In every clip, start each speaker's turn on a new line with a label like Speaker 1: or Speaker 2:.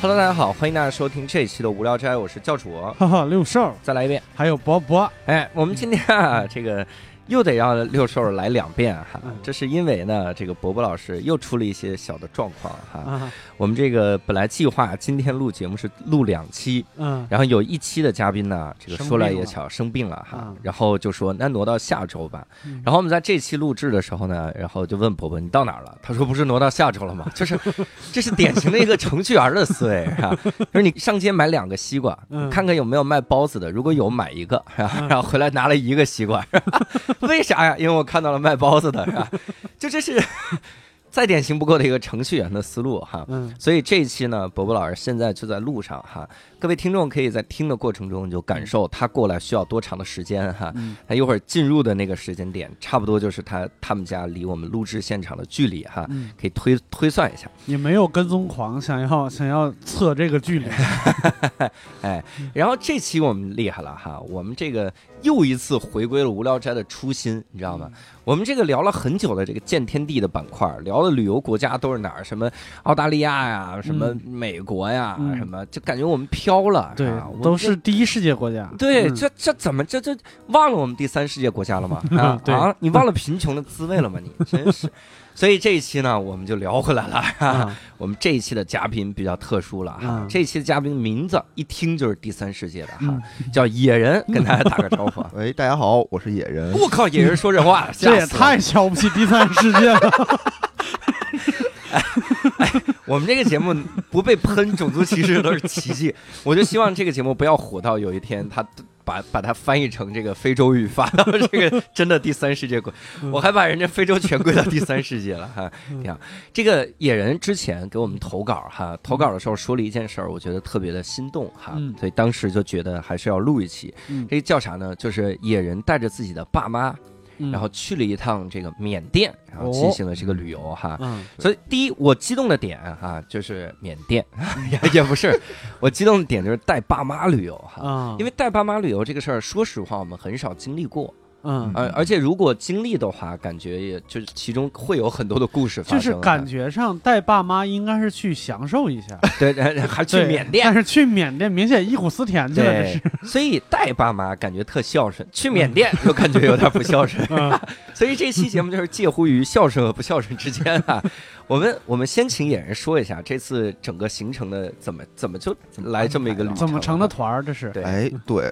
Speaker 1: Hello，大家好，欢迎大家收听这一期的无聊斋，我是教主，
Speaker 2: 哈哈，六兽
Speaker 1: 再来一遍。
Speaker 2: 还有博博，
Speaker 1: 哎，我们今天啊，这个又得让六兽来两遍哈
Speaker 2: 嗯，
Speaker 1: 这是因为呢，这个伯伯老师又出了一些小的状况哈。
Speaker 2: 啊，
Speaker 1: 我们这个本来计划今天录节目是录两期，
Speaker 2: 嗯，
Speaker 1: 然后有一期的嘉宾呢，这个
Speaker 2: 生
Speaker 1: 说来
Speaker 2: 病
Speaker 1: 也
Speaker 2: 了
Speaker 1: 巧，生病了哈
Speaker 2: 嗯，
Speaker 1: 然后就说那挪到下周吧。
Speaker 2: 嗯
Speaker 1: 然后我们在这期录制的时候呢，然后就问伯伯你到哪儿了？他说不是挪到下周了吗？ 就是这是典型的一个程序员的思维 啊，就是你上街买两个西瓜，
Speaker 2: 嗯
Speaker 1: 看看有没有卖包子的，如果有买一个， 是吧然后回来拿了一个西瓜，是吧 为啥呀？因为我看到了卖包子的，是吧？就这是 再典型不过的一个程序员的思路哈。
Speaker 2: 嗯，
Speaker 1: 所以这一期呢，伯伯老师现在就在路上哈，各位听众可以在听的过程中就感受他过来需要多长的时间哈。
Speaker 2: 嗯
Speaker 1: 他一会儿进入的那个时间点，差不多就是他他们家离我们录制现场的距离哈，
Speaker 2: 嗯，
Speaker 1: 可以推推算一下。
Speaker 2: 你没有跟踪狂，想要想要测这个距离，
Speaker 1: 哎，
Speaker 2: 嗯
Speaker 1: 然后这期我们厉害了哈，我们这个又一次回归了无聊斋的初心，你知道吗？
Speaker 2: 嗯
Speaker 1: 我们这个聊了很久的这个见天地的板块，聊的旅游国家都是哪儿？什么澳大利亚呀，什么美国呀，
Speaker 2: 嗯
Speaker 1: 什么就感觉我们飘了，
Speaker 2: 对
Speaker 1: 啊、我们，
Speaker 2: 都是第一世界国家，
Speaker 1: 对，
Speaker 2: 嗯
Speaker 1: 这这怎么这这忘了我们第三世界国家了 吗？啊
Speaker 2: 对
Speaker 1: 啊，你忘了贫穷的滋味了吗？你真是。所以这一期呢，我们就聊回来了。哈哈。
Speaker 2: 啊
Speaker 1: 我们这一期的嘉宾比较特殊了哈
Speaker 2: 嗯，
Speaker 1: 这一期的嘉宾名字一听就是第三世界的哈
Speaker 2: 嗯，
Speaker 1: 叫野人，跟大家打个招 呼啊。
Speaker 3: 喂，哎大家好，我是野人。
Speaker 1: 我靠，野人说人话，
Speaker 2: 这
Speaker 1: 吓
Speaker 2: 也
Speaker 1: 死了
Speaker 2: 太瞧不起第三世界了，
Speaker 1: 我们这个节目不被喷种族歧视都是奇迹。我就希望这个节目不要火到有一天他。把把它翻译成这个非洲语，发到这个真的第三世界国，我还把人家非洲全归到第三世界了哈。你看，这个野人之前给我们投稿哈，投稿的时候说了一件事儿，我觉得特别的心动哈
Speaker 2: 嗯，
Speaker 1: 所以当时就觉得还是要录一期。
Speaker 2: 嗯
Speaker 1: 这个叫啥呢？就是野人带着自己的爸妈，
Speaker 2: 嗯
Speaker 1: 然后去了一趟这个缅甸，然后进行了这个旅游哈。
Speaker 2: 嗯
Speaker 1: 所以第一，我激动的点啊，就是缅甸， 也也不是，我激动的点就是带爸妈旅游哈。
Speaker 2: 啊，
Speaker 1: 因
Speaker 2: 为
Speaker 1: 为带爸妈旅游这个事儿，说实话，我们很少经历过，
Speaker 2: 嗯，
Speaker 1: 而而且如果经历的话，感觉也就是其中会有很多的故事发
Speaker 2: 就
Speaker 1: 生。
Speaker 2: 是感觉上带爸妈应该是去享受一下，
Speaker 1: 对，然然还 去
Speaker 2: 对
Speaker 1: 缅 甸
Speaker 2: 但，是去缅甸明显忆苦 思甜去了，这
Speaker 1: 对
Speaker 2: 是，
Speaker 1: 所以带爸妈感觉特孝顺，去缅 甸又感觉有点不孝顺。
Speaker 2: 嗯
Speaker 1: 所以这期节目就是介乎于孝顺和不孝顺之间 啊。我们我们先请野人说一下这次整个行程的怎么怎么就来这么一个旅程啊，
Speaker 2: 怎么成的团儿？这是，
Speaker 1: 对
Speaker 3: 哎，对，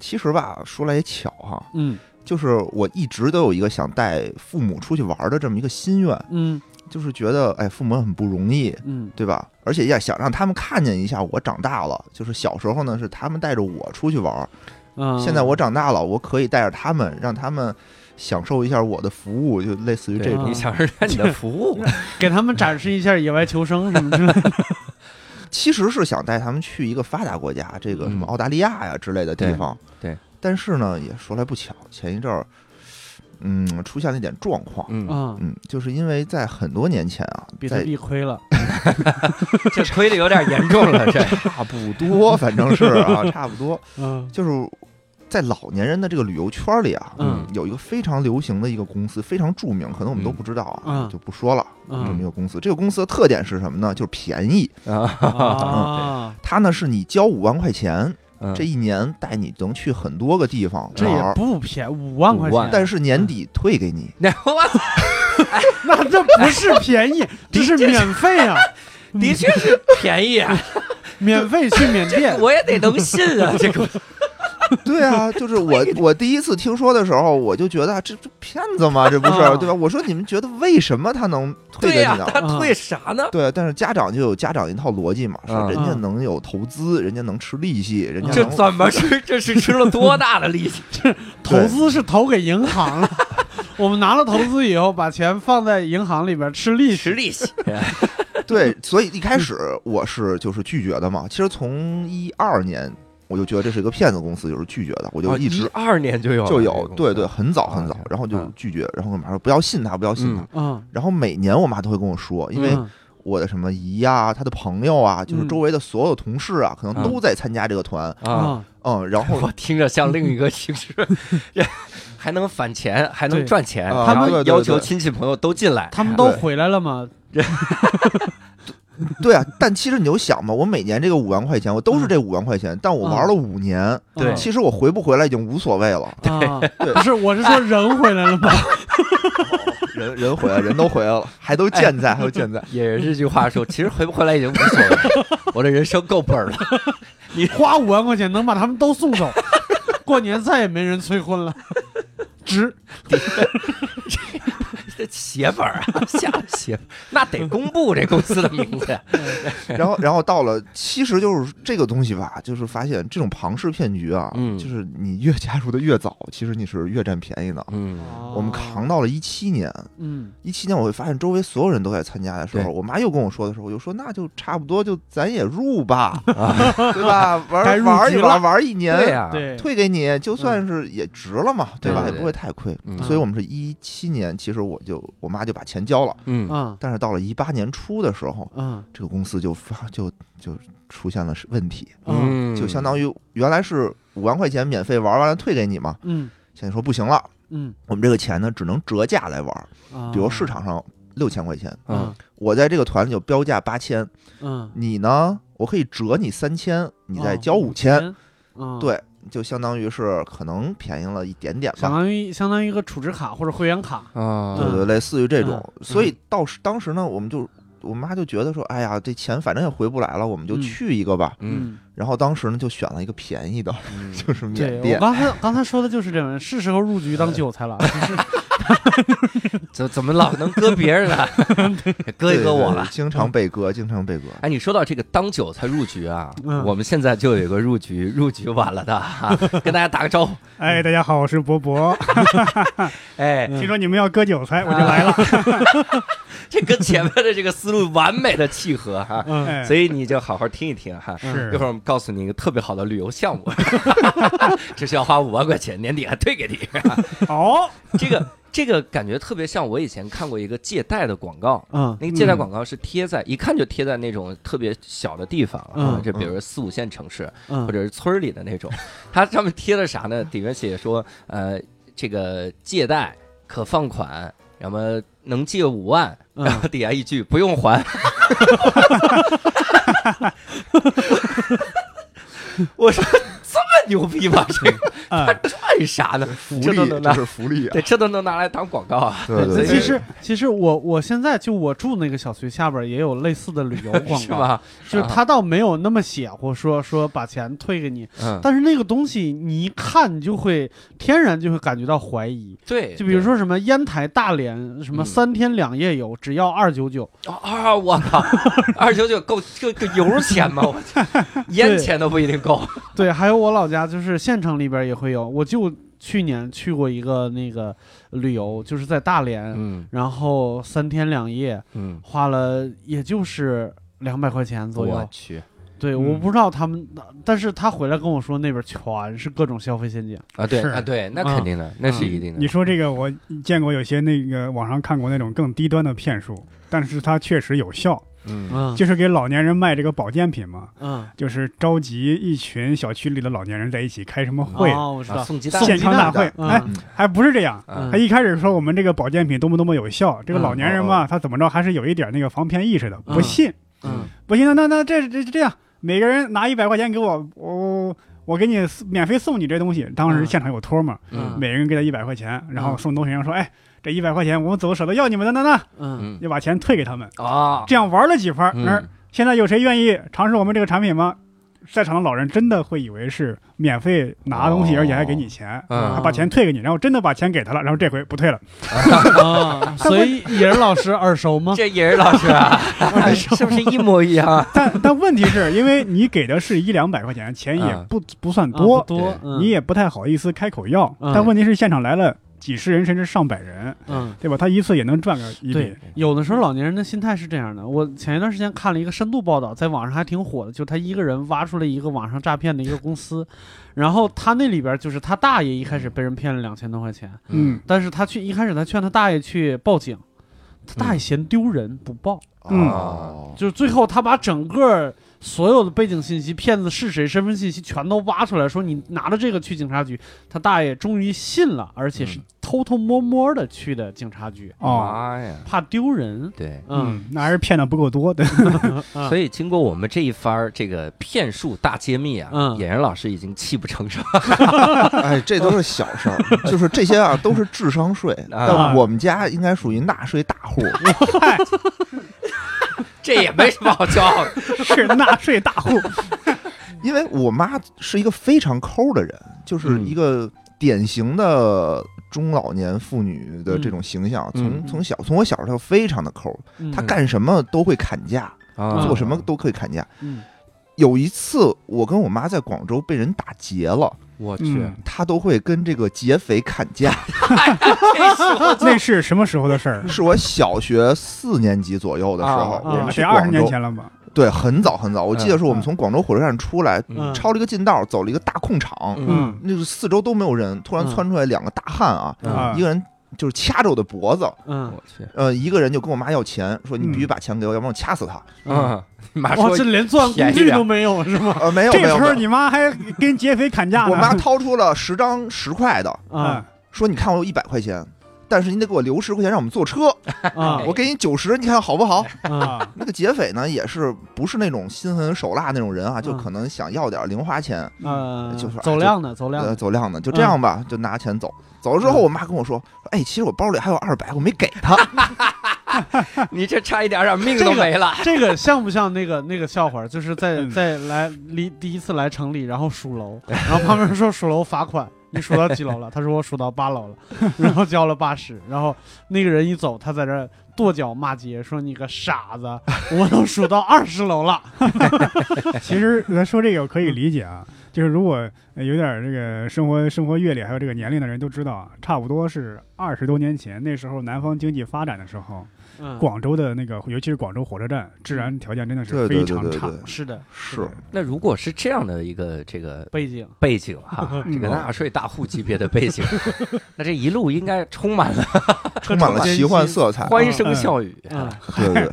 Speaker 3: 其实吧，说来也巧哈，
Speaker 2: 嗯
Speaker 3: 就是我一直都有一个想带父母出去玩的这么一个心愿，
Speaker 2: 嗯
Speaker 3: 就是觉得哎，父母很不容易，
Speaker 2: 嗯
Speaker 3: 对吧？而且也想让他们看见一下我长大了。就是小时候呢，是他们带着我出去玩，
Speaker 2: 嗯，
Speaker 3: 现在我长大了，我可以带着他们，让他们享受一下我的服务，就类似于这
Speaker 1: 对
Speaker 2: 啊
Speaker 3: 种。
Speaker 1: 你想让你的服 务，
Speaker 2: 给他们展示一下野外求生什么之类的，
Speaker 3: 其实是想带他们去一个发达国家，这个
Speaker 1: 嗯
Speaker 3: 什么澳大利亚呀之类的地方。
Speaker 1: 对对
Speaker 3: 但是呢，也说来不巧，前一阵儿，嗯，出现了一点状况。
Speaker 1: 嗯，
Speaker 2: 嗯，
Speaker 3: 嗯，就是因为在很多年前啊，
Speaker 2: 比特
Speaker 3: 在
Speaker 2: 币亏了，
Speaker 1: 这亏的有点严重了，这
Speaker 3: 差不多，反正是啊，差不多，
Speaker 2: 嗯
Speaker 3: 就是在老年人的这个旅游圈里啊，
Speaker 2: 嗯
Speaker 3: 有一个非常流行的一个公司，非常著名，可能我们都不知道啊，
Speaker 2: 嗯
Speaker 3: 就不说了。这么
Speaker 2: 嗯
Speaker 3: 一个公司，这个公司的特点是什么呢？就是便宜。
Speaker 1: 啊，
Speaker 2: 啊，
Speaker 3: 它呢是你交五万块钱，
Speaker 1: 嗯
Speaker 3: 这一年带你能去很多个地方
Speaker 2: 这
Speaker 3: 玩
Speaker 2: 也
Speaker 3: 儿。
Speaker 2: 不便宜，五万块
Speaker 1: 五万
Speaker 2: 钱，
Speaker 3: 但是年底退给你。
Speaker 1: 那我
Speaker 2: 那这不是便宜，这是免费啊，嗯
Speaker 1: 的确是便宜啊，
Speaker 2: 免费去缅 甸，
Speaker 1: 我也得能信啊， 这个
Speaker 3: 对啊，就是 我我第一次听说的时候，我就觉得这这骗子嘛，这不是
Speaker 2: 啊
Speaker 3: 对吧？我说你们觉得为什么他能退给
Speaker 1: 对
Speaker 3: 你
Speaker 1: 呀，
Speaker 3: 呢？
Speaker 1: 他退啥呢？
Speaker 3: 对，但是家长就有家长一套逻辑嘛，
Speaker 1: 嗯
Speaker 3: 说人家能有投资，人家能吃利息，人家
Speaker 1: 这
Speaker 3: 能
Speaker 1: 怎么吃？这是吃了多大的力气？
Speaker 2: 投资是投给银行了。 我们拿了投资以后，把钱放在银行里边吃利
Speaker 1: 吃
Speaker 2: 息，
Speaker 1: 力气，
Speaker 3: 对，所以一开始我是就是拒绝的嘛。其实从一二年我就觉得这是一个骗子公司，就是拒绝的，
Speaker 1: 哦
Speaker 3: 我就一直
Speaker 1: 二年就有了
Speaker 3: 就
Speaker 1: 这个
Speaker 3: 有
Speaker 1: 公司
Speaker 3: 对对，很早很早
Speaker 1: 嗯，
Speaker 3: 然后就
Speaker 1: 嗯
Speaker 3: 拒绝，然后我妈说不要信他，不要信他
Speaker 1: 嗯。
Speaker 2: 嗯，
Speaker 3: 然后每年我妈都会跟我说，因为
Speaker 2: 嗯
Speaker 3: 我的什么姨呀、她的朋友啊，就是
Speaker 2: 嗯
Speaker 3: 周围的所有同事啊，可能都在参加这个团，
Speaker 1: 啊。
Speaker 2: 啊，
Speaker 3: 嗯，然后
Speaker 1: 我听着像另一个形式， 还能返钱，还能
Speaker 2: 对
Speaker 1: 赚钱，
Speaker 3: 啊
Speaker 1: 然后
Speaker 3: 对对对
Speaker 1: 要求亲戚朋友都进来，
Speaker 2: 他们都回来了吗？
Speaker 3: 对啊，但其实你就想嘛，我每年这个五万块钱，我都是这五万块钱，但我玩了五年，
Speaker 1: 对
Speaker 3: 其实我回不回来已经无所谓 了。
Speaker 2: 啊，不是，我是说人回来了吗？
Speaker 3: 人人回来，人都回来了，还都健
Speaker 1: 哎
Speaker 3: 在，还都健在。
Speaker 1: 也是这句话说，其实回不回来已经无所谓了，我的人生够本儿了。
Speaker 2: 花五万块钱能把他们都送走， 过年再也没人催婚了， 值。
Speaker 1: 这写本儿啊，瞎写本儿，那得公布这公司的名字呀。
Speaker 3: 然后，然后到了，其实就是这个东西吧，就是发现这种庞氏骗局啊，
Speaker 1: 嗯
Speaker 3: 就是你越加入的越早，其实你是越占便宜的。
Speaker 1: 嗯，
Speaker 2: 哦
Speaker 3: 我们扛，到了一七年，
Speaker 2: 嗯
Speaker 3: 一七年我会发现周围所有人都在参加的时候，
Speaker 1: 对
Speaker 3: 我妈又跟我说的时候，我就说那就差不多就咱也入吧，
Speaker 1: 啊
Speaker 3: 对吧？
Speaker 2: 该
Speaker 3: 玩
Speaker 2: 入
Speaker 3: 玩一
Speaker 2: 局
Speaker 3: 玩
Speaker 2: 了
Speaker 3: 玩一年，
Speaker 1: 对啊呀，
Speaker 2: 对，
Speaker 3: 退给你就算是也值了嘛，对吧？
Speaker 1: 对对
Speaker 3: 也不会太亏。
Speaker 1: 嗯
Speaker 3: 所以我们是一七年，其实我就我妈就把钱交了，
Speaker 1: 嗯
Speaker 2: 啊
Speaker 3: 但是到了一八年初的时候，
Speaker 2: 啊
Speaker 3: 这个公司就发就就出现了问题，
Speaker 2: 嗯
Speaker 3: 就相当于原来是五万块钱免费玩完了退给你嘛，
Speaker 2: 嗯
Speaker 3: 现在说不行了，
Speaker 2: 嗯，
Speaker 3: 我们这个钱呢只能折价来玩，
Speaker 2: 啊
Speaker 3: 比如市场上六千块钱，
Speaker 1: 嗯
Speaker 2: 嗯
Speaker 3: 我在这个团里就标价八千，
Speaker 2: 嗯，
Speaker 3: 你呢，我可以折你三千，你再
Speaker 2: 哦
Speaker 3: 交五千，，
Speaker 2: 嗯，
Speaker 3: 对，就相当于是可能便宜了一点点吧，
Speaker 2: 相当于相当于一个储值卡或者会员卡，
Speaker 1: 啊
Speaker 3: 对对，类似于这种。
Speaker 2: 嗯
Speaker 3: 所以到时当时呢，我们就我妈就觉得说，哎呀，这钱反正也回不来了，我们就
Speaker 2: 嗯
Speaker 3: 去一个吧。
Speaker 1: 嗯，
Speaker 3: 然后当时呢，就选了一个便宜的，
Speaker 1: 嗯
Speaker 3: 就是缅
Speaker 2: 对我
Speaker 3: 甸。
Speaker 2: 刚才刚才说的就是这玩意儿，是时候入局当韭菜了，
Speaker 3: 嗯
Speaker 1: 怎怎么老能割别人呢？割一割我
Speaker 3: 对
Speaker 1: 了
Speaker 3: 对。经常被割，经常被割。
Speaker 1: 哎，你说到这个当韭菜入局啊，
Speaker 2: 嗯
Speaker 1: 我们现在就有一个入局入局晚了的、啊，跟大家打个招呼。
Speaker 2: 嗯
Speaker 4: 哎，大家好，我是博博。
Speaker 1: 哎，
Speaker 4: 听说你们要割韭菜，我就来了。
Speaker 1: 这跟前面的这个思路完美的契合哈、
Speaker 2: 嗯
Speaker 4: 哎
Speaker 1: 所以你就好好听一听哈、
Speaker 4: 是
Speaker 1: 一会儿我们告诉你一个特别好的旅游项目， 这是要花五万块钱，年底还退给你。
Speaker 4: 哦，
Speaker 1: 这个这个感觉特别像我以前看过一个借贷的广告，
Speaker 2: 嗯
Speaker 1: 那个借贷广告是贴在、一看就贴在那种特别小的地方啊
Speaker 2: 嗯，
Speaker 1: 这比如说四五线城市，
Speaker 2: 嗯，
Speaker 1: 或者是村儿里的那 种，它上面贴的啥呢？底面写说，呃，这个借贷可放款，然后能借五万，
Speaker 2: 嗯
Speaker 1: 然后底下一句不用还。 我说这么牛逼吗？这个
Speaker 2: 嗯
Speaker 4: 啊，
Speaker 1: 赚啥呢？
Speaker 2: 啊
Speaker 3: 福
Speaker 1: 这都能拿，
Speaker 3: 是福利啊！
Speaker 1: 对，这都能拿来当广告啊！
Speaker 3: 对对
Speaker 1: 所
Speaker 3: 对
Speaker 1: 以
Speaker 2: 其实其实我我现在就我住那个小区下边也有类似的旅游 广
Speaker 1: 是
Speaker 2: 告，
Speaker 1: 吧？
Speaker 2: 就是他倒没有那么邪乎，说说把钱退给你，
Speaker 1: 嗯，
Speaker 2: 但是那个东西你一看你就会天然就会感觉到怀疑。
Speaker 1: 对，
Speaker 2: 就比如说什么烟台、大连，什么
Speaker 1: 嗯
Speaker 2: 三天两夜游，只要二九九，
Speaker 1: 对啊，我靠，二九九够这个油钱 吗？我天，烟钱都不一定够。
Speaker 2: 对，还有我老家就是县城里边也会有，我就去年去过一个那个旅游，就是在大连，
Speaker 1: 嗯
Speaker 2: 然后三天两夜，
Speaker 1: 嗯，
Speaker 2: 花了也就是两百块钱左
Speaker 1: 我
Speaker 2: 右。
Speaker 1: 去
Speaker 2: 对，
Speaker 4: 嗯
Speaker 2: 我不知道他们，但是他回来跟我说那边全是各种消费陷阱。
Speaker 1: 啊！对
Speaker 4: 是
Speaker 1: 啊，对，那
Speaker 2: 啊
Speaker 1: 肯定的，那是
Speaker 2: 嗯
Speaker 1: 一定的。
Speaker 4: 你说这个，我见过有些那个网上看过那种更低端的骗术，但是它确实有效，
Speaker 1: 嗯
Speaker 2: 嗯
Speaker 4: 就是给老年人卖这个保健品嘛，
Speaker 2: 嗯，
Speaker 4: 就是召集一群小区里的老年人在一起开什么会，
Speaker 2: 哦，我知
Speaker 1: 啊
Speaker 2: 道，嗯
Speaker 1: 送鸡蛋
Speaker 2: 送
Speaker 4: 健
Speaker 2: 鸡
Speaker 4: 康大
Speaker 2: 蛋
Speaker 4: 会。
Speaker 2: 嗯
Speaker 4: 哎，还不是这样。
Speaker 1: 啊
Speaker 4: 他一开始说我们这个保健品多么多么有效，这个
Speaker 2: 嗯
Speaker 4: 老年人嘛，他怎么着还是有一点那个防骗意识的，
Speaker 2: 嗯
Speaker 4: 不信，
Speaker 2: 嗯
Speaker 4: 不行，那那那这这这样，每个人拿一百块钱给我，我我给你送免费送你这东西。当时
Speaker 2: 嗯
Speaker 4: 现场有托嘛，
Speaker 1: 嗯
Speaker 4: 每人给他一百块钱，然后
Speaker 2: 嗯
Speaker 4: 送东西人说，哎，这一百块钱我们走舍得要你们的，那那
Speaker 2: 嗯
Speaker 1: 嗯
Speaker 4: 就把钱退给他们。
Speaker 1: 啊，
Speaker 4: 这样玩了几番，嗯
Speaker 1: 嗯，
Speaker 4: 现在有谁愿意尝试我们这个产品吗？在场的老人真的会以为是免费拿东西，
Speaker 1: 哦
Speaker 4: 而且还给你钱，
Speaker 1: 嗯
Speaker 4: 还把钱退给你，然后真的把钱给他了，然后这回不退了。
Speaker 2: 啊，所以野人老师耳熟吗？
Speaker 1: 这也是老师啊，是不是一模一样啊？
Speaker 4: 但但问题是因为你给的是一两百块钱，钱也
Speaker 1: 嗯
Speaker 4: 不不算
Speaker 2: 啊
Speaker 4: 多，
Speaker 2: 不多，嗯
Speaker 4: 你也不太好意思开口要。
Speaker 2: 嗯
Speaker 4: 但问题是现场来了几十人甚至上百人，
Speaker 2: 嗯。
Speaker 4: 对吧？他一次也能赚个一笔
Speaker 2: 对。，有的时候老年人的心态是这样的。我前一段时间看了一个深度报道，在网上还挺火的，就他一个人挖出了一个网上诈骗的一个公司，然后他那里边就是他大爷一开始被人骗了两千多块钱，
Speaker 4: 嗯，
Speaker 2: 但是他去一开始他劝他大爷去报警，嗯他大爷嫌丢人不报，
Speaker 4: 嗯
Speaker 3: 哦
Speaker 2: 就是最后他把整个所有的背景信息、骗子是谁、身份信息全都挖出来，说你拿着这个去警察局，他大爷终于信了，而且是
Speaker 1: 嗯
Speaker 2: 偷偷摸摸的去的警察局，
Speaker 4: 哦，
Speaker 1: 妈呀，
Speaker 2: 怕丢人。
Speaker 1: 对，
Speaker 2: 嗯，，
Speaker 4: 那还是骗的不够多的。
Speaker 1: 所以经过我们这一番儿这个骗术大揭秘啊，
Speaker 2: 嗯
Speaker 1: 演员老师已经泣不成声。
Speaker 3: 哎，这都是小事儿， 就是这些啊，都是智商税。
Speaker 1: 啊
Speaker 3: 但我们家应该属于纳税大户，
Speaker 1: 这也没什么好骄傲的。
Speaker 4: 是纳税大户，
Speaker 3: 因为我妈是一个非常抠的人，就是一个典型的中老年妇女的这种形象。
Speaker 1: 嗯
Speaker 3: 从从小，从我小时候，她非常的抠，
Speaker 2: 嗯
Speaker 3: 她干什么都会砍价，
Speaker 1: 啊
Speaker 3: 做什么都可以砍价。
Speaker 2: 嗯
Speaker 3: 有一次，我跟我妈在广州被人打劫了，
Speaker 1: 我去
Speaker 4: 嗯，
Speaker 3: 她都会跟这个劫匪砍价。
Speaker 4: 那是什么时候的事儿？
Speaker 3: 是我小学四年级左右的时候
Speaker 1: 啊，
Speaker 3: 我们
Speaker 4: 啊
Speaker 3: 去
Speaker 4: 得二
Speaker 3: 广
Speaker 4: 十
Speaker 3: 州，
Speaker 4: 年前了吧？
Speaker 3: 对，很早很早。我记得是我们
Speaker 4: 嗯
Speaker 3: 从广州火车站出来，
Speaker 2: 嗯
Speaker 3: 抄了一个近道，走了一个大空场，
Speaker 1: 嗯
Speaker 3: 那个四周都没有人，突然
Speaker 2: 嗯
Speaker 3: 窜出来两个大汉啊，
Speaker 1: 嗯
Speaker 4: 啊
Speaker 3: 一，个人就是掐着我的脖子，
Speaker 2: 嗯，
Speaker 1: 我去，
Speaker 3: 呃，一个人就跟我妈要钱，说你
Speaker 4: 嗯
Speaker 3: 必须把钱给我，要不然我掐死他。
Speaker 1: 嗯， 马
Speaker 2: 哇，
Speaker 1: 说
Speaker 2: 哦这连作案工具都没有是吗？
Speaker 3: 呃，没有
Speaker 4: 这
Speaker 3: 没有，
Speaker 4: 时
Speaker 3: 没
Speaker 4: 候
Speaker 3: 有
Speaker 4: 你妈还跟劫匪砍价呢。
Speaker 3: 我 妈掏出了十张十块的，
Speaker 4: 哎
Speaker 2: 啊
Speaker 3: 说你看我有一百块钱。但是你得给我留十块钱让我们坐车，
Speaker 2: 啊
Speaker 3: 我给你九十，你看好不好？
Speaker 2: 啊！
Speaker 4: 啊，
Speaker 3: 那个劫匪呢，也是不是那种心狠手辣那种人啊，就
Speaker 2: 嗯
Speaker 3: 可能想要点零花钱，
Speaker 2: 呃，
Speaker 3: 就是
Speaker 2: 走量的，走量
Speaker 3: 呃，
Speaker 2: 的，
Speaker 3: 走量的，就这样吧，就拿钱走。走了之后，
Speaker 2: 嗯
Speaker 3: 我妈跟我说：“说哎，其实我包里还有二百，我没给他。
Speaker 1: 你这差一点儿让命都没了。
Speaker 2: 这个像不像那个那个笑话儿？就是在
Speaker 4: 嗯
Speaker 2: 在来离第一次来城里，然后数楼，然后旁边人说数楼罚款，你数到几楼了？他说我数到八楼了，然后交了八十，然后那个人一走，他在这儿跺脚骂街，说你个傻子，我都数到二十楼了。
Speaker 4: 其实咱说这个可以理解啊，就是如果呃有点儿这个生活生活阅历还有这个年龄的人都知道啊，差不多是二十多年前，那时候南方经济发展的时候，
Speaker 2: 嗯，
Speaker 4: 广州的那个尤其是广州火车站治安条件真的
Speaker 3: 嗯对对
Speaker 4: 是
Speaker 3: 对
Speaker 4: 非常
Speaker 3: 对
Speaker 4: 差
Speaker 3: 对。
Speaker 2: 是的，
Speaker 3: 是
Speaker 1: 那如果是这样的一个这个
Speaker 2: 背景
Speaker 1: 背景哈，
Speaker 4: 嗯
Speaker 1: 这个纳税大户级别的背景，那这一路应该充满了
Speaker 3: 充满了奇幻色彩。
Speaker 1: 欢声笑语。
Speaker 2: 嗯
Speaker 3: 对对 对。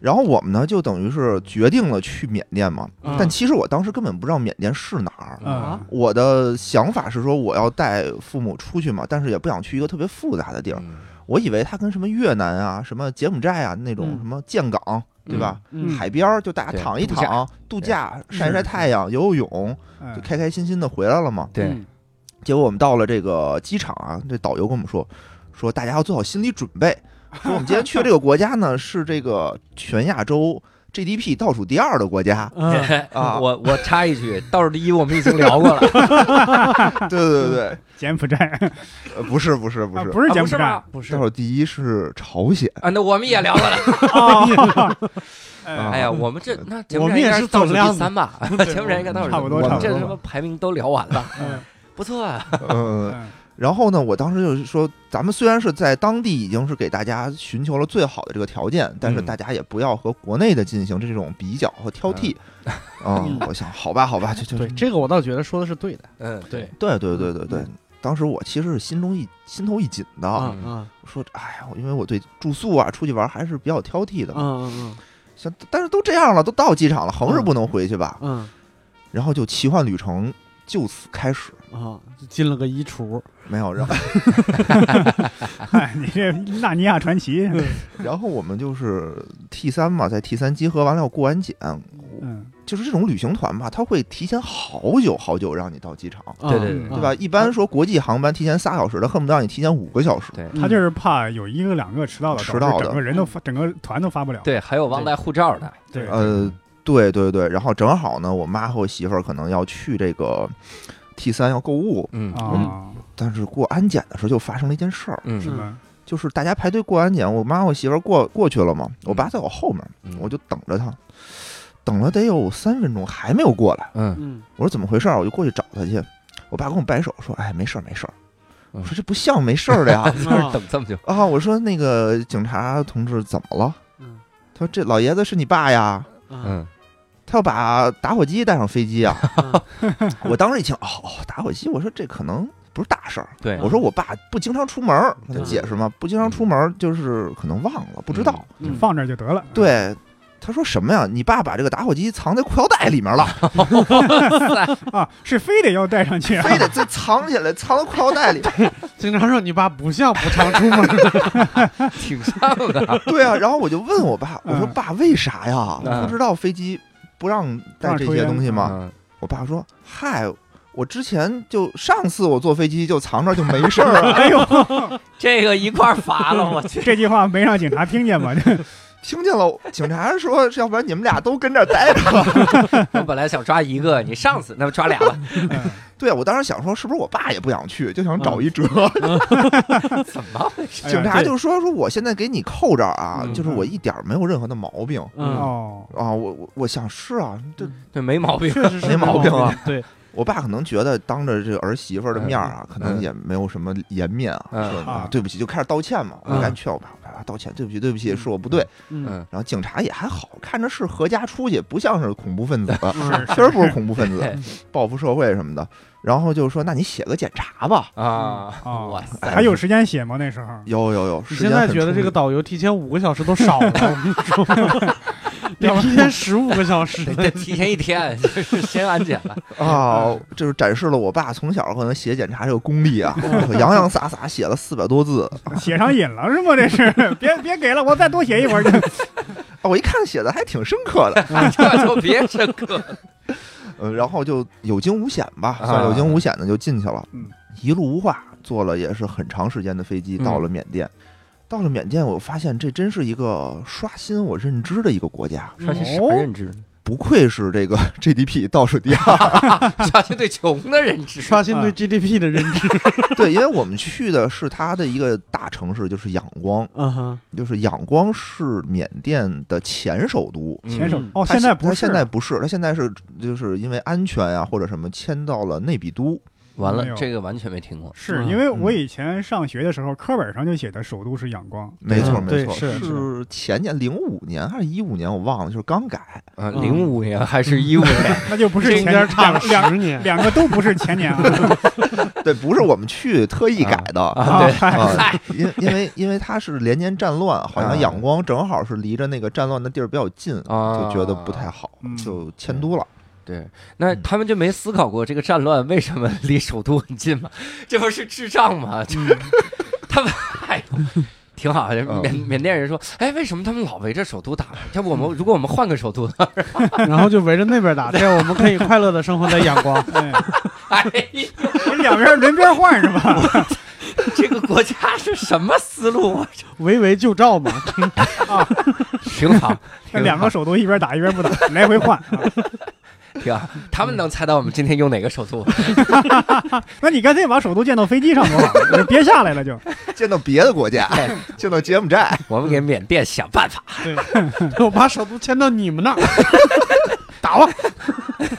Speaker 3: 然后我们呢，就等于是决定了去缅甸嘛。
Speaker 2: 嗯
Speaker 3: 但其实我当时根本不知道缅甸是哪儿。
Speaker 4: 啊，
Speaker 3: 我的想法是说，我要带父母出去嘛，但是也不想去一个特别复杂的地儿。
Speaker 1: 嗯
Speaker 3: 我以为它跟什么越南啊、什么柬埔寨啊那种
Speaker 2: 嗯
Speaker 3: 什么建港，对吧？
Speaker 2: 嗯
Speaker 3: 海边儿就大家
Speaker 1: 对
Speaker 3: 躺一
Speaker 1: 度假
Speaker 3: 躺，度嗯
Speaker 1: 对
Speaker 3: 假、
Speaker 4: 是
Speaker 3: 晒晒
Speaker 4: 是
Speaker 3: 太阳、游游泳，
Speaker 4: 嗯
Speaker 3: 就开开心心的回来了嘛。
Speaker 1: 对，
Speaker 2: 嗯。
Speaker 3: 结果我们到了这个机场啊，这导游跟我们说，说大家要做好心理准备，说我们今天去的这个国家呢是这个全亚洲 GDP 倒数第二的国家
Speaker 2: 嗯
Speaker 3: 啊
Speaker 1: 我我插一句，倒数第一我们已经聊过了，
Speaker 3: 对对对对，
Speaker 4: 柬埔寨啊
Speaker 3: 呃不是不是不是，
Speaker 4: 不是
Speaker 1: 啊
Speaker 4: 柬
Speaker 1: 不
Speaker 4: 埔
Speaker 1: 是
Speaker 4: 寨
Speaker 1: 吗？
Speaker 2: 不是
Speaker 3: 倒，数第一是朝鲜。
Speaker 1: 啊，那我们也聊过了。
Speaker 4: 啊，
Speaker 3: 啊
Speaker 1: 哎呀，我们这那柬
Speaker 2: 我
Speaker 1: 埔寨
Speaker 2: 们
Speaker 1: 应
Speaker 2: 也
Speaker 1: 该
Speaker 2: 是
Speaker 1: 是倒数
Speaker 2: 走量的
Speaker 1: 第三吧？柬埔寨应该倒数第三
Speaker 4: 差不多
Speaker 1: 我
Speaker 3: 差
Speaker 1: 们
Speaker 3: 不
Speaker 1: 这
Speaker 4: 多
Speaker 1: 什么排名都聊完 了，
Speaker 4: 嗯
Speaker 1: 不错啊。
Speaker 3: 嗯，
Speaker 4: 嗯
Speaker 3: 然后呢，我当时就是说，咱们虽然是在当地已经是给大家寻求了最好的这个条件，但是
Speaker 1: 嗯
Speaker 3: 大家也不要和国内的进行这种比较和挑剔。嗯，我想，好吧，好吧，就就
Speaker 2: 对这个我倒觉得说的是对的
Speaker 1: 嗯，对，
Speaker 3: 对对对对对，当时我其实是心中一心头一紧的，
Speaker 2: 嗯啊
Speaker 1: 嗯
Speaker 2: 啊
Speaker 3: 我说哎呀，我因为我对住宿啊、出去玩还是比较挑剔的
Speaker 2: 嗯
Speaker 3: 嘛，
Speaker 2: 嗯
Speaker 3: 像但是都这样了，都到机场了，横是不能回去吧？
Speaker 2: 嗯
Speaker 3: 然后就奇幻旅程就此开始，
Speaker 2: 嗯啊，进了个衣橱，
Speaker 3: 没有，然后
Speaker 2: 嗯
Speaker 4: 哎你这纳尼亚传奇，
Speaker 3: 然后我们就是 T 三嘛，在 T 三集合完了要过安检，
Speaker 4: 嗯
Speaker 3: 就是这种旅行团吧，他会提前好久好久让你到机场。
Speaker 2: 啊
Speaker 1: 对对对
Speaker 2: 啊
Speaker 3: 对吧？一般说国际航班提前仨小时的，恨不得让你提前五个小时。
Speaker 1: 对
Speaker 2: 嗯
Speaker 4: 他就是怕有一个两个迟到的，
Speaker 3: 迟到的
Speaker 4: 整个人都发整个团都发不了。
Speaker 1: 对，还有忘带护照的，
Speaker 4: 对
Speaker 3: 呃，对对对，然后正好呢，我妈和我媳妇儿可能要去这个 T 三要购物，
Speaker 1: 嗯
Speaker 4: 啊，
Speaker 3: 但是过安检的时候就发生了一件事儿，
Speaker 1: 嗯
Speaker 4: 是吧？
Speaker 3: 就是大家排队过安检，我妈和我媳妇儿过过去了嘛，我爸在我后面，
Speaker 1: 嗯
Speaker 3: 我就等着他，等了得有三分钟还没有过来，
Speaker 1: 嗯
Speaker 2: 嗯
Speaker 3: 我说怎么回事儿？我就过去找他去，我爸跟我摆手说，哎，没事儿没事儿，
Speaker 1: 嗯，
Speaker 3: 我说这不像没事儿的呀
Speaker 1: 就是等这么久，
Speaker 3: 啊，我说那个警察同志怎么了？
Speaker 2: 嗯
Speaker 3: 他说这老爷子是你爸呀。
Speaker 2: 嗯
Speaker 1: 嗯
Speaker 3: 他要把打火机带上飞机啊！
Speaker 2: 嗯
Speaker 3: 我当时一听，哦，打火机，我说这可能不是大事儿。
Speaker 1: 对，
Speaker 3: 我说我爸不经常出门儿，
Speaker 1: 对
Speaker 3: 跟他解释嘛，不经常出门儿就是可能忘了，不知道。
Speaker 2: 嗯
Speaker 4: 放这儿就得了。
Speaker 3: 对，他说什么呀？你爸把这个打火机藏在裤腰带里面了，
Speaker 4: 啊，是非得要带上去啊？
Speaker 3: 非得再藏起来，藏到裤腰带里。
Speaker 2: 经常说你爸不像不常出门，
Speaker 1: 挺像 的，
Speaker 3: 对啊，然后我就问我爸，我说
Speaker 4: 嗯
Speaker 3: 爸，为啥呀？
Speaker 1: 嗯
Speaker 3: 我不知道飞机不让带这些东西吗？
Speaker 1: 嗯
Speaker 3: 我爸说，嗨。我之前就上次我坐飞机就藏着就没事儿啊，
Speaker 4: 哎呦，
Speaker 1: 这个一块儿罚了我去。
Speaker 4: 这句话没让警察听 见吧？嗯
Speaker 3: 听见了，警察说要不然你们俩都跟这儿待着吧。
Speaker 1: 我本来想抓一个，你上次那不抓俩了，
Speaker 3: 对啊，我当时想说是不是我爸也不想去，就想找一辙。
Speaker 1: 怎么回事？
Speaker 4: 哎呀
Speaker 3: 警察
Speaker 4: 这
Speaker 3: 就说说我现在给你扣这儿啊，
Speaker 2: 嗯
Speaker 3: 就是我一点儿没有任何的毛病
Speaker 2: 嗯，
Speaker 4: 哦，
Speaker 3: 啊，我我我想是啊，这
Speaker 1: 对，没毛病。
Speaker 2: 确实 是
Speaker 3: 没毛病啊。
Speaker 2: 对，
Speaker 3: 我爸可能觉得当着这个儿媳妇儿的面儿啊，可能也没有什么颜面啊，
Speaker 1: 嗯
Speaker 3: 说
Speaker 4: 啊
Speaker 3: 啊对不起，就开始道歉嘛，我就赶紧劝我爸，我爸道歉，对不起，对不起，是我不对。
Speaker 2: 嗯，
Speaker 1: 嗯，
Speaker 3: 然后警察也还好，看着是合家出去，不像是恐怖分 子，
Speaker 4: 是
Speaker 3: 确实不是恐怖分
Speaker 1: 对
Speaker 3: 子，报复社会什么的。然后就说，那你写个检查吧。
Speaker 1: 啊，
Speaker 4: 哦
Speaker 1: 哇塞，
Speaker 4: 还有时间写吗？那时候
Speaker 3: 有有有，
Speaker 2: 你
Speaker 3: 时
Speaker 2: 现
Speaker 3: 间
Speaker 2: 在
Speaker 3: 很
Speaker 2: 觉得这个
Speaker 3: 充裕
Speaker 2: 导游提前五个小时都少了，我跟你说，
Speaker 4: 要
Speaker 2: 得
Speaker 4: 不
Speaker 2: 提前十五个小时。
Speaker 1: 得提前一天就是先安检了。
Speaker 3: 啊，就是展示了我爸从小可能写检查这个功力啊，
Speaker 2: 嗯
Speaker 3: 洋洋洒洒写了四百多字。
Speaker 4: 写上瘾了是吗？这是， 别别给了，我再多写一会儿。
Speaker 3: 啊我一看写的还挺深刻的，
Speaker 1: 这就别深刻了。
Speaker 3: 呃，然后就有惊无险吧，
Speaker 1: 啊
Speaker 3: 算有惊无险的就进去了，
Speaker 4: 嗯
Speaker 3: 一路无话，坐了也是很长时间的飞机
Speaker 1: 嗯
Speaker 3: 到了缅甸。到了缅甸，我发现这真是一个刷新我认知的一个国家，
Speaker 1: 刷新啥
Speaker 4: 哦
Speaker 1: 认知？
Speaker 3: 不愧是这个 GDP 倒数第二。
Speaker 1: 哦刷新对穷的认知。
Speaker 2: 刷新对 GDP 的认知，
Speaker 3: 对，因为我们去的是它的一个大城市，就是仰光，
Speaker 2: 嗯哼，
Speaker 3: 就是仰光是缅甸的前首都。
Speaker 1: 嗯
Speaker 4: 前手
Speaker 2: 嗯
Speaker 4: 哦，
Speaker 3: 它
Speaker 4: 现在不
Speaker 3: 它
Speaker 4: 是，
Speaker 3: 现在不是，它现在是就是因为安全呀、或者什么迁到了内比都。
Speaker 1: 完
Speaker 4: 没
Speaker 1: 了，
Speaker 4: 有
Speaker 1: 这个完全没听过。
Speaker 4: 是
Speaker 2: 嗯
Speaker 4: 因为我以前上学的时候，课本上就写的首都是仰光。
Speaker 3: 没错，
Speaker 2: 嗯
Speaker 3: 没
Speaker 2: 对
Speaker 3: 错，
Speaker 2: 是
Speaker 3: 是前年零五年还是一五年，我忘了，就是刚改。
Speaker 1: 啊，
Speaker 2: 嗯
Speaker 1: 零五年还是一五 年？
Speaker 4: 嗯那就不是
Speaker 2: 中
Speaker 4: 前
Speaker 2: 间差了
Speaker 4: 两两
Speaker 2: 十年，
Speaker 4: 两个都不是前年啊。
Speaker 3: 对，不是我们去特意改的啊，
Speaker 1: 啊，对，
Speaker 4: 嗨
Speaker 3: 因因为因为它是连年战乱，好
Speaker 1: 啊
Speaker 3: 像仰光正好是离着那个战乱的地儿比较近，
Speaker 1: 啊，
Speaker 3: 就觉得不太好
Speaker 4: 嗯，
Speaker 3: 就迁都了。
Speaker 1: 对。那他们就没思考过这个战乱为什么离首都很近吗？这不是智障吗？就是
Speaker 2: 嗯
Speaker 1: 他们哎呦挺好。这缅缅甸人说，哎，为什么他们老围着首都打？要不我们如果我们换个首都呢？
Speaker 2: 然后就围着那边打，这样我们可以快乐的生活在仰光。
Speaker 4: 哎
Speaker 1: 哎，
Speaker 4: 两边轮边换是吧？
Speaker 1: 这个国家是什么思路啊？
Speaker 2: 围围就照嘛，
Speaker 1: 挺好，挺好
Speaker 4: 两个首都一边打一边不打，来回换。啊
Speaker 1: 挺好。他们能猜到我们今天用哪个首都？
Speaker 4: 那你干脆把首都建到飞机上多好，就别下来了就。
Speaker 3: 见到别的国家
Speaker 1: 哎，
Speaker 3: 见到柬埔寨，
Speaker 1: 我们给缅甸想办法。
Speaker 2: 我把首都迁到你们那 儿。
Speaker 4: 打我！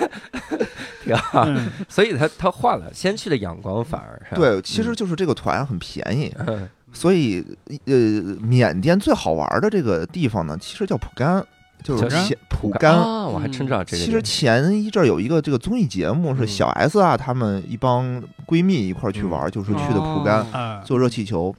Speaker 1: 挺好，
Speaker 4: 嗯
Speaker 1: 所以他他换了，先去了仰光，反而是吧
Speaker 3: 对，其实就是这个团很便宜，
Speaker 1: 嗯
Speaker 3: 所以呃，缅甸最好玩的这个地方呢，其实叫蒲甘，就是
Speaker 1: 叫啥
Speaker 3: 前蒲甘。
Speaker 1: 啊，我还真知道这个
Speaker 3: 其
Speaker 1: 地方。
Speaker 3: 实前一阵儿有一个这个综艺节目是
Speaker 1: 嗯
Speaker 3: 小 S 啊，她们一帮闺蜜一块儿去玩儿，就是去的蒲甘
Speaker 2: 哦
Speaker 4: 啊，
Speaker 3: 坐热气球。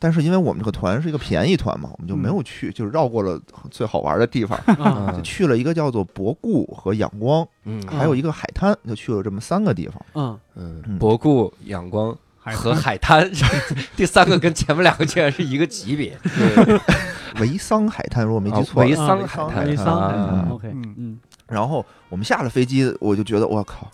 Speaker 3: 但是因为我们这个团是一个便宜团嘛，我们就没有去，就是绕过了最好玩的地 方，
Speaker 2: 啊
Speaker 3: 就
Speaker 1: 嗯
Speaker 3: 去了一个叫做博固和仰光，
Speaker 1: 嗯
Speaker 3: 还有一个海滩，就去了这么三个地方。
Speaker 2: 嗯，
Speaker 1: 嗯，
Speaker 3: 嗯
Speaker 1: 博固、仰光
Speaker 4: 海
Speaker 1: 和
Speaker 4: 豚
Speaker 1: 海滩， 第三个跟前面两个竟然是一个级别。
Speaker 3: 维桑海滩，如果没记
Speaker 1: 啊
Speaker 3: 错的
Speaker 1: 维
Speaker 3: 话，
Speaker 1: 桑
Speaker 3: 维
Speaker 1: 海滩
Speaker 2: 维
Speaker 3: 滩
Speaker 2: 桑海
Speaker 1: 啊
Speaker 2: 滩，OK，
Speaker 4: 嗯
Speaker 2: 嗯
Speaker 3: 然后我们下了飞机，我就觉得我靠，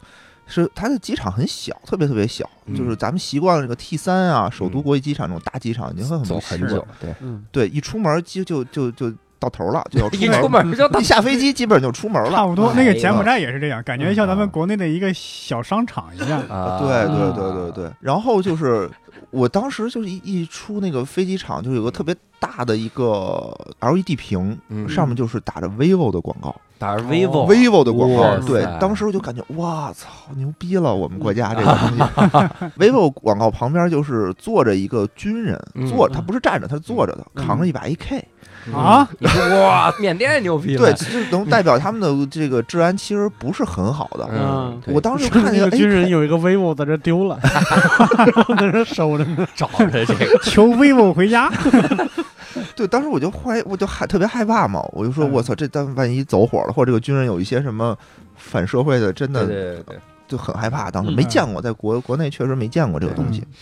Speaker 3: 是它的机场很小，特别特别小，
Speaker 1: 嗯
Speaker 3: 就是咱们习惯了这个 T 三啊，首都
Speaker 1: 嗯
Speaker 3: 国际机场这种大机场，你会很
Speaker 1: 走
Speaker 3: 不
Speaker 1: 很
Speaker 3: 习惯
Speaker 1: 久，对，
Speaker 2: 嗯，
Speaker 3: 对，一出门就就就就到头了， 就要出
Speaker 1: 一
Speaker 3: 门了，
Speaker 1: 出 门就到
Speaker 3: 一下飞机基本就出门
Speaker 4: 差
Speaker 3: 了。
Speaker 4: 不多。
Speaker 1: 哎
Speaker 4: 那
Speaker 1: 呀
Speaker 4: 个柬埔寨也是这样，感觉像咱们国内的一个小商场一样。
Speaker 1: 啊，
Speaker 3: 对对对对对，然后就是我当时就是一一出那个飞机场，就有个特别大的一个 LED 屏，
Speaker 1: 嗯
Speaker 3: 上面就是打着 vivo 的广告、
Speaker 1: 打着
Speaker 4: 哦
Speaker 1: vivo
Speaker 3: v i v o 的广
Speaker 1: 哇
Speaker 3: 告。
Speaker 1: 塞
Speaker 3: 对，当时我就感觉哇操，牛逼了！我们国家这个 东西 vivo 广告旁边就是坐着一个军人，
Speaker 1: 嗯
Speaker 3: 坐他不是站着，他是坐着的，
Speaker 2: 嗯
Speaker 3: 扛着一把 AK。
Speaker 4: 啊，
Speaker 1: 你说嗯 哇，缅甸牛逼了
Speaker 3: 对，，其实能代表他们的这个治安其实不是很好的。
Speaker 1: 嗯，对
Speaker 3: 我当 时
Speaker 2: 说
Speaker 3: 看
Speaker 2: 那
Speaker 3: 见
Speaker 2: 个军人
Speaker 3: 哎
Speaker 2: 有一个 vivo 在这丢了，在这守着呢。
Speaker 1: 找着这个，
Speaker 4: 求 vivo 回家，
Speaker 3: 对，当时我就怀，我就害特别害怕嘛，我就说
Speaker 2: 嗯
Speaker 3: 我操，这但万一走火了，或者这个军人有一些什么反社会的，真
Speaker 1: 对
Speaker 3: 的
Speaker 1: 对对对，
Speaker 3: 就很害怕。当时
Speaker 2: 嗯
Speaker 3: 没见过，在国国内确实没见过这个东西
Speaker 4: 嗯。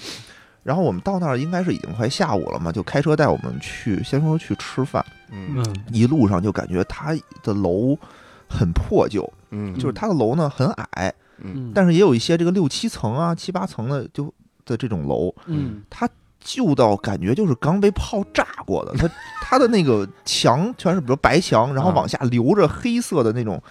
Speaker 3: 然后我们到那儿应该是已经快下午了嘛，就开车带我们去，先说去吃饭，
Speaker 1: 嗯
Speaker 2: 嗯
Speaker 3: 一路上就感觉它的楼很破旧，
Speaker 1: 嗯，
Speaker 3: 就是它的楼呢很矮，
Speaker 1: 嗯
Speaker 2: 嗯，
Speaker 3: 但是也有一些这个六七层啊、七八层的就的这种楼，
Speaker 2: 嗯
Speaker 3: 旧到感觉就是刚被炮炸过的，它它的那个墙全是比如白墙，然后
Speaker 1: 啊
Speaker 3: 往下流着黑色的那种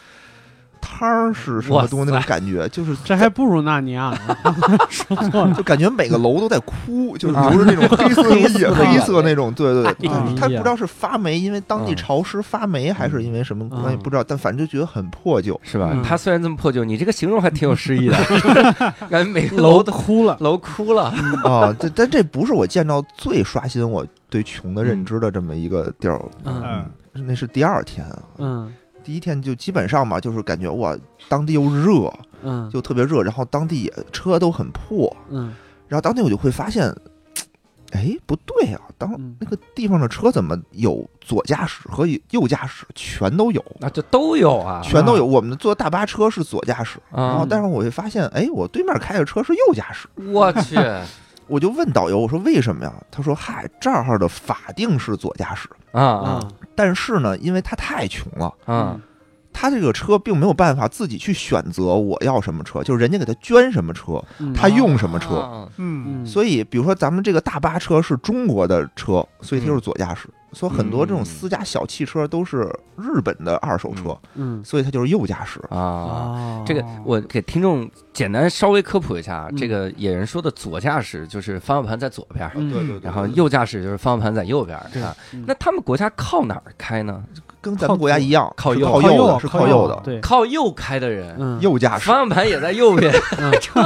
Speaker 3: 汤儿是什么东西那
Speaker 1: 哇
Speaker 3: 种感觉，就是
Speaker 2: 这还不如纳啊尼亚呢，说错了，
Speaker 3: 就感觉每个楼都在哭，就是
Speaker 1: 啊
Speaker 3: 流着那种黑色的
Speaker 1: 黑色
Speaker 3: 液，
Speaker 1: 的啊
Speaker 3: 黑色那种，对对对，
Speaker 2: 哎
Speaker 3: 它它
Speaker 2: 呀
Speaker 3: 不知道是发霉，因为当地
Speaker 1: 嗯
Speaker 3: 潮湿发霉，还是因为什么关系
Speaker 2: 嗯
Speaker 3: 不知道，但反正就觉得很破旧。
Speaker 1: 是吧
Speaker 2: 嗯？
Speaker 1: 它虽然这么破旧，你这个形容还挺有诗意的，感觉每个
Speaker 2: 楼
Speaker 1: 楼都
Speaker 2: 哭了，
Speaker 1: 楼哭了。
Speaker 3: 啊，但但这不是我见到最刷新我对穷的
Speaker 1: 嗯
Speaker 3: 认知的这么一个地儿，
Speaker 2: 嗯
Speaker 4: 嗯，
Speaker 3: 那是第二天啊，
Speaker 2: 嗯
Speaker 3: 第一天就基本上吧，就是感觉哇，当地又热，
Speaker 2: 嗯
Speaker 3: 就特别热，然后当地也车都很破，
Speaker 2: 嗯
Speaker 3: 然后当地我就会发现，哎，不对啊，当
Speaker 2: 嗯
Speaker 3: 那个地方的车怎么有左驾驶和右驾驶全都有，
Speaker 1: 那就都有啊，
Speaker 3: 全都有。我们坐大巴车是左驾驶，然后
Speaker 1: 啊！
Speaker 3: 但是我会发现，哎，我对面开的车是右驾驶，
Speaker 1: 我 去，
Speaker 3: 我就问导游，我说为什么呀？他说，嗨，这儿的法定是左驾驶，
Speaker 1: 啊
Speaker 2: 啊
Speaker 1: 啊
Speaker 3: 但是呢，因为他太穷了。
Speaker 2: 嗯
Speaker 1: 啊！
Speaker 3: 他这个车并没有办法自己去选择我要什么车，就是人家给他捐什么车，
Speaker 2: 嗯
Speaker 3: 他用什么车
Speaker 1: 啊
Speaker 4: 嗯
Speaker 2: 嗯，
Speaker 3: 所以，比如说咱们这个大巴车是中国的车，所以它就是左驾驶。所以很多这种私家小汽车都是日本的二手车，
Speaker 2: 嗯
Speaker 3: 所以它就是右驾驶。
Speaker 1: 啊！
Speaker 2: 啊
Speaker 1: 这个我给听众简单稍微科普一下，啊
Speaker 2: 嗯
Speaker 1: 这个野人说的左驾驶就是方向盘在左边儿，
Speaker 2: 嗯对对对
Speaker 1: 然后右驾驶就是方向盘在右边儿啊。
Speaker 2: 嗯
Speaker 1: 那他们国家靠哪儿开呢？
Speaker 3: 跟咱们国家一样，
Speaker 1: 靠
Speaker 3: 是
Speaker 1: 右
Speaker 3: 靠
Speaker 2: 靠
Speaker 3: 右的，
Speaker 2: 右
Speaker 3: 是
Speaker 2: 靠
Speaker 3: 右的，
Speaker 2: 对，
Speaker 1: 靠右开的人，
Speaker 2: 嗯
Speaker 3: 右驾驶
Speaker 1: 方。向盘也在右 边
Speaker 2: 嗯，
Speaker 1: 车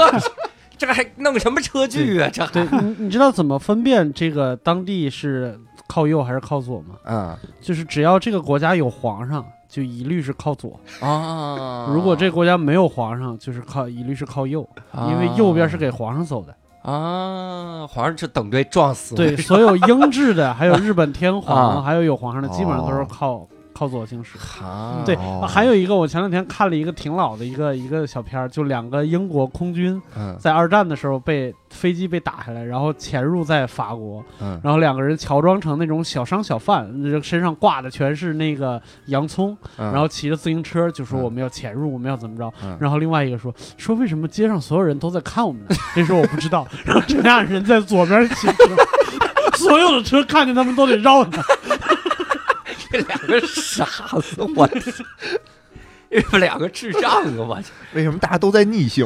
Speaker 1: 这还弄什么车距啊？这还
Speaker 2: 对，你你知道怎么分辨这个当地是靠右还是靠左吗？
Speaker 1: 嗯
Speaker 2: 就是只要这个国家有皇上，就一律是靠左；
Speaker 1: 啊，
Speaker 2: 如果这国家没有皇上，就是靠一律是靠右，因为右边是给皇上走的。
Speaker 1: 啊，皇上就等队撞死
Speaker 2: 对，
Speaker 1: 了
Speaker 2: 所有英制的，还有日本天皇，
Speaker 1: 啊
Speaker 2: 还有有皇上的，基本上都是
Speaker 3: 哦
Speaker 2: 靠靠左行驶。
Speaker 1: 啊，
Speaker 2: 对，
Speaker 3: 哦
Speaker 2: 还有一个，我前两天看了一个挺老的一个一个小片儿，就两个英国空军
Speaker 1: 嗯
Speaker 2: 在二战的时候被飞机被打下来，然后潜入在法国，
Speaker 1: 嗯
Speaker 2: 然后两个人乔装成那种小商小贩，那身上挂的全是那个洋葱，
Speaker 1: 嗯，
Speaker 2: 然后骑着自行车就说
Speaker 1: 嗯
Speaker 2: 我们要潜入，我们要怎么着
Speaker 1: 嗯。
Speaker 2: 然后另外一个说说为什么街上所有人都在看我们呢？ 这时候我不知道， 然后这俩人在左边骑车， 所有的车看见他们都得绕 他。
Speaker 1: 这两个傻子， 我天，这们两个智障啊！我去
Speaker 3: 为什么大家都在逆行？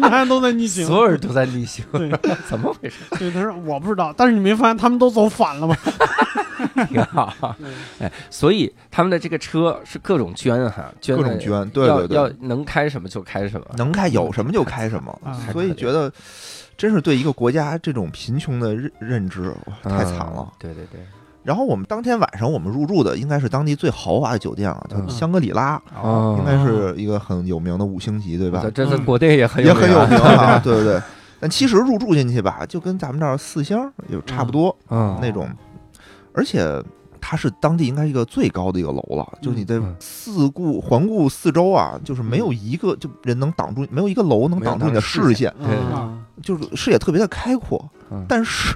Speaker 2: 大家都在逆行，
Speaker 1: 所有人都在逆行
Speaker 2: 对，
Speaker 1: 怎么回事？
Speaker 2: 对，他说我不知道，但是你没发现他们都走反 了吗？
Speaker 1: 挺 好，哎，所以他们的这个车是各种捐哈，捐
Speaker 3: 各
Speaker 1: 的
Speaker 3: 种捐，对
Speaker 1: 要
Speaker 3: 对
Speaker 1: 要
Speaker 3: 对，
Speaker 1: 能开什么就开什么，
Speaker 3: 能开有什么就开什么
Speaker 2: 嗯
Speaker 4: 啊。
Speaker 3: 所以觉得，真是对一个国家这种贫穷的认认知，哇，太惨了
Speaker 1: 嗯。对对对，
Speaker 3: 然后我们当天晚上我们入住的应该是当地最豪华的酒店了，叫
Speaker 1: 嗯
Speaker 3: 香格里拉，
Speaker 4: 哦，
Speaker 3: 应该是一个很有名的五星级，对吧？
Speaker 1: 这在国内也嗯 很
Speaker 3: 也
Speaker 1: 有
Speaker 3: 很
Speaker 1: 名
Speaker 3: 有
Speaker 1: 啊
Speaker 3: 名啊，对对对。但其实入住进去吧，就跟咱们这儿四星儿有差不多、
Speaker 1: 嗯
Speaker 3: 那种，而且它是当地应该一个最高的一个楼了，就是你在
Speaker 1: 嗯
Speaker 3: 四顾环顾四周啊，就是没有一个就人能挡住，没有一个楼能
Speaker 1: 没
Speaker 3: 挡
Speaker 1: 有
Speaker 3: 住你
Speaker 1: 挡
Speaker 3: 的
Speaker 1: 住视
Speaker 3: 视线，
Speaker 1: 对
Speaker 2: 啊
Speaker 3: 就是视野特别的开阔。
Speaker 1: 嗯
Speaker 3: 但是，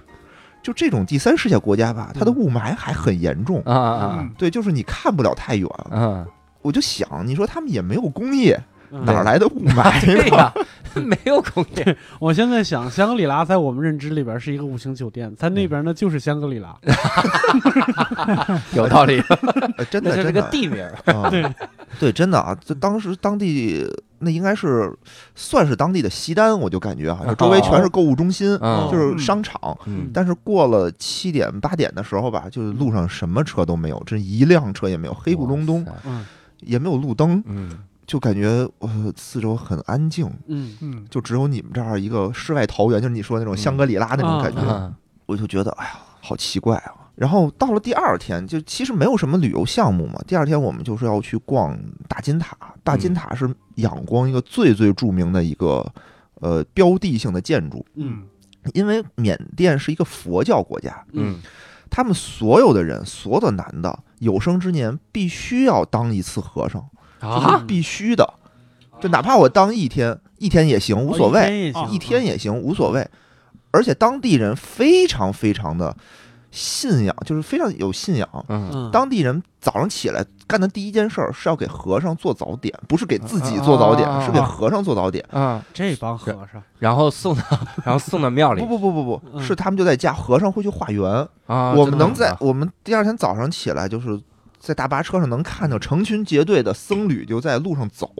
Speaker 3: 就这种第三世界国家吧，它的雾霾还很严重。
Speaker 1: 啊啊
Speaker 4: 嗯
Speaker 3: 对，就是你看不了太远，
Speaker 1: 啊啊，
Speaker 3: 我就想，你说他们也没有工业，
Speaker 2: 嗯
Speaker 3: 哪儿来的雾
Speaker 1: 对
Speaker 3: 霾呢？
Speaker 1: 呀， 没有工 业，
Speaker 2: 我现在想，香格里拉在我们认知里边是一个五星酒店，在那边呢就是香格里拉。
Speaker 1: 有道理，
Speaker 3: 呃真
Speaker 1: 那
Speaker 3: 的，
Speaker 1: 就是
Speaker 3: 真
Speaker 1: 个
Speaker 3: 的，
Speaker 1: 地名儿，
Speaker 3: 啊
Speaker 2: 对
Speaker 3: 对，真的啊，这当时当地那应该是算是当地的西单，我就感觉哈、就周围全是购物中心，
Speaker 1: 哦嗯
Speaker 3: 哦就是商场。
Speaker 1: 嗯
Speaker 3: 但是过了七点八点的时候吧，就是路上什么车都没有，这一辆车也没有，黑不隆咚，
Speaker 1: 哇塞
Speaker 2: 嗯
Speaker 3: 也没有路灯，
Speaker 1: 嗯，
Speaker 3: 就感觉呃四周很安静，
Speaker 2: 嗯
Speaker 4: 嗯，
Speaker 3: 就只有你们这儿一个世外桃源，就是你说那种
Speaker 1: 嗯
Speaker 3: 香格里拉那种感觉，
Speaker 1: 啊
Speaker 3: 我就觉得哎呀，好奇怪啊。然后到了第二天，就其实没有什么旅游项目嘛。第二天我们就是要去逛大金塔，大
Speaker 2: 嗯
Speaker 3: 金塔是仰光一个最最著名的一个呃标的性的建筑，
Speaker 2: 嗯
Speaker 4: 嗯
Speaker 3: 因为缅甸是一个佛教国家，
Speaker 1: 嗯
Speaker 3: 他们所有的人，所有的男的，有生之年必须要当一次和尚，
Speaker 1: 啊，
Speaker 3: 必须的。就哪怕我当一天，一天也行，无所谓。
Speaker 2: 哦一天也
Speaker 1: 啊
Speaker 2: 行
Speaker 3: 一天也行，无所谓。而且当地人非常非常的信仰，就是非常有信仰。
Speaker 1: 嗯，
Speaker 2: 嗯
Speaker 3: 当地人早上起来干的第一件事儿是要给和尚做早点，不是给自己做早点，
Speaker 1: 啊
Speaker 3: 是给和尚做早点。
Speaker 1: 啊，
Speaker 2: 这帮和尚
Speaker 1: 然后送到， 然后送到庙里
Speaker 3: 不不不不不，
Speaker 2: 嗯
Speaker 3: 是他们就在家，和尚会去化缘。
Speaker 1: 啊，
Speaker 3: 我
Speaker 1: 真
Speaker 3: 们
Speaker 1: 的
Speaker 3: 能在
Speaker 1: 吗
Speaker 3: 我们第二天早上起来，就是在大巴车上能看到成群结队的僧侣就在路上走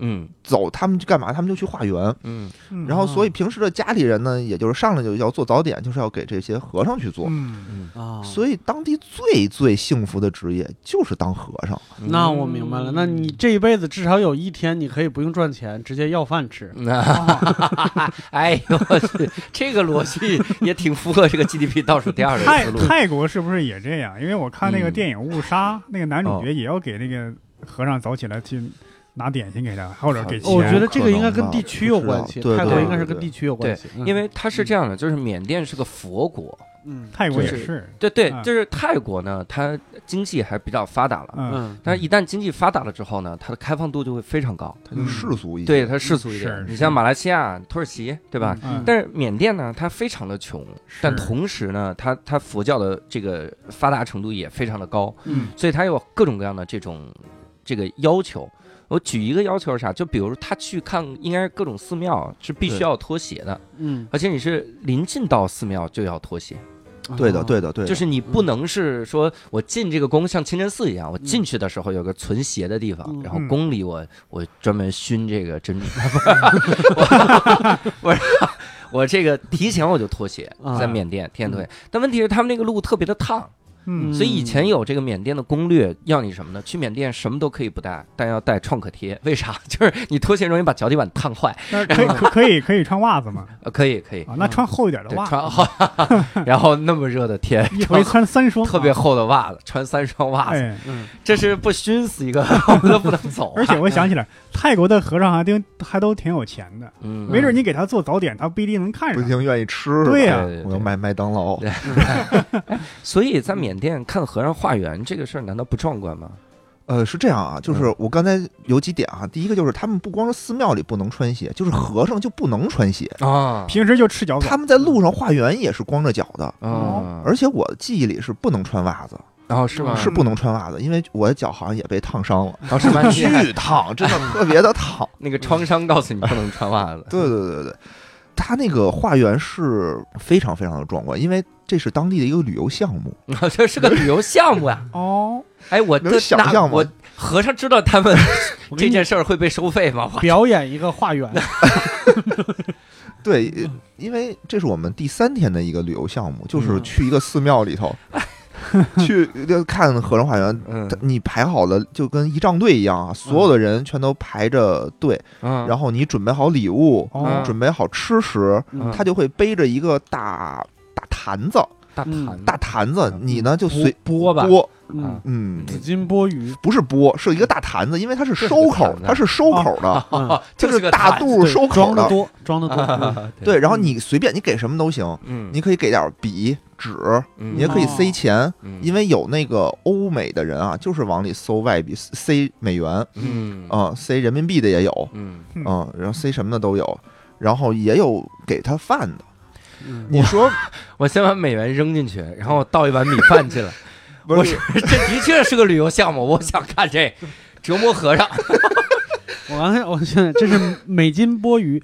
Speaker 1: 嗯
Speaker 3: 走，他们就干嘛？他们就去化缘。
Speaker 1: 嗯
Speaker 4: 嗯
Speaker 3: 然后，所以平时的家里人呢，也就是上来就要做早点，就是要给这些和尚去做。
Speaker 4: 嗯，
Speaker 2: 啊，
Speaker 3: 所以当地最最幸福的职业就是当和尚。
Speaker 1: 嗯
Speaker 2: 那我明白了，那
Speaker 3: 嗯
Speaker 2: 你这一辈子至少有一天你可以不用赚钱，直接要饭吃。
Speaker 1: 那嗯 哎呦我去，这个逻辑也挺符合这个 GDP 倒数第二的
Speaker 4: 泰
Speaker 1: 思路。
Speaker 4: 泰国是不是也这样？因为我看那个
Speaker 1: 嗯
Speaker 4: 电影《误杀》，那个男主角也要给那个和尚早起来去拿点心给他，或者给
Speaker 3: 哦
Speaker 4: 钱。
Speaker 2: 我觉得这个应该跟地区有关系，
Speaker 3: 可能吧
Speaker 2: 泰
Speaker 3: 不知道对
Speaker 2: 国
Speaker 1: 对
Speaker 2: 应该是
Speaker 3: 对
Speaker 2: 跟地区有关系，嗯
Speaker 1: 因为它是这样的，就是缅甸是个佛国，
Speaker 2: 嗯
Speaker 4: 泰国也
Speaker 1: 就是
Speaker 4: 是，
Speaker 1: 对对，
Speaker 4: 嗯
Speaker 1: 就是泰国呢，它经济还比较发达了，
Speaker 4: 嗯，
Speaker 2: 嗯
Speaker 1: 但是一旦经济发达了之后呢，它的开放度就会非常高，
Speaker 3: 他就世俗一些。
Speaker 1: 对它世俗一点
Speaker 4: 是。
Speaker 1: 你
Speaker 4: 是
Speaker 1: 像马来西亚、土耳其，对吧？
Speaker 4: 嗯
Speaker 1: 但是缅甸呢，它非常的穷，但
Speaker 4: 是
Speaker 1: 同时呢，它它佛教的这个发达程度也非常的高，
Speaker 2: 嗯
Speaker 1: 所以它有各种各样的这种这个要求。我举一个要求是啥？就比如他去看，应该是各种寺庙是必
Speaker 3: 对
Speaker 1: 须要脱鞋的，
Speaker 2: 嗯，
Speaker 1: 而且你是临近到寺庙就要脱鞋，
Speaker 3: 对的，
Speaker 2: 哦
Speaker 3: 对的，对的，
Speaker 1: 就是你不能是说我进这个宫像清真寺一样，我进去的时候有个存鞋的地方
Speaker 2: 嗯，
Speaker 1: 然后
Speaker 4: 嗯
Speaker 1: 宫里我我专门熏这个 珍珠，我 我这个提前我就脱鞋，
Speaker 2: 啊
Speaker 1: 在缅甸天天脱鞋，但问题是他们那个路特别的烫，
Speaker 4: 嗯
Speaker 1: 所以以前有这个缅甸的攻略要你什么呢？去缅甸什么都可以不带，但要带创可贴，为啥？就是你脱鞋容易把脚底板烫坏，
Speaker 4: 那可以可可以可以穿袜子吗？
Speaker 1: 呃，可以可以。
Speaker 4: 啊，那穿厚一点的
Speaker 1: 对，
Speaker 4: 袜，
Speaker 1: 穿 好，然后那么热的天，
Speaker 4: 一回穿三双， 啊
Speaker 1: 特别厚的袜子，穿三双袜子，
Speaker 4: 哎。
Speaker 2: 嗯
Speaker 1: 这是不熏死一个， 我们都不能走啊。
Speaker 4: 而且我想起来，泰国的和尚还都还都挺有钱的，
Speaker 1: 嗯，
Speaker 4: 没准你给他做早点，他不一定能看
Speaker 3: 不一
Speaker 4: 上。
Speaker 3: 定愿意吃。
Speaker 4: 对
Speaker 3: 呀、
Speaker 4: 呀
Speaker 1: 对对
Speaker 3: 我要买麦当劳。
Speaker 1: 对 所以在缅甸看和尚化缘这个事儿，难道不壮观吗？
Speaker 3: 呃，是这样啊，就是我刚才有几点啊，第一个就是他们不光是寺庙里不能穿鞋，就是和尚就不能穿鞋。
Speaker 1: 啊
Speaker 4: 平时就赤脚走
Speaker 3: 他，们在路上化缘也是光着脚的，
Speaker 1: 啊，
Speaker 3: 而且我的记忆里是不能穿袜子，
Speaker 1: 然后哦是吗？
Speaker 3: 是不能穿袜子，因为我的脚好像也被烫伤了，
Speaker 1: 当时蛮厉害
Speaker 3: 巨烫，真的 特别的烫。
Speaker 1: 那个创伤告诉你不能穿袜子。
Speaker 3: 对对对对，他那个化缘是非常非常的壮观，因为这是当地的一个旅游项目。
Speaker 1: 对，这是个旅游项 目啊！
Speaker 4: 哦，
Speaker 1: 哎，我
Speaker 3: 能
Speaker 1: 这
Speaker 3: 想
Speaker 1: 那
Speaker 3: 象吗
Speaker 1: 我和尚知道 他们
Speaker 2: 我给
Speaker 1: 这
Speaker 2: 你
Speaker 1: 件事儿会被收费吗？我
Speaker 2: 表演一个化缘，
Speaker 3: 对，呃
Speaker 1: 嗯
Speaker 3: 因为这是我们第三天的一个旅游项目，就是
Speaker 2: 嗯
Speaker 3: 去一个寺庙里 头。去呃看和尚化缘，
Speaker 1: 嗯
Speaker 3: 他你排好了就跟仪仗队一样啊，所有的人全都排着队，
Speaker 1: 嗯，
Speaker 3: 然后你准备好礼物，
Speaker 1: 嗯
Speaker 4: 哦，
Speaker 3: 准备好吃食，
Speaker 1: 嗯
Speaker 3: 他就会背着一个大大坛子，
Speaker 1: 大
Speaker 2: 嗯
Speaker 1: 坛
Speaker 3: 大坛子，你呢就随
Speaker 1: 波吧，
Speaker 3: 拨，
Speaker 2: 嗯，
Speaker 3: 嗯，
Speaker 2: 紫金钵�鱼，
Speaker 3: 不是钵，是一个大坛子，因为它是
Speaker 1: 是
Speaker 3: 收
Speaker 1: 是
Speaker 3: 口
Speaker 1: 坛，子
Speaker 3: 它是收口的，
Speaker 2: 嗯，
Speaker 1: 哦就
Speaker 3: 啊就是
Speaker 1: 个
Speaker 3: 大
Speaker 1: 坛
Speaker 3: 肚收口
Speaker 2: 装的
Speaker 3: 的。
Speaker 2: 多，装的多， 嗯
Speaker 1: 啊
Speaker 3: 对，然后你随便你给什么都行，
Speaker 1: 嗯，
Speaker 3: 你可以给点笔、纸，你也可以塞钱，
Speaker 1: 嗯
Speaker 3: 因为有那个欧美的人啊，就是往里搜外币，塞美元啊、
Speaker 1: 嗯
Speaker 3: 塞人民币的也有，
Speaker 1: 嗯，
Speaker 3: 嗯、然后塞什么的都有，然后也有给他饭的。
Speaker 2: 嗯
Speaker 3: 你说
Speaker 1: 我先把美元扔进去，然后倒一碗米饭去了。
Speaker 3: 不
Speaker 1: 我
Speaker 3: 是
Speaker 1: 是这的确是个旅游项目，我想看这折磨和尚。
Speaker 2: 我刚才我现在这是美金钵盂，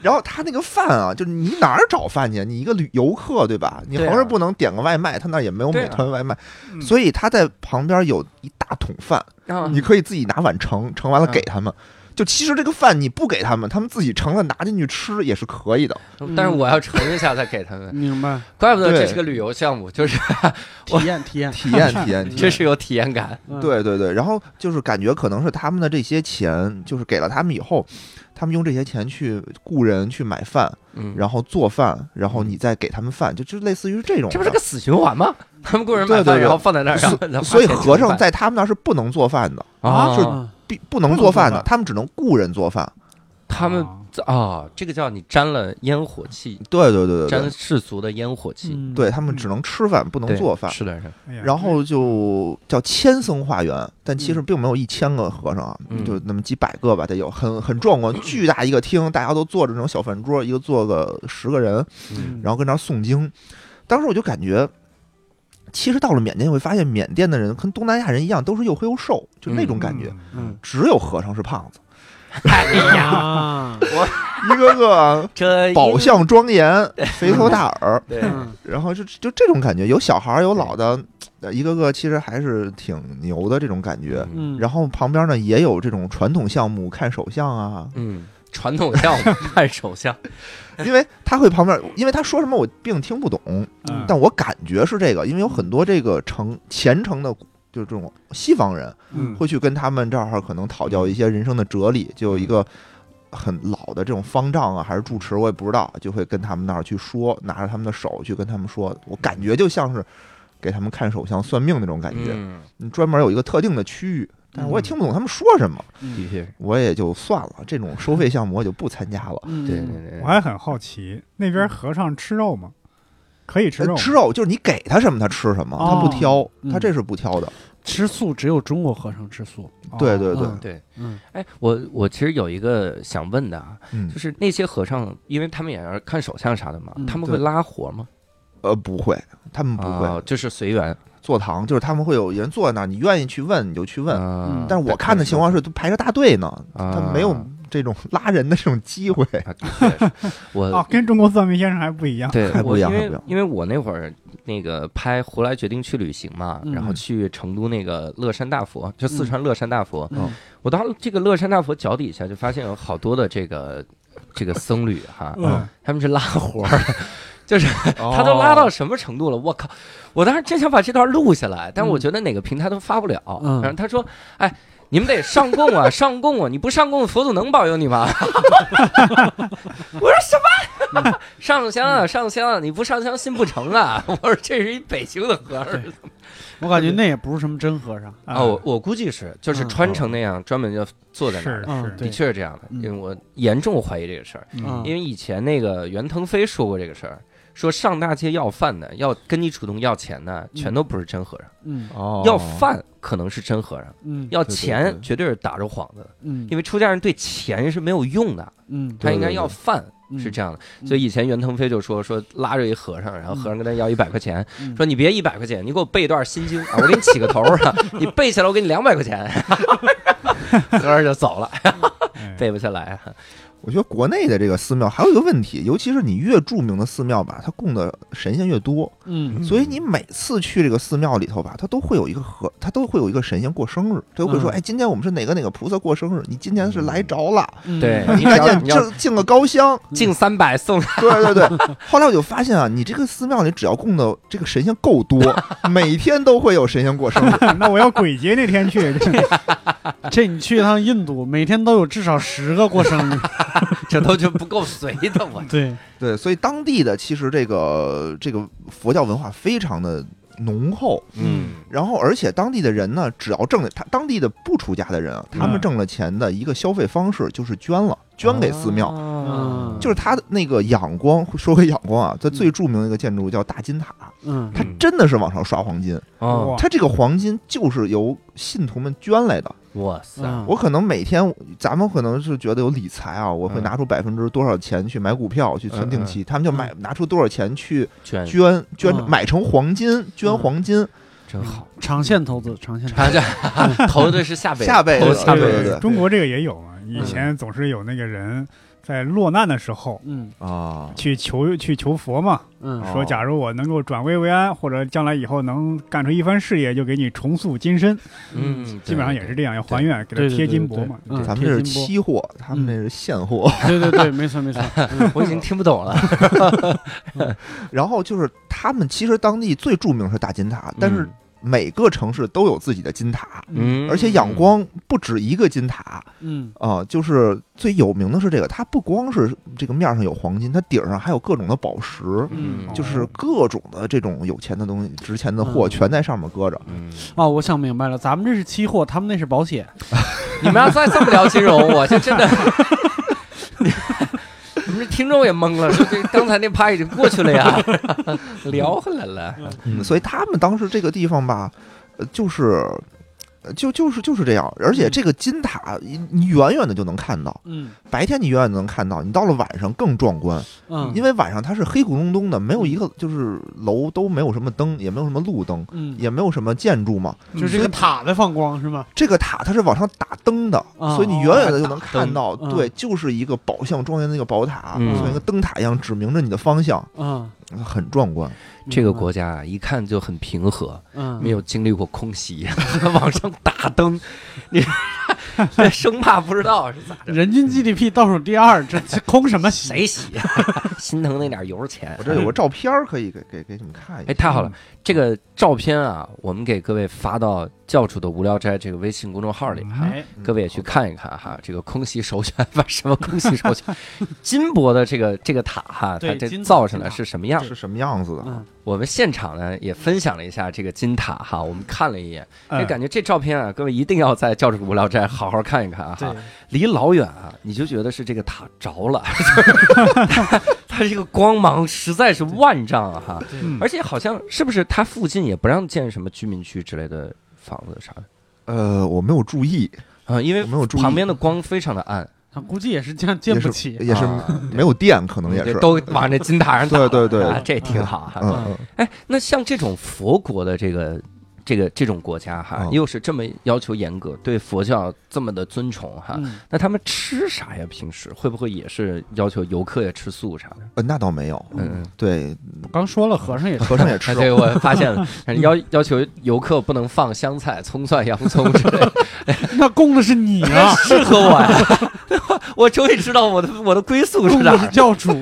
Speaker 3: 然后他那个饭啊，就是你哪儿找饭去？你一个旅游客对吧？你
Speaker 1: 对啊
Speaker 3: 横着不能点个外卖，他那儿也没有
Speaker 1: 对啊
Speaker 3: 美团外卖，
Speaker 4: 嗯
Speaker 3: 所以他在旁边有一大桶饭，
Speaker 1: 啊
Speaker 3: 你可以自己拿碗盛，盛完了
Speaker 1: 嗯
Speaker 3: 给他们。就其实这个饭你不给他们，他们自己盛了拿进去吃也是可以的。
Speaker 1: 但是我要盛一下再给他们，
Speaker 2: 明白？
Speaker 1: 怪不得
Speaker 3: 对
Speaker 1: 这是个旅游项目，就是
Speaker 2: 体验体验，
Speaker 3: 体 验体验，体
Speaker 1: 真
Speaker 3: 验。
Speaker 1: 是有体验感。
Speaker 2: 嗯，
Speaker 3: 对对对，然后就是感觉可能是他们的这些钱，就是给了他们以后，他们用这些钱去雇人去买饭，
Speaker 1: 嗯，
Speaker 3: 然后做饭，然后你再给他们饭，就就类似于这种的。
Speaker 1: 这不是个死循环吗？他们雇人买
Speaker 3: 对对
Speaker 1: 饭，
Speaker 3: 对
Speaker 1: 然后放在那儿，然后
Speaker 3: 所
Speaker 1: 然后
Speaker 3: 所以
Speaker 1: 花钱
Speaker 3: 和
Speaker 1: 吃
Speaker 3: 尚
Speaker 1: 饭
Speaker 3: 在他们那儿是不能做饭的，就
Speaker 1: 啊，就是
Speaker 2: 嗯
Speaker 3: 必不能
Speaker 4: 不能
Speaker 3: 做饭
Speaker 4: 做
Speaker 3: 的，
Speaker 4: 饭
Speaker 3: 他们只能雇人做饭。
Speaker 1: 他们
Speaker 4: 啊
Speaker 1: 啊，这个叫你沾了烟火气，
Speaker 3: 对对对对
Speaker 1: 沾
Speaker 3: 对
Speaker 1: 了，世俗的烟火气，
Speaker 2: 嗯
Speaker 3: 对他们只能吃饭不能
Speaker 1: 对
Speaker 3: 做饭，
Speaker 1: 是的，是的，
Speaker 4: 哎呀
Speaker 3: 然后就叫千僧化缘，但其实并没有一千个和尚啊，
Speaker 1: 嗯
Speaker 3: 就那么几百个吧，得有，很很壮观，巨大一个厅，大家都坐着那种小饭桌，一个坐个十个人，
Speaker 1: 嗯
Speaker 3: 然后跟那儿诵经。当时我就感觉，其实到了缅甸，会发现缅甸的人跟东南亚人一样，都是又黑又瘦，就那种感觉，，
Speaker 2: 嗯，
Speaker 3: 只有和尚是胖子，
Speaker 1: 哎呀，
Speaker 2: 啊，
Speaker 3: 一个个 啊
Speaker 1: 这
Speaker 3: 宝相庄严，肥头大耳，
Speaker 1: 对，
Speaker 2: 嗯
Speaker 3: 然后就就这种感觉，有小孩儿有老的，呃一个个其实还是挺牛的这种感觉。
Speaker 1: 嗯
Speaker 2: 嗯，
Speaker 3: 然后旁边呢也有这种传统项目，看手相啊，
Speaker 1: 嗯，传统项 目 看手相，
Speaker 3: 因为他会旁边，因为他说什么我并听不懂，
Speaker 4: 嗯
Speaker 3: 但我感觉是这个，因为有很多这个城虔诚的，就是这种西方人
Speaker 4: 嗯
Speaker 3: 会去跟他们这儿可能讨教一些人生的哲理，就有一个。很老的这种方丈啊，还是住持，我也不知道，就会跟他们那儿去说，拿着他们的手去跟他们说，我感觉就像是给他们看手相、算命那种感觉。
Speaker 1: 嗯，
Speaker 3: 嗯专门有一个特定的区域，但是我也听不懂他们说什么，
Speaker 2: 嗯
Speaker 1: 的确是，
Speaker 3: 我也就算了，这种收费项目我就不参加了。
Speaker 2: 嗯
Speaker 1: 对对对，
Speaker 4: 我还很好奇，那边和尚吃肉吗？可以吃肉
Speaker 3: 呃
Speaker 4: 吗？
Speaker 3: 吃肉就是你给他什么他吃什么，
Speaker 2: 哦
Speaker 3: 他不挑，
Speaker 2: 嗯
Speaker 3: 他这是不挑的。
Speaker 2: 吃素只有中国和尚吃素，
Speaker 4: 哦
Speaker 3: 对对对，
Speaker 2: 嗯
Speaker 1: 对，
Speaker 2: 嗯
Speaker 1: 哎，我我其实有一个想问的啊，
Speaker 3: 嗯
Speaker 1: 就，是那些和尚，因为他们也是看手相啥的嘛
Speaker 2: 嗯，
Speaker 1: 他们会
Speaker 3: 对
Speaker 1: 拉活吗？
Speaker 3: 呃，不会，他们不
Speaker 1: 啊
Speaker 3: 会
Speaker 1: 就是随缘。
Speaker 3: 坐堂，就是他们会有人坐在那儿，你愿意去问你就去问。
Speaker 1: 啊
Speaker 3: 但是我看的情况是都排着大队呢，
Speaker 1: 啊
Speaker 3: 他没有这种 拉人的这种机会。
Speaker 1: 啊，的确是
Speaker 4: 哦
Speaker 1: 我，
Speaker 4: 跟中国算命先生还不一样。
Speaker 1: 对
Speaker 3: 还不
Speaker 1: 我
Speaker 3: 一
Speaker 1: 因
Speaker 3: 样还
Speaker 1: 为
Speaker 3: 不一样
Speaker 1: 因为我那会儿那个拍《胡来决定去旅行》嘛，
Speaker 2: 嗯
Speaker 1: 然后去成都那个乐山大佛，就四川乐山大佛，
Speaker 2: 嗯
Speaker 1: 我到这个乐山大佛脚底下就发现有好多的这个这个僧侣哈，
Speaker 3: 哦
Speaker 4: 嗯，
Speaker 1: 他们是拉活儿的。就是他都拉到什么程度了？我靠！我当时真想把这段录下来，但我觉得哪个平台都发不了。
Speaker 2: 嗯
Speaker 1: 然后他说：“哎，你们得上供 啊，上供啊！你不上供，佛祖能保佑你吗？” 我说什么？上香
Speaker 2: 嗯
Speaker 1: 啊，上香啊！你不上香心不成啊！我说这是一北京的和尚
Speaker 2: 对我感觉那也不是什么真和尚，
Speaker 3: 哦
Speaker 1: 啊，我我估计是就是
Speaker 2: 嗯
Speaker 1: 穿成那样，专门就坐在那儿的。
Speaker 4: 是
Speaker 2: 嗯
Speaker 4: 是，
Speaker 2: 对
Speaker 1: 的确是这样的，
Speaker 2: 嗯
Speaker 1: 因为我严重怀疑这个事儿。
Speaker 2: 嗯
Speaker 1: 因为以前那个袁腾飞说过这个事儿，说上大街要饭的，要跟你主动要钱的，全都不是真和尚。
Speaker 2: 嗯
Speaker 3: 哦
Speaker 1: 要饭可能是真和尚，
Speaker 2: 嗯
Speaker 1: 要
Speaker 3: 对对
Speaker 1: 钱
Speaker 3: 对
Speaker 1: 绝对是打着幌子的。
Speaker 2: 嗯
Speaker 1: 因为出家人对钱是没有用的，
Speaker 2: 嗯
Speaker 1: 他
Speaker 3: 对
Speaker 1: 应该
Speaker 3: 对
Speaker 1: 要
Speaker 3: 对
Speaker 1: 饭，
Speaker 2: 嗯
Speaker 1: 是这样的。
Speaker 2: 嗯
Speaker 1: 所以以前袁腾飞就说说拉着一和尚，然后
Speaker 2: 嗯
Speaker 1: 和尚跟他要一百块钱，
Speaker 2: 嗯
Speaker 1: 说你别一百块钱，你给我背一段心经啊，我给你起个头啊，你背下来我给你两百块钱。和尚就走了，
Speaker 2: 嗯
Speaker 4: 哎
Speaker 1: 背不下来。啊
Speaker 3: 我觉得国内的这个寺庙还有一个问题，尤其是你越著名的寺庙吧，它供的神仙越多，
Speaker 2: 嗯
Speaker 3: 所以你每次去这个寺庙里头吧，它都会有一个和，它都会有一个神仙过生日，它就会说，
Speaker 2: 嗯
Speaker 3: 哎，今天我们是哪个哪个菩萨过生日，你今天是来着了，
Speaker 2: 嗯
Speaker 1: 对
Speaker 3: 你
Speaker 1: 你只要
Speaker 3: 赶紧
Speaker 1: 你要
Speaker 3: 敬敬个高香。
Speaker 1: 敬三百送
Speaker 3: 对对对。后来我就发现啊，你这个寺庙里只要供的这个神仙够多，每天都会有神仙过生日。
Speaker 4: 那我要鬼节那 天去，
Speaker 2: 嗯这你去一趟印度，每天都有至少十个过生日，
Speaker 1: 这都就不够随的我。
Speaker 2: 对，
Speaker 3: 对，所以当地的其实这个这个佛教文化非常的浓厚。
Speaker 1: 嗯
Speaker 3: 然后，而且当地的人呢，只要挣了他当地的不出家的人啊，他们
Speaker 4: 嗯
Speaker 3: 挣了钱的一个消费方式就是捐了，捐给寺庙。
Speaker 1: 啊
Speaker 4: 哦
Speaker 3: 就是它的那个仰光，说回仰光啊，它最著名的一个建筑叫大金塔，
Speaker 2: 嗯
Speaker 3: 它真的是往上刷黄金，
Speaker 1: 哦，
Speaker 4: 哇
Speaker 3: 它这个黄金就是由信徒们捐来的。
Speaker 1: 哇塞，
Speaker 2: 嗯
Speaker 3: 啊我可能每天，咱们可能是觉得有理财啊，我会
Speaker 1: 嗯
Speaker 3: 拿出百分之多少钱去买股票，去存定期，他们就买拿出多少钱去
Speaker 1: 捐
Speaker 3: 捐捐
Speaker 2: 嗯
Speaker 3: 买成黄金，捐
Speaker 2: 嗯
Speaker 3: 黄金。
Speaker 1: 真 好。
Speaker 2: 长线投资，长线投资
Speaker 1: 他这投的是下辈子，
Speaker 3: 下辈子
Speaker 1: 投下辈
Speaker 3: 对
Speaker 1: 子
Speaker 3: 对嗯对
Speaker 4: 中国这个也有嘛。以前总是有那个人在落难的时候
Speaker 2: 嗯
Speaker 3: 啊，
Speaker 4: 去求去求佛嘛，
Speaker 2: 嗯
Speaker 3: 哦
Speaker 4: 说假如我能够转危为安，或者将来以后能干出一番事业，就给你重塑金身。
Speaker 1: 嗯，
Speaker 4: 基本上也是这样，要还愿，给
Speaker 2: 对
Speaker 4: 他
Speaker 2: 对
Speaker 4: 贴
Speaker 2: 对
Speaker 4: 金
Speaker 2: 对
Speaker 4: 箔嘛。
Speaker 2: 对嗯
Speaker 3: 咱们这是
Speaker 2: 贴金箔
Speaker 3: 期货，他们
Speaker 2: 嗯
Speaker 3: 这是现货。
Speaker 2: 对对对，没错没错，嗯
Speaker 1: 我已经听不懂了。
Speaker 3: 然后就是他们其实当地最著名是大金塔， 但
Speaker 2: 嗯
Speaker 3: 是每个城市都有自己的金塔，
Speaker 1: 嗯，
Speaker 3: 而且仰光不止一个金塔
Speaker 2: 嗯
Speaker 3: 啊、就是最有名的是这个，它不光是这个面上有黄金，它顶上还有各种的宝石，
Speaker 1: 嗯，
Speaker 3: 就是
Speaker 2: 哦
Speaker 3: 各种的这种有钱的东西、值钱的
Speaker 2: 嗯
Speaker 3: 货全在上面搁着。
Speaker 1: 嗯，
Speaker 2: 哦，我想明白了，咱们这是期货，他们那是保险，
Speaker 1: 你们要再这么聊金融，我就真的。听众也懵了，说这刚才那趴已经过去 了呀，聊回来了。
Speaker 3: 嗯所以他们当时这个地方吧，呃，就是，呃就就是就是这样。而
Speaker 1: 嗯
Speaker 3: 且这个金塔，你你远远的就能看到，
Speaker 2: 嗯
Speaker 3: 白天你远远地能看到，你到了晚上更壮观，
Speaker 2: 嗯，
Speaker 3: 因
Speaker 2: 为
Speaker 3: 为晚上它是黑咕隆咚的，没
Speaker 1: 嗯
Speaker 3: 有一个就是楼都没有什么灯，也没有什么路灯，
Speaker 2: 嗯，
Speaker 3: 也没有什么建筑嘛。
Speaker 2: 就是这个塔在放光是吗？
Speaker 3: 这个塔它是往上打灯的，
Speaker 1: 哦
Speaker 2: 啊
Speaker 3: 所以你远远的就能看到，
Speaker 2: 灯
Speaker 3: 对，就是一个宝像庄严的一个宝塔，
Speaker 1: 嗯
Speaker 3: 像一个灯塔一样指明着你的方向，
Speaker 2: 嗯，
Speaker 3: 很壮观。
Speaker 1: 这个国家啊，一看就很平和，
Speaker 2: 嗯
Speaker 1: 没有经历过空袭， 往上打灯， 你 生怕不知道是咋着。
Speaker 2: 嗯人均 GDP 倒数第二，这这空什么席？
Speaker 1: 谁洗？ 心疼那点油钱。
Speaker 3: 我这有个照片儿可以给给给你们看一下
Speaker 1: 哎，。太好了！这个照片啊，我们给各位发到教主的无聊斋这个微信公众号里哈，
Speaker 2: 哎，
Speaker 3: 嗯
Speaker 1: 各位也去看一看哈。这个空袭首选，不是什么空袭首 选，金箔的这个这个塔哈，它
Speaker 2: 对
Speaker 1: 这
Speaker 2: 金塔
Speaker 1: 造上来
Speaker 2: 金塔
Speaker 1: 是什么样？
Speaker 3: 是什么样子的？
Speaker 2: 嗯
Speaker 1: 我们现场呢也分享了一下这个金塔哈，我们看了一眼，
Speaker 4: 哎
Speaker 2: 嗯
Speaker 1: 哎，感觉这照片啊，各位一定要在教主无聊斋好好看一看啊哈。
Speaker 2: 对，
Speaker 1: 离老远啊，你就觉得是这个塔着了， 它这个光芒实在是万丈啊哈！
Speaker 4: 嗯
Speaker 1: 而且好像是不是它附近也不让建什么居民区之类的房子啥的
Speaker 3: 呃，我没有注意，
Speaker 1: 啊？因
Speaker 3: 我
Speaker 1: 为
Speaker 3: 没有注意，
Speaker 1: 旁边的光非常的暗，
Speaker 2: 他估计也是这样
Speaker 3: 也
Speaker 2: 建
Speaker 3: 是
Speaker 2: 不起。
Speaker 3: 也是
Speaker 1: 啊
Speaker 3: 没有电，可能也是。
Speaker 1: 都往那金塔上打，
Speaker 3: 对对对
Speaker 1: 啊，这挺好哈。
Speaker 3: 嗯嗯，
Speaker 1: 哎，那像这种佛国的这个。这个这种国家哈
Speaker 3: 嗯，
Speaker 1: 又是这么要求严格，对佛教这么的尊崇哈，
Speaker 2: 嗯
Speaker 1: 那他们吃啥呀？平时会不会也是要求游客也吃素啥的？
Speaker 3: 呃那倒没有。
Speaker 1: 嗯，
Speaker 3: 对，
Speaker 2: 刚说了，和尚也
Speaker 3: 和尚 也吃
Speaker 1: 哎，。对，我发现 了，要要求游客不能放香菜、葱蒜、洋葱之 类的，
Speaker 2: 那供的是你 啊，
Speaker 1: 适合我呀。 我终于知道我的我的归宿
Speaker 2: 供
Speaker 1: 是哪啊
Speaker 2: 的是
Speaker 1: 儿。
Speaker 2: 教主。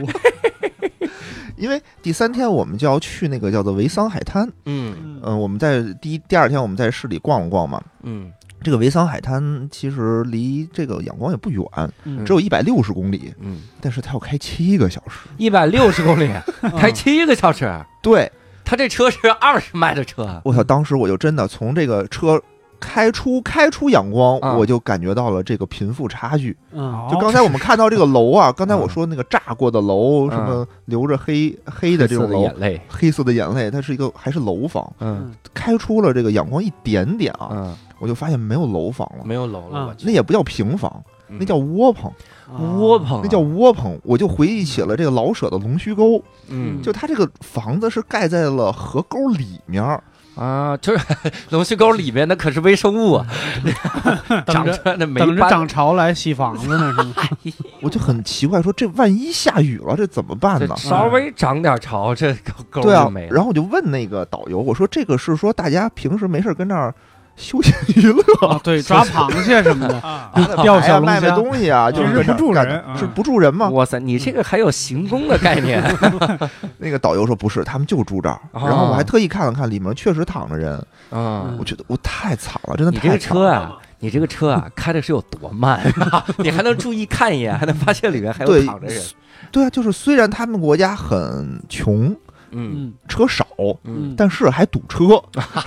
Speaker 3: 因为第三天我们就要去那个叫做维桑海滩。
Speaker 1: 嗯
Speaker 3: 嗯、我们在第一、第二天我们在市里逛了逛嘛。
Speaker 1: 嗯，
Speaker 3: 这个维桑海滩其实离这个仰光也不远，
Speaker 2: 嗯
Speaker 3: 只有一百六十公里，
Speaker 1: 嗯，
Speaker 3: 但是它要开七个小时。
Speaker 1: 一百六十公里，开七个小时，
Speaker 3: 对，
Speaker 1: 嗯他这车是二十迈的车。
Speaker 3: 我操！当时我就真的从这个车开出开出仰光，
Speaker 1: 啊
Speaker 3: 我就感觉到了这个贫富差距。
Speaker 2: 嗯，
Speaker 1: 哦
Speaker 3: 就刚才我们看到这个楼啊，刚才我
Speaker 1: 嗯
Speaker 3: 说那个炸过的楼，什么流着黑黑的这种
Speaker 1: 黑色
Speaker 3: 楼
Speaker 1: 眼，泪，
Speaker 3: 黑色的眼泪，它是一个还是楼房，
Speaker 1: 嗯
Speaker 3: 开出了这个仰光一点点啊，
Speaker 1: 嗯，
Speaker 3: 我就发现没有楼房了，
Speaker 1: 没有楼了，
Speaker 2: 嗯
Speaker 1: 我嗯去
Speaker 3: 那也不叫平房，那叫窝棚，
Speaker 2: 哦
Speaker 1: 窝，棚啊，
Speaker 3: 那叫窝棚。我就回忆起了这个老舍的《龙须沟》，
Speaker 1: 嗯
Speaker 3: 就它这个房子是盖在了河沟里面儿，
Speaker 1: 啊，就是 龙须沟里面那可是微生物 啊，
Speaker 2: 等
Speaker 1: 长
Speaker 2: 着
Speaker 1: 着那没
Speaker 2: 等着
Speaker 1: 办
Speaker 2: 涨潮来洗房子呢，是吗？
Speaker 3: 我就很奇怪，说这万一下雨了，这怎么办
Speaker 1: 这
Speaker 3: 呢？
Speaker 1: 稍微涨点潮，这沟沟
Speaker 3: 对啊
Speaker 1: 就没，了。
Speaker 3: 然后我就问那个导游，我说这个是说大家平时没事儿跟那儿休闲娱乐
Speaker 2: 啊，对，抓螃蟹 什么的，
Speaker 4: 啊，
Speaker 2: 钓
Speaker 3: 哎呀
Speaker 2: 小龙
Speaker 3: 卖卖
Speaker 2: 虾，
Speaker 3: 东西啊，就是
Speaker 4: 平时
Speaker 3: 跟那
Speaker 4: 不
Speaker 3: 儿
Speaker 4: 住
Speaker 3: 干
Speaker 4: 人
Speaker 3: 的
Speaker 4: 啊
Speaker 3: 是不住人吗？
Speaker 1: 哇塞，你这个还有行宫的概念，
Speaker 3: 那个导游说不是，他们就住这儿。然后我还特意看了看，里面确实躺着人，
Speaker 1: 嗯
Speaker 3: 我觉得我太惨了，真的
Speaker 1: 你这个
Speaker 3: 太惨
Speaker 1: 车
Speaker 3: 了。
Speaker 1: 啊，你这个车啊，开的是有多慢啊？ 你还能注意看一眼，还能发现里面还有
Speaker 3: 对
Speaker 1: 躺着人。
Speaker 3: 对啊，就是虽然他们国家很穷，
Speaker 1: 嗯
Speaker 2: 嗯
Speaker 3: 车少，
Speaker 1: 嗯，
Speaker 3: 但是还堵车，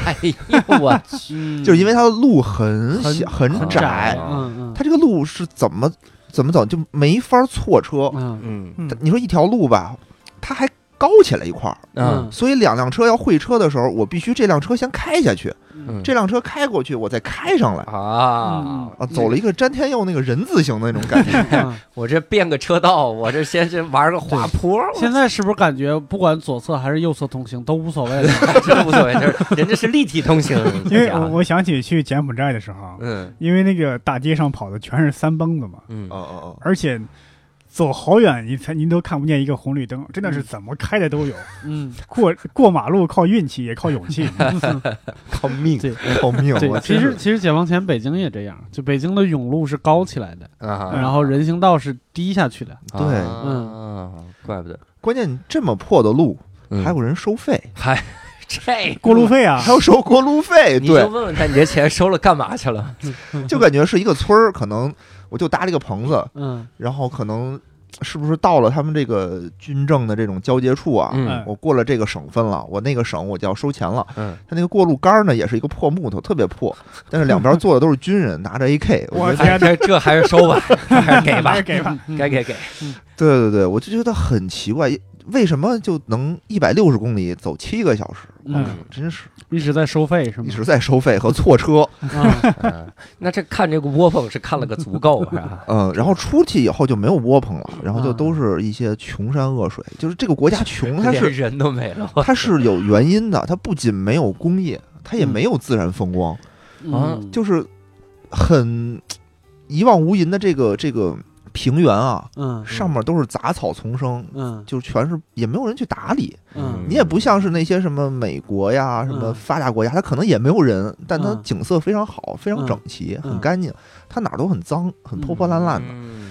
Speaker 1: 哎呦我去，
Speaker 2: 嗯，
Speaker 3: 就是因为它的路很
Speaker 2: 很
Speaker 3: 小很
Speaker 2: 很
Speaker 3: 窄，
Speaker 2: 嗯嗯
Speaker 3: 它这个路是怎么怎么走就没法错车。
Speaker 2: 嗯
Speaker 1: 嗯
Speaker 4: 嗯
Speaker 3: 它你说一条路吧，它还高起来一块儿，
Speaker 1: 嗯
Speaker 3: 所以两辆车要会车的时候，我必须这辆车先开下去，
Speaker 1: 嗯
Speaker 3: 这辆车开过去，我再开上来。
Speaker 1: 啊，
Speaker 3: 啊，走了一个詹天佑那个人字形的那种感觉，
Speaker 2: 嗯
Speaker 1: 我这变个车道，我这先是玩个滑坡，
Speaker 2: 现在是不是感觉不管左侧还是右侧通行都无所谓 了？
Speaker 1: 我真无所谓，就是人家是立体通行，
Speaker 4: 因
Speaker 1: 这
Speaker 4: 为
Speaker 1: 家
Speaker 4: 我
Speaker 1: 伙
Speaker 4: 我想起去柬埔寨的时候，
Speaker 1: 嗯
Speaker 4: 因为那个大街上跑的全是三蹦子嘛，
Speaker 1: 嗯
Speaker 3: 哦。哦哦，
Speaker 4: 而且走好远你才您都看不见一个红绿灯，真
Speaker 3: 嗯
Speaker 4: 的是怎么开的都有。
Speaker 2: 嗯，
Speaker 4: 过过马路靠运气也靠勇 气，
Speaker 3: 靠命
Speaker 2: 对
Speaker 3: 靠命！啊我
Speaker 2: 对，其
Speaker 3: 真
Speaker 2: 实
Speaker 3: 是
Speaker 2: 其实解放前北京也这样，就北京的甬路是高起来的，
Speaker 1: 啊，
Speaker 2: 然后人行道是低下去的。
Speaker 3: 对
Speaker 1: 嗯，怪不得
Speaker 3: 关键这么破的路，
Speaker 1: 嗯
Speaker 3: 还有人收费，
Speaker 1: 还这
Speaker 4: 过路费啊
Speaker 3: 还，要收过路费，
Speaker 1: 你就
Speaker 3: 对，
Speaker 1: 问问他，你这钱收了干嘛去
Speaker 3: 啊
Speaker 1: 了？
Speaker 3: 就感觉是一个村儿，可能我就搭了一个棚子，
Speaker 2: 嗯
Speaker 3: 然后可能是不是到了他们这个军政的这种交界处啊？
Speaker 1: 嗯
Speaker 4: 嗯
Speaker 3: 我过了这个省份了，我那个省我就要收钱了。
Speaker 1: 嗯，
Speaker 3: 他那个过路杆儿呢，也是一个破木头，特别破，但是两 边坐的都是军人，拿着 AK。我
Speaker 4: 我
Speaker 3: 觉得，
Speaker 1: 哎这这还是 收吧，还是给吧
Speaker 4: 还是，给吧，
Speaker 2: 嗯
Speaker 1: 该给给。
Speaker 3: 对对对，我就觉得很奇怪，为什么就能一百六十公里走七个小时？
Speaker 2: 嗯
Speaker 1: 嗯
Speaker 3: 真是
Speaker 2: 一直在收费是吗
Speaker 3: 一？直在收费和错车。
Speaker 2: 啊，
Speaker 1: 嗯那这看这个窝棚是看了个足够 是吧？
Speaker 3: 嗯，然后出去以后就没有窝棚了，然后就
Speaker 2: 啊
Speaker 3: 都是一些穷山恶水，就是这个国家穷，它
Speaker 1: 连
Speaker 3: 是
Speaker 1: 人都没了。
Speaker 3: 它是有原因的，它不仅没有工业，它也没有自然风光，
Speaker 2: 嗯
Speaker 3: 啊就是很一望无垠的这个这个平原啊，
Speaker 2: 嗯
Speaker 3: 上面都是杂草丛生。
Speaker 2: 嗯
Speaker 3: 就全是也没有人去打理，
Speaker 2: 嗯
Speaker 3: 你也不像是那些什么美国呀、什么
Speaker 2: 嗯
Speaker 3: 发达国家，它可能也没有人，但它
Speaker 2: 嗯
Speaker 3: 景色非常好，非常
Speaker 2: 嗯
Speaker 3: 整齐，很
Speaker 2: 嗯
Speaker 3: 干净，它哪儿都很脏，很破破烂烂的，
Speaker 1: 嗯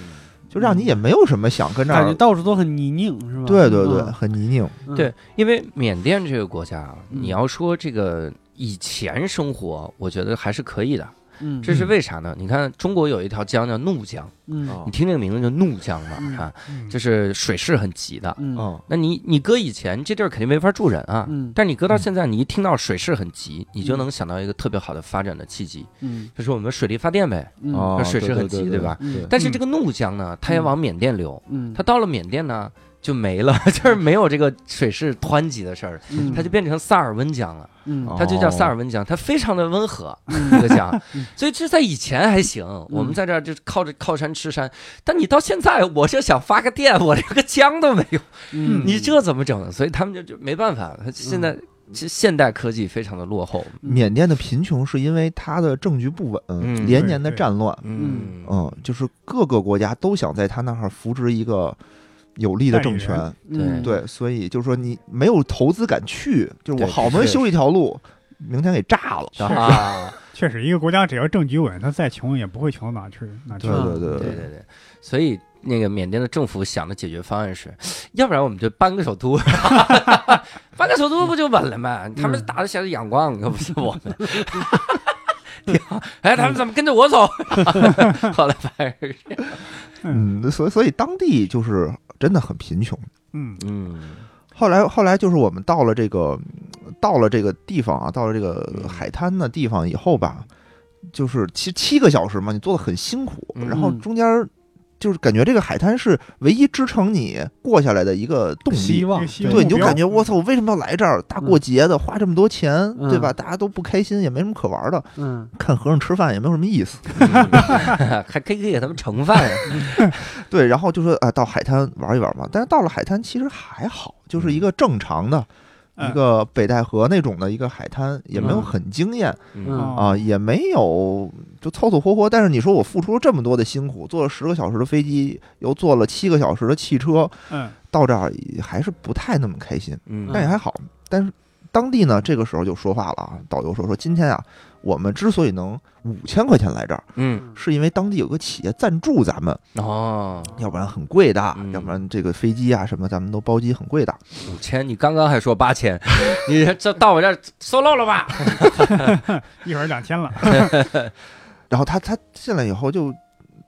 Speaker 3: 就让你也没有什么想跟这
Speaker 2: 感
Speaker 3: 儿
Speaker 2: 觉到处都很泥泞是吧？
Speaker 3: 对对对，
Speaker 2: 嗯
Speaker 3: 很泥泞。
Speaker 2: 嗯
Speaker 1: 对，因为缅甸这个国家啊，
Speaker 2: 嗯
Speaker 1: 你要说这个以前生活，我觉得还是可以的。
Speaker 2: 嗯，
Speaker 1: 这是为啥呢？你看中国有一条江叫怒江，
Speaker 2: 嗯
Speaker 1: 你听这个名字就怒江嘛
Speaker 2: 嗯
Speaker 1: 啊，
Speaker 4: 嗯
Speaker 1: 就，是水势很急的。
Speaker 2: 嗯
Speaker 3: 嗯
Speaker 1: 那你你搁以前这地儿肯定没法住人啊，
Speaker 2: 嗯
Speaker 1: 但你搁到现在，你一听到水势很急，你就能想到一个特别好的发展的契机，
Speaker 2: 嗯
Speaker 1: 就是我们水力发电呗。
Speaker 2: 嗯
Speaker 3: 哦
Speaker 1: 水
Speaker 3: 对
Speaker 1: 是
Speaker 3: 对
Speaker 1: 很
Speaker 3: 对
Speaker 1: 急
Speaker 3: 对
Speaker 1: 对吧
Speaker 2: 嗯
Speaker 1: 但是这个怒江呢，它也往缅甸流，
Speaker 2: 嗯，
Speaker 1: 它到了缅甸呢就没了， 就是没有这个水势湍急的事儿，
Speaker 2: 嗯
Speaker 1: 它就变成萨尔温江了。
Speaker 2: 嗯
Speaker 3: 哦
Speaker 1: 它就叫萨尔温江，它非常的温和，这个江
Speaker 2: 嗯，
Speaker 1: 所以这在以前还行，我们在这儿就是靠着靠山吃山，但你到现在，我就想发个电，我这个江都没有，
Speaker 2: 嗯
Speaker 1: 你这怎么整？所以他们就就没办法，他现在
Speaker 2: 嗯
Speaker 1: 其实现代科技非常的落后，
Speaker 3: 缅甸的贫穷是因为它的政局不稳，
Speaker 1: 嗯
Speaker 3: 连年的
Speaker 4: 对对
Speaker 3: 战乱，
Speaker 2: 嗯
Speaker 3: 嗯，就是各个国家都想在它那儿扶植一个有力的政
Speaker 4: 代理
Speaker 3: 权，
Speaker 2: 嗯
Speaker 3: 对，所以就是说你没有投资敢去，就是
Speaker 1: 对
Speaker 3: 我好不容易
Speaker 1: 是是
Speaker 3: 修一条路，明天给炸了。
Speaker 1: 啊，
Speaker 4: 确实，一个国家只要政局稳，他再穷也不会穷到哪去哪去
Speaker 3: 对。
Speaker 2: 嗯
Speaker 3: 对对
Speaker 1: 对对对，所以。那个缅甸的政府想的解决方案是，要不然我们就搬个首都， 搬个首都不就稳了吗？他们打的全是仰光，可不是我们。 挺好哎，他们怎么跟着我走？ 后来反而是，
Speaker 3: 嗯，所以所以当地就是真的很贫穷。
Speaker 4: 嗯，
Speaker 1: 嗯
Speaker 3: 后来后来就是我们到了这个到了这个地方啊，到了这个海滩的地方以后吧，就是七七个小时嘛，你做的很辛苦，
Speaker 1: 嗯
Speaker 3: 然后中间就是感觉这个海滩是唯一支撑你过下来的一个动
Speaker 2: 希
Speaker 3: 力。
Speaker 2: 望
Speaker 4: 这个希望
Speaker 3: 对，你
Speaker 4: 目
Speaker 3: 就
Speaker 4: 标
Speaker 3: 感觉我操，我为什么要来这儿？大过节的，花这么多钱，对吧？大家都不开心，也没什么可玩的，
Speaker 2: 嗯
Speaker 3: 看和尚吃饭也没有什么意思。
Speaker 1: 还可以给他们盛饭呀。啊
Speaker 3: 对，然后就说啊，到海滩玩一玩嘛。但是到了海滩其实还好，就是一个正常的，
Speaker 4: 嗯
Speaker 3: 一个北戴河那种的一个海滩，也没有
Speaker 2: 嗯
Speaker 3: 很惊艳
Speaker 2: 嗯
Speaker 3: 啊，也没有就凑凑合合。但是你说我付出了这么多的辛苦，坐了十个小时的飞机，又坐了七个小时的汽车，
Speaker 4: 嗯，
Speaker 3: 到这儿还是不太那么开心，
Speaker 1: 嗯
Speaker 3: 但也还好。但是当地呢，这个时候就说话了啊，导游说说今天啊，我们之所以能五千块钱来这儿，
Speaker 1: 嗯
Speaker 3: 是因为当地有个企业赞助咱们。
Speaker 1: 哦，
Speaker 3: 要不然很贵的，
Speaker 1: 嗯
Speaker 3: 要不然这个飞机啊什么，咱们都包机很贵的。
Speaker 1: 五千，你刚刚还说八千，你这到我这儿收漏了吧？
Speaker 4: 一会儿两千了。
Speaker 3: 然后他他进来以后就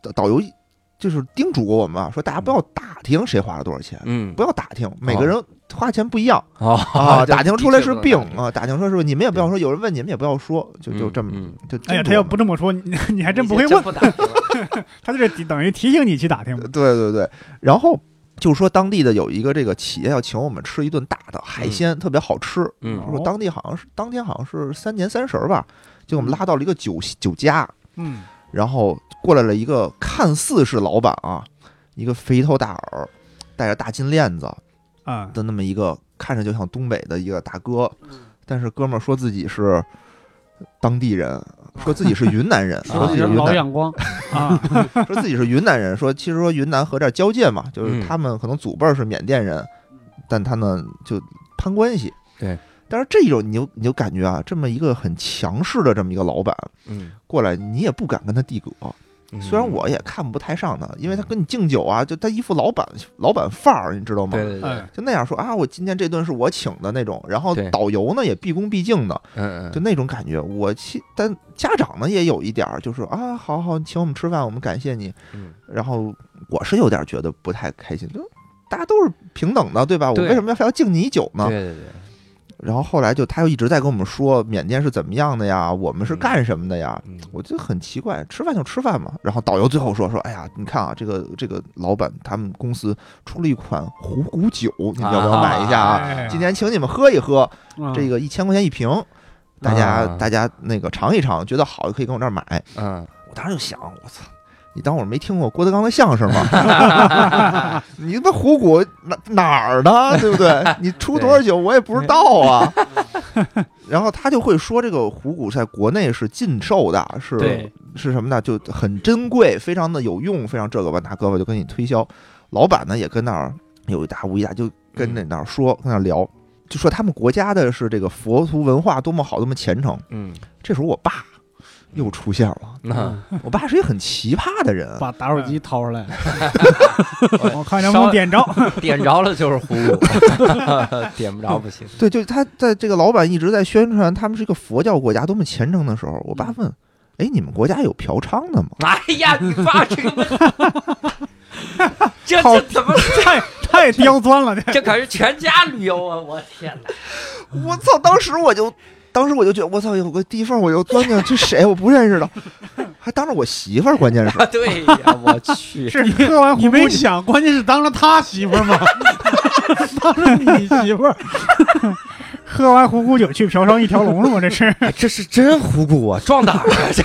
Speaker 3: 导导游就是叮嘱过我们啊，说大家不要打听谁花了多少钱，
Speaker 1: 嗯
Speaker 3: 不要打听，每个人花钱不一 样、
Speaker 1: 哦
Speaker 3: 啊，打听出来是病
Speaker 1: 的确不能打听
Speaker 3: 啊，打听出来是你们也不要说，有人问你们也不要说，就就这么、
Speaker 1: 嗯
Speaker 3: 就叮嘱我们。
Speaker 4: 哎呀，他要不这么说， 你你还真不会
Speaker 1: 真
Speaker 4: 问，
Speaker 1: 不打听了
Speaker 4: 他这是等于提醒你去打听嘛。
Speaker 3: 对对对，然后。就说当地的有一个这个企业要请我们吃一顿大的海鲜，特别好吃。
Speaker 1: 嗯
Speaker 3: 说当地好像是当天好像是三年三十儿吧，就我们拉到了一个酒酒家，
Speaker 4: 嗯，
Speaker 3: 然后过来了一个看似是老板啊，一个肥头大耳，戴着大金链子
Speaker 4: 啊，
Speaker 3: 的那么一个，看着就像东北的一个大哥，但是哥们儿说自己是当地人，说自己是云南人，说
Speaker 2: 说
Speaker 3: 自
Speaker 2: 自
Speaker 3: 己
Speaker 2: 己
Speaker 3: 是云
Speaker 2: 老
Speaker 3: 南，
Speaker 2: 眼 光，
Speaker 4: 啊，
Speaker 3: 说自己是云南人，说其实说云南和这儿交界嘛，就是
Speaker 1: 嗯
Speaker 3: 他们可能祖辈儿是缅甸人，但他呢就攀关系。
Speaker 1: 对，
Speaker 3: 但是这种你就你就感觉啊，这么一个很强势的这么一个老板
Speaker 1: 嗯
Speaker 3: 过来，你也不敢跟他递戈。虽然我也看不太上他，因为他跟你敬酒啊，就他一副老板老板范儿，你知道吗？
Speaker 1: 对对对，
Speaker 4: 哎，
Speaker 3: 就那样说啊，我今天这顿是我请的那种，然后
Speaker 1: 对
Speaker 3: 导游呢也毕恭毕敬的，
Speaker 1: 嗯
Speaker 3: 就那种感觉。我其但家长呢也有一点儿，就是啊，好好请我们吃饭，我们感谢你。
Speaker 1: 嗯
Speaker 3: 然后我是有点觉得不太开心，就大家都是平等的，对吧？我
Speaker 1: 对
Speaker 3: 为什么要非要敬你一酒
Speaker 1: 嗯，
Speaker 3: 呢？
Speaker 1: 对对对，
Speaker 3: 然后后来就他又一直在跟我们说缅甸是怎么样的呀，我们是
Speaker 1: 嗯
Speaker 3: 干什么的呀，
Speaker 1: 嗯
Speaker 3: 我就很奇怪，吃饭就吃饭嘛。然后导游最后说说，哎呀，你看啊，这个这个老板他们公司出了一款虎骨酒，你们要不要买一下啊？
Speaker 4: 哎
Speaker 3: 今天请你们喝一喝，
Speaker 2: 嗯
Speaker 3: 这个一千块钱一瓶，大家、
Speaker 1: 啊
Speaker 3: 大家那个尝一尝，觉得好就可以跟我这儿买。
Speaker 1: 嗯，
Speaker 3: 我当时就想，我操，你当我没听过郭德纲的相声吗？ 你他妈虎骨哪哪儿的，对不对？你出多少酒我也不知道啊。然后他就会说，这个虎骨在国内是禁售的，是
Speaker 2: 对
Speaker 3: 是什么呢？就很珍贵，非常的有用，非常这个吧那个吧，就跟你推销。老板呢也跟那儿有一搭无一搭，就跟那那儿说，跟那儿聊，就说他们国家的是这个佛徒文化多么好，多么虔诚。
Speaker 1: 嗯，
Speaker 3: 这时候我爸又出现了。
Speaker 1: 那
Speaker 2: 嗯
Speaker 3: 我爸是一个很奇葩的人，
Speaker 2: 把打火机掏 出来，
Speaker 4: 我看能不能点着。
Speaker 1: 点着了就是葫芦， 点不着不行。
Speaker 3: 对，就是他在这个老板一直在宣传他们是一个佛教国家多么虔诚的时候，我爸问：“哎，你们国家有嫖娼的吗
Speaker 1: 哎呀，你爸这个，这
Speaker 4: 好
Speaker 1: 这怎么？
Speaker 4: 太太刁钻了，这
Speaker 1: 这可是全家旅游啊！我天哪！？”
Speaker 3: 我操！当时我就，当时我就觉得，我操，有个地方我又钻进去，这谁我不认识的， 还当着我媳妇儿，关键是
Speaker 1: 啊，对呀，我去，
Speaker 4: 是喝完
Speaker 2: 你
Speaker 4: 红
Speaker 2: 没
Speaker 4: 酒
Speaker 2: 想，关键是当着他媳妇儿嘛，当着 你媳妇儿，
Speaker 4: 喝完红酒去嫖娼一条龙是吗？这 是
Speaker 1: 哎 这是真虎骨啊，撞哪儿啊？这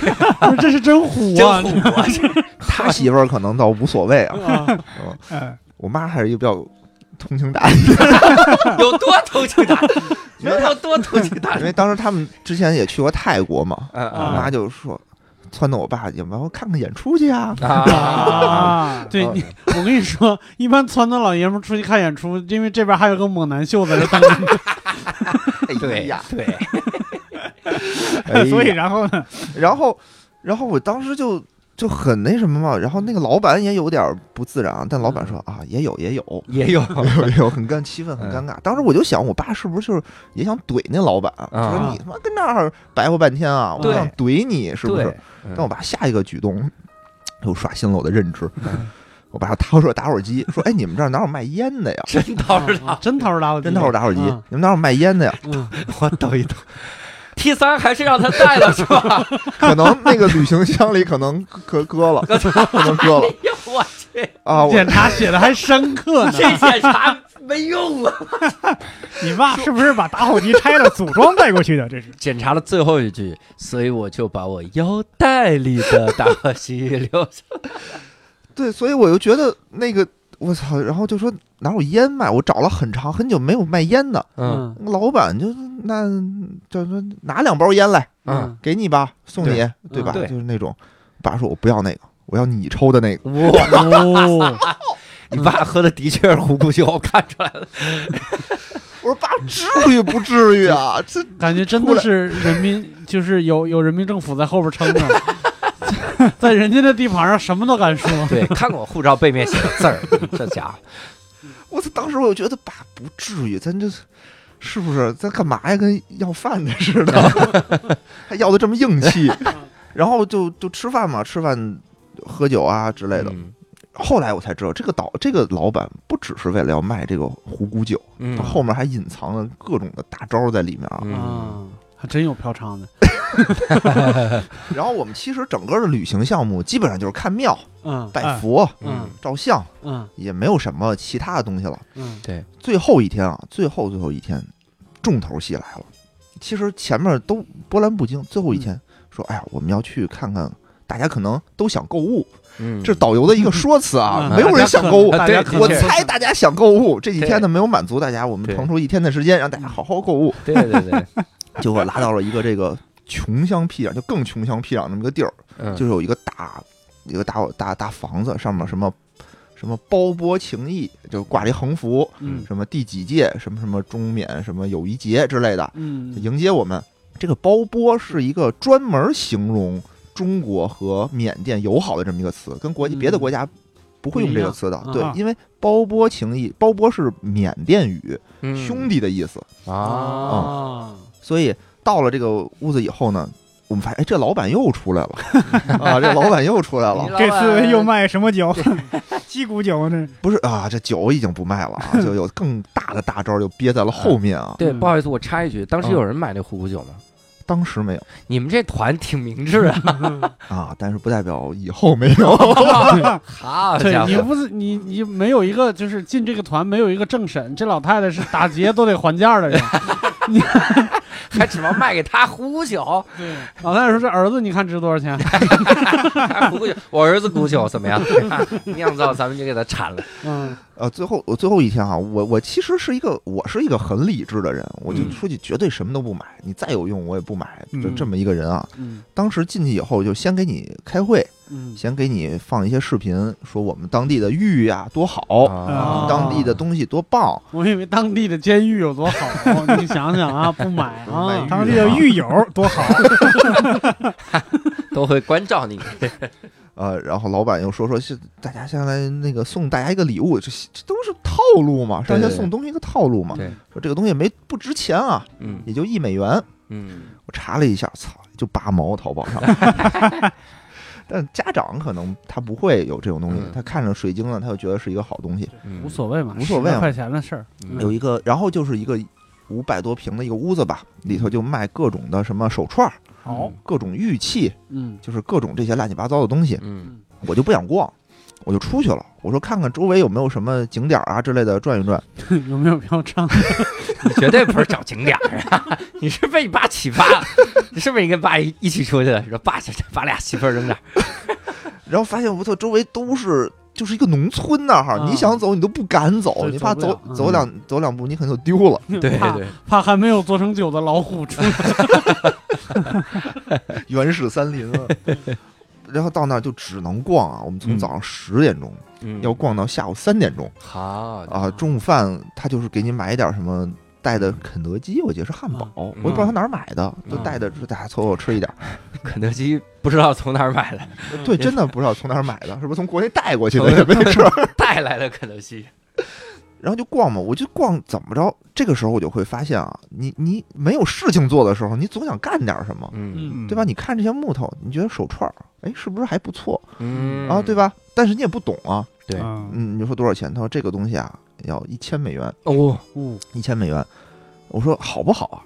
Speaker 2: 不是这是真虎啊！
Speaker 1: 真虎啊！这
Speaker 3: 他媳妇儿，可能倒无所谓啊。
Speaker 2: 啊
Speaker 4: 嗯，
Speaker 3: 我妈还是一个比较通情达理，
Speaker 1: 有多投机打理？能 有多投机打
Speaker 3: 因
Speaker 1: 理？
Speaker 3: 为当时他们之前也去过泰国嘛，
Speaker 1: 嗯
Speaker 3: 我妈就说，撺掇我爸有没有看看演出去啊？
Speaker 1: 啊，
Speaker 4: 啊，
Speaker 2: 对你，我跟你说，一般撺掇老爷们儿出去看演出，因为这边还有个猛男秀在这等着 呢。
Speaker 3: 哎
Speaker 1: 对
Speaker 3: 呀，
Speaker 1: 对，
Speaker 3: 哎呀
Speaker 4: 所以然后呢？
Speaker 3: 然后，然后我当时就就很那什么嘛，然后那个老板也有点不自然啊，但老板说啊，也有也有
Speaker 1: 嗯也有嗯
Speaker 3: 也有也有，很尴气氛很尴尬。当时我就想，我爸是不是就是也想怼那老板，
Speaker 1: 啊
Speaker 3: 说你他妈跟那儿白活半天啊，我
Speaker 1: 对
Speaker 3: 想怼你是不是
Speaker 1: 对？嗯
Speaker 3: 但我爸下一个举动又刷新了我的认知。
Speaker 1: 嗯
Speaker 3: 我爸掏出了打火机，说：“哎，你们这儿哪有卖烟 的呀？
Speaker 1: 真掏着打
Speaker 2: 啊，真掏出打火机，
Speaker 3: 真掏出打火机，
Speaker 2: 嗯
Speaker 3: 你们哪有卖烟的呀？
Speaker 2: 嗯，
Speaker 1: 我抖一抖。T 三还是让他带了是吧？
Speaker 3: 可能那个旅行箱里可能搁搁了，可能搁了
Speaker 1: 哎呀，我去，
Speaker 3: 啊！” 我
Speaker 2: 检查写的还 深刻呢。
Speaker 1: 这检查没用啊！
Speaker 4: 你爸是不是把打火机拆了组装带过去的？这是
Speaker 1: 检查了最后一句，所以我就把我腰带里的 打火机留下。
Speaker 3: 对，所以我就觉得那个我操，然后就说哪有烟卖？我找了很长很久没有卖烟的，
Speaker 1: 嗯
Speaker 3: 那个老板就那就说拿两包烟来，
Speaker 1: 嗯，
Speaker 3: 给你吧，送你，对吧？
Speaker 1: 对
Speaker 3: 就是那种，爸说我不要那个，我要你抽的那个。
Speaker 1: 哇，
Speaker 2: 哦，
Speaker 1: 你爸喝的的确是虎骨酒，我看出来了。
Speaker 3: 我说爸，至于不至于啊？ 这
Speaker 2: 感觉真的是人民，就是有有人民政府在后边撑着， 在人家的地盘上什么都敢说。
Speaker 1: 对，看过我护照背面写的字 儿，这家伙，
Speaker 3: 我操！当时我就觉得爸不至于，咱这是不是咱干嘛呀？跟要饭的似的， 还要的这么硬 气。然后就就吃饭嘛，吃饭喝酒啊之类的。
Speaker 1: 嗯
Speaker 3: 后来我才知道，这个导这个老板不只是为了要卖这个虎骨酒，
Speaker 1: 嗯
Speaker 3: 他后面还隐藏了各种的大招在里面啊。
Speaker 1: 嗯，
Speaker 2: 啊，还真有嫖娼的。
Speaker 3: 然后我们其实整个的旅行项目基本上就是看庙、
Speaker 2: 嗯
Speaker 3: 拜佛、
Speaker 1: 嗯
Speaker 3: 照相，
Speaker 2: 嗯
Speaker 3: 也没有什么其他的东西了。
Speaker 2: 嗯
Speaker 3: 最后一天啊，最后最后一天，重头戏来了。其实前面都波澜不惊，最后一
Speaker 1: 嗯
Speaker 3: 天说：“哎呀，我们要去看看。”大家可能都想购物，
Speaker 1: 嗯
Speaker 3: 这是导游的一个说辞啊，
Speaker 2: 嗯
Speaker 3: 没有人想购物，
Speaker 1: 啊
Speaker 2: 大
Speaker 1: 对
Speaker 2: 家
Speaker 1: 的
Speaker 2: 可
Speaker 3: 我
Speaker 1: 确
Speaker 2: 能
Speaker 3: 猜大家想购物，这几天呢
Speaker 1: 对
Speaker 3: 没有满足大家，我们
Speaker 1: 对
Speaker 3: 腾出一天的时间让大家好好购物，
Speaker 1: 对对 对，
Speaker 3: 结果拉到了一个这个穷乡僻壤，就更穷乡僻壤那么一个地儿，
Speaker 1: 嗯
Speaker 3: 就是有一个大一个大大大房子，上面什么什么包播情谊，就挂了一横幅，
Speaker 2: 嗯
Speaker 3: 什么第几届什么什么中缅什么友谊节之类的，
Speaker 2: 嗯
Speaker 3: 迎接我们。这个包播是一个专门形容中国和缅甸友好的这么一个词，跟国际别的
Speaker 2: 嗯
Speaker 3: 国家不会用这个词的
Speaker 2: 不。一
Speaker 3: 对
Speaker 4: 样啊，
Speaker 3: 因为包波情谊，包波是缅甸语
Speaker 1: 嗯
Speaker 3: 兄弟的意思，
Speaker 1: 啊，
Speaker 3: 所以到了这个屋子以后呢，我们发现哎，这老板又出来了啊，这老板又出来了
Speaker 1: 你，老
Speaker 4: 这
Speaker 1: 板
Speaker 4: 次又卖什么酒？ 鸡骨酒呢？
Speaker 2: 嗯
Speaker 3: 不是啊，这酒已经不卖了啊，就有更大的大招就憋在了后面啊。
Speaker 1: 对，
Speaker 2: 嗯
Speaker 1: 不好意思，我插一句，当时
Speaker 3: 嗯
Speaker 1: 有人买那虎骨酒吗？
Speaker 3: 当时没有
Speaker 1: 你们这团挺明智啊！
Speaker 3: 啊，但是不代表以后没有。
Speaker 1: 好
Speaker 2: 对
Speaker 1: 家
Speaker 2: 你
Speaker 1: 伙，
Speaker 2: 不是你你没有一个就是进这个团没有一个政审，这老太太是打劫都得还 价的人。
Speaker 1: 还指望卖给他虎骨酒？
Speaker 2: 对，老太太说这儿子你看值多少钱？
Speaker 1: 他虎骨酒，我儿子骨酒怎 么样？酿造咱们就给他铲了。
Speaker 2: 嗯
Speaker 3: 呃，最后我最后一天啊，我我其实是一个我是一个很理智的人，我就
Speaker 2: 嗯
Speaker 3: 出去绝对什么都不买，你再有用我也不买，就
Speaker 4: 嗯
Speaker 3: 这么一个人啊。
Speaker 2: 嗯
Speaker 3: 当时进去以后就先给你开会，
Speaker 2: 嗯
Speaker 3: 先给你放一些视频，说我们当地的玉呀、多好，
Speaker 1: 啊
Speaker 3: 当地的东西多棒，
Speaker 2: 我以为当地的监狱有多好， 你想想啊，不买
Speaker 3: 买
Speaker 2: 啊
Speaker 3: 玉，
Speaker 4: 当地的狱友
Speaker 2: 嗯
Speaker 4: 多好，
Speaker 1: 都会关照你。
Speaker 3: 呃，然后老板又说说是大家现在那个送大家一个礼物，这这都是套路嘛，
Speaker 1: 对
Speaker 3: 上
Speaker 1: 对
Speaker 3: 线送东西一个套路嘛，
Speaker 1: 对
Speaker 3: 说这个东西没不值钱啊，
Speaker 1: 嗯
Speaker 3: 也就一美元，
Speaker 1: 嗯，
Speaker 3: 我查了一下，操，就八毛淘宝上。 但家长可能他不会有这种东西，
Speaker 1: 嗯
Speaker 3: 他看着水晶呢，他就觉得是一个好东西。
Speaker 1: 嗯
Speaker 2: 无所谓嘛，
Speaker 3: 无所谓嘛
Speaker 2: 10块钱的事儿。
Speaker 1: 嗯
Speaker 3: 有一个，然后就是一个五百多平的一个屋子吧，里头就卖各种的什么手串儿、
Speaker 4: 好，
Speaker 3: 各种玉器，
Speaker 2: 嗯
Speaker 3: 就是各种这些乱七八糟的东西。
Speaker 1: 嗯
Speaker 3: 我就不想逛，我就出去了。我说看看周围有没有什么景点儿啊之类的转一转。
Speaker 2: 嗯 有没有嫖娼？
Speaker 1: 你绝对不是找景点儿啊！ 你是被你爸启发了，你是不是你跟爸一一起出去的？说爸，这把俩媳妇儿扔这儿，
Speaker 3: 然后发现我操，周围都是就是一个农村呐、哈、
Speaker 2: 啊
Speaker 3: 你想走你都不敢走，
Speaker 2: 对
Speaker 3: 你怕
Speaker 2: 走
Speaker 3: 走
Speaker 2: 不了嗯
Speaker 3: 走两走两步你可能就丢了。
Speaker 1: 对对
Speaker 2: 怕
Speaker 1: 对，
Speaker 2: 怕还没有做成酒的老虎出来。
Speaker 3: 原始森林 了。然后到那儿就只能逛啊，我们从
Speaker 1: 嗯
Speaker 3: 早上十点钟、
Speaker 1: 嗯
Speaker 3: 要逛到下午三点钟
Speaker 1: 好
Speaker 3: 啊。中午饭他就是给你买一点什么带的肯德基，我记得是汉堡，
Speaker 1: 嗯
Speaker 3: 我也不知道他哪儿买的，就带的就大家凑合吃一点。
Speaker 1: 肯德基不知道从哪儿买的，
Speaker 3: 对，真的不知道从哪儿买的，是不是从国内带过去的也没吃？
Speaker 1: 带来的肯德基。
Speaker 3: 然后就逛嘛，我就逛，怎么着？这个时候我就会发现啊，你你没有事情做的时候，你总想干点什么，
Speaker 1: 嗯
Speaker 2: 嗯
Speaker 3: 对吧？？你看这些木头，你觉得手串儿，哎，是不是还不错
Speaker 1: 嗯
Speaker 3: 啊？对？吧？但是你也不懂啊，
Speaker 1: 对
Speaker 4: 嗯，
Speaker 3: 嗯，你就说多少钱？他说这个东西啊，要一千美元，
Speaker 1: 哦，
Speaker 2: 嗯
Speaker 3: 一千美元。我说好不好啊？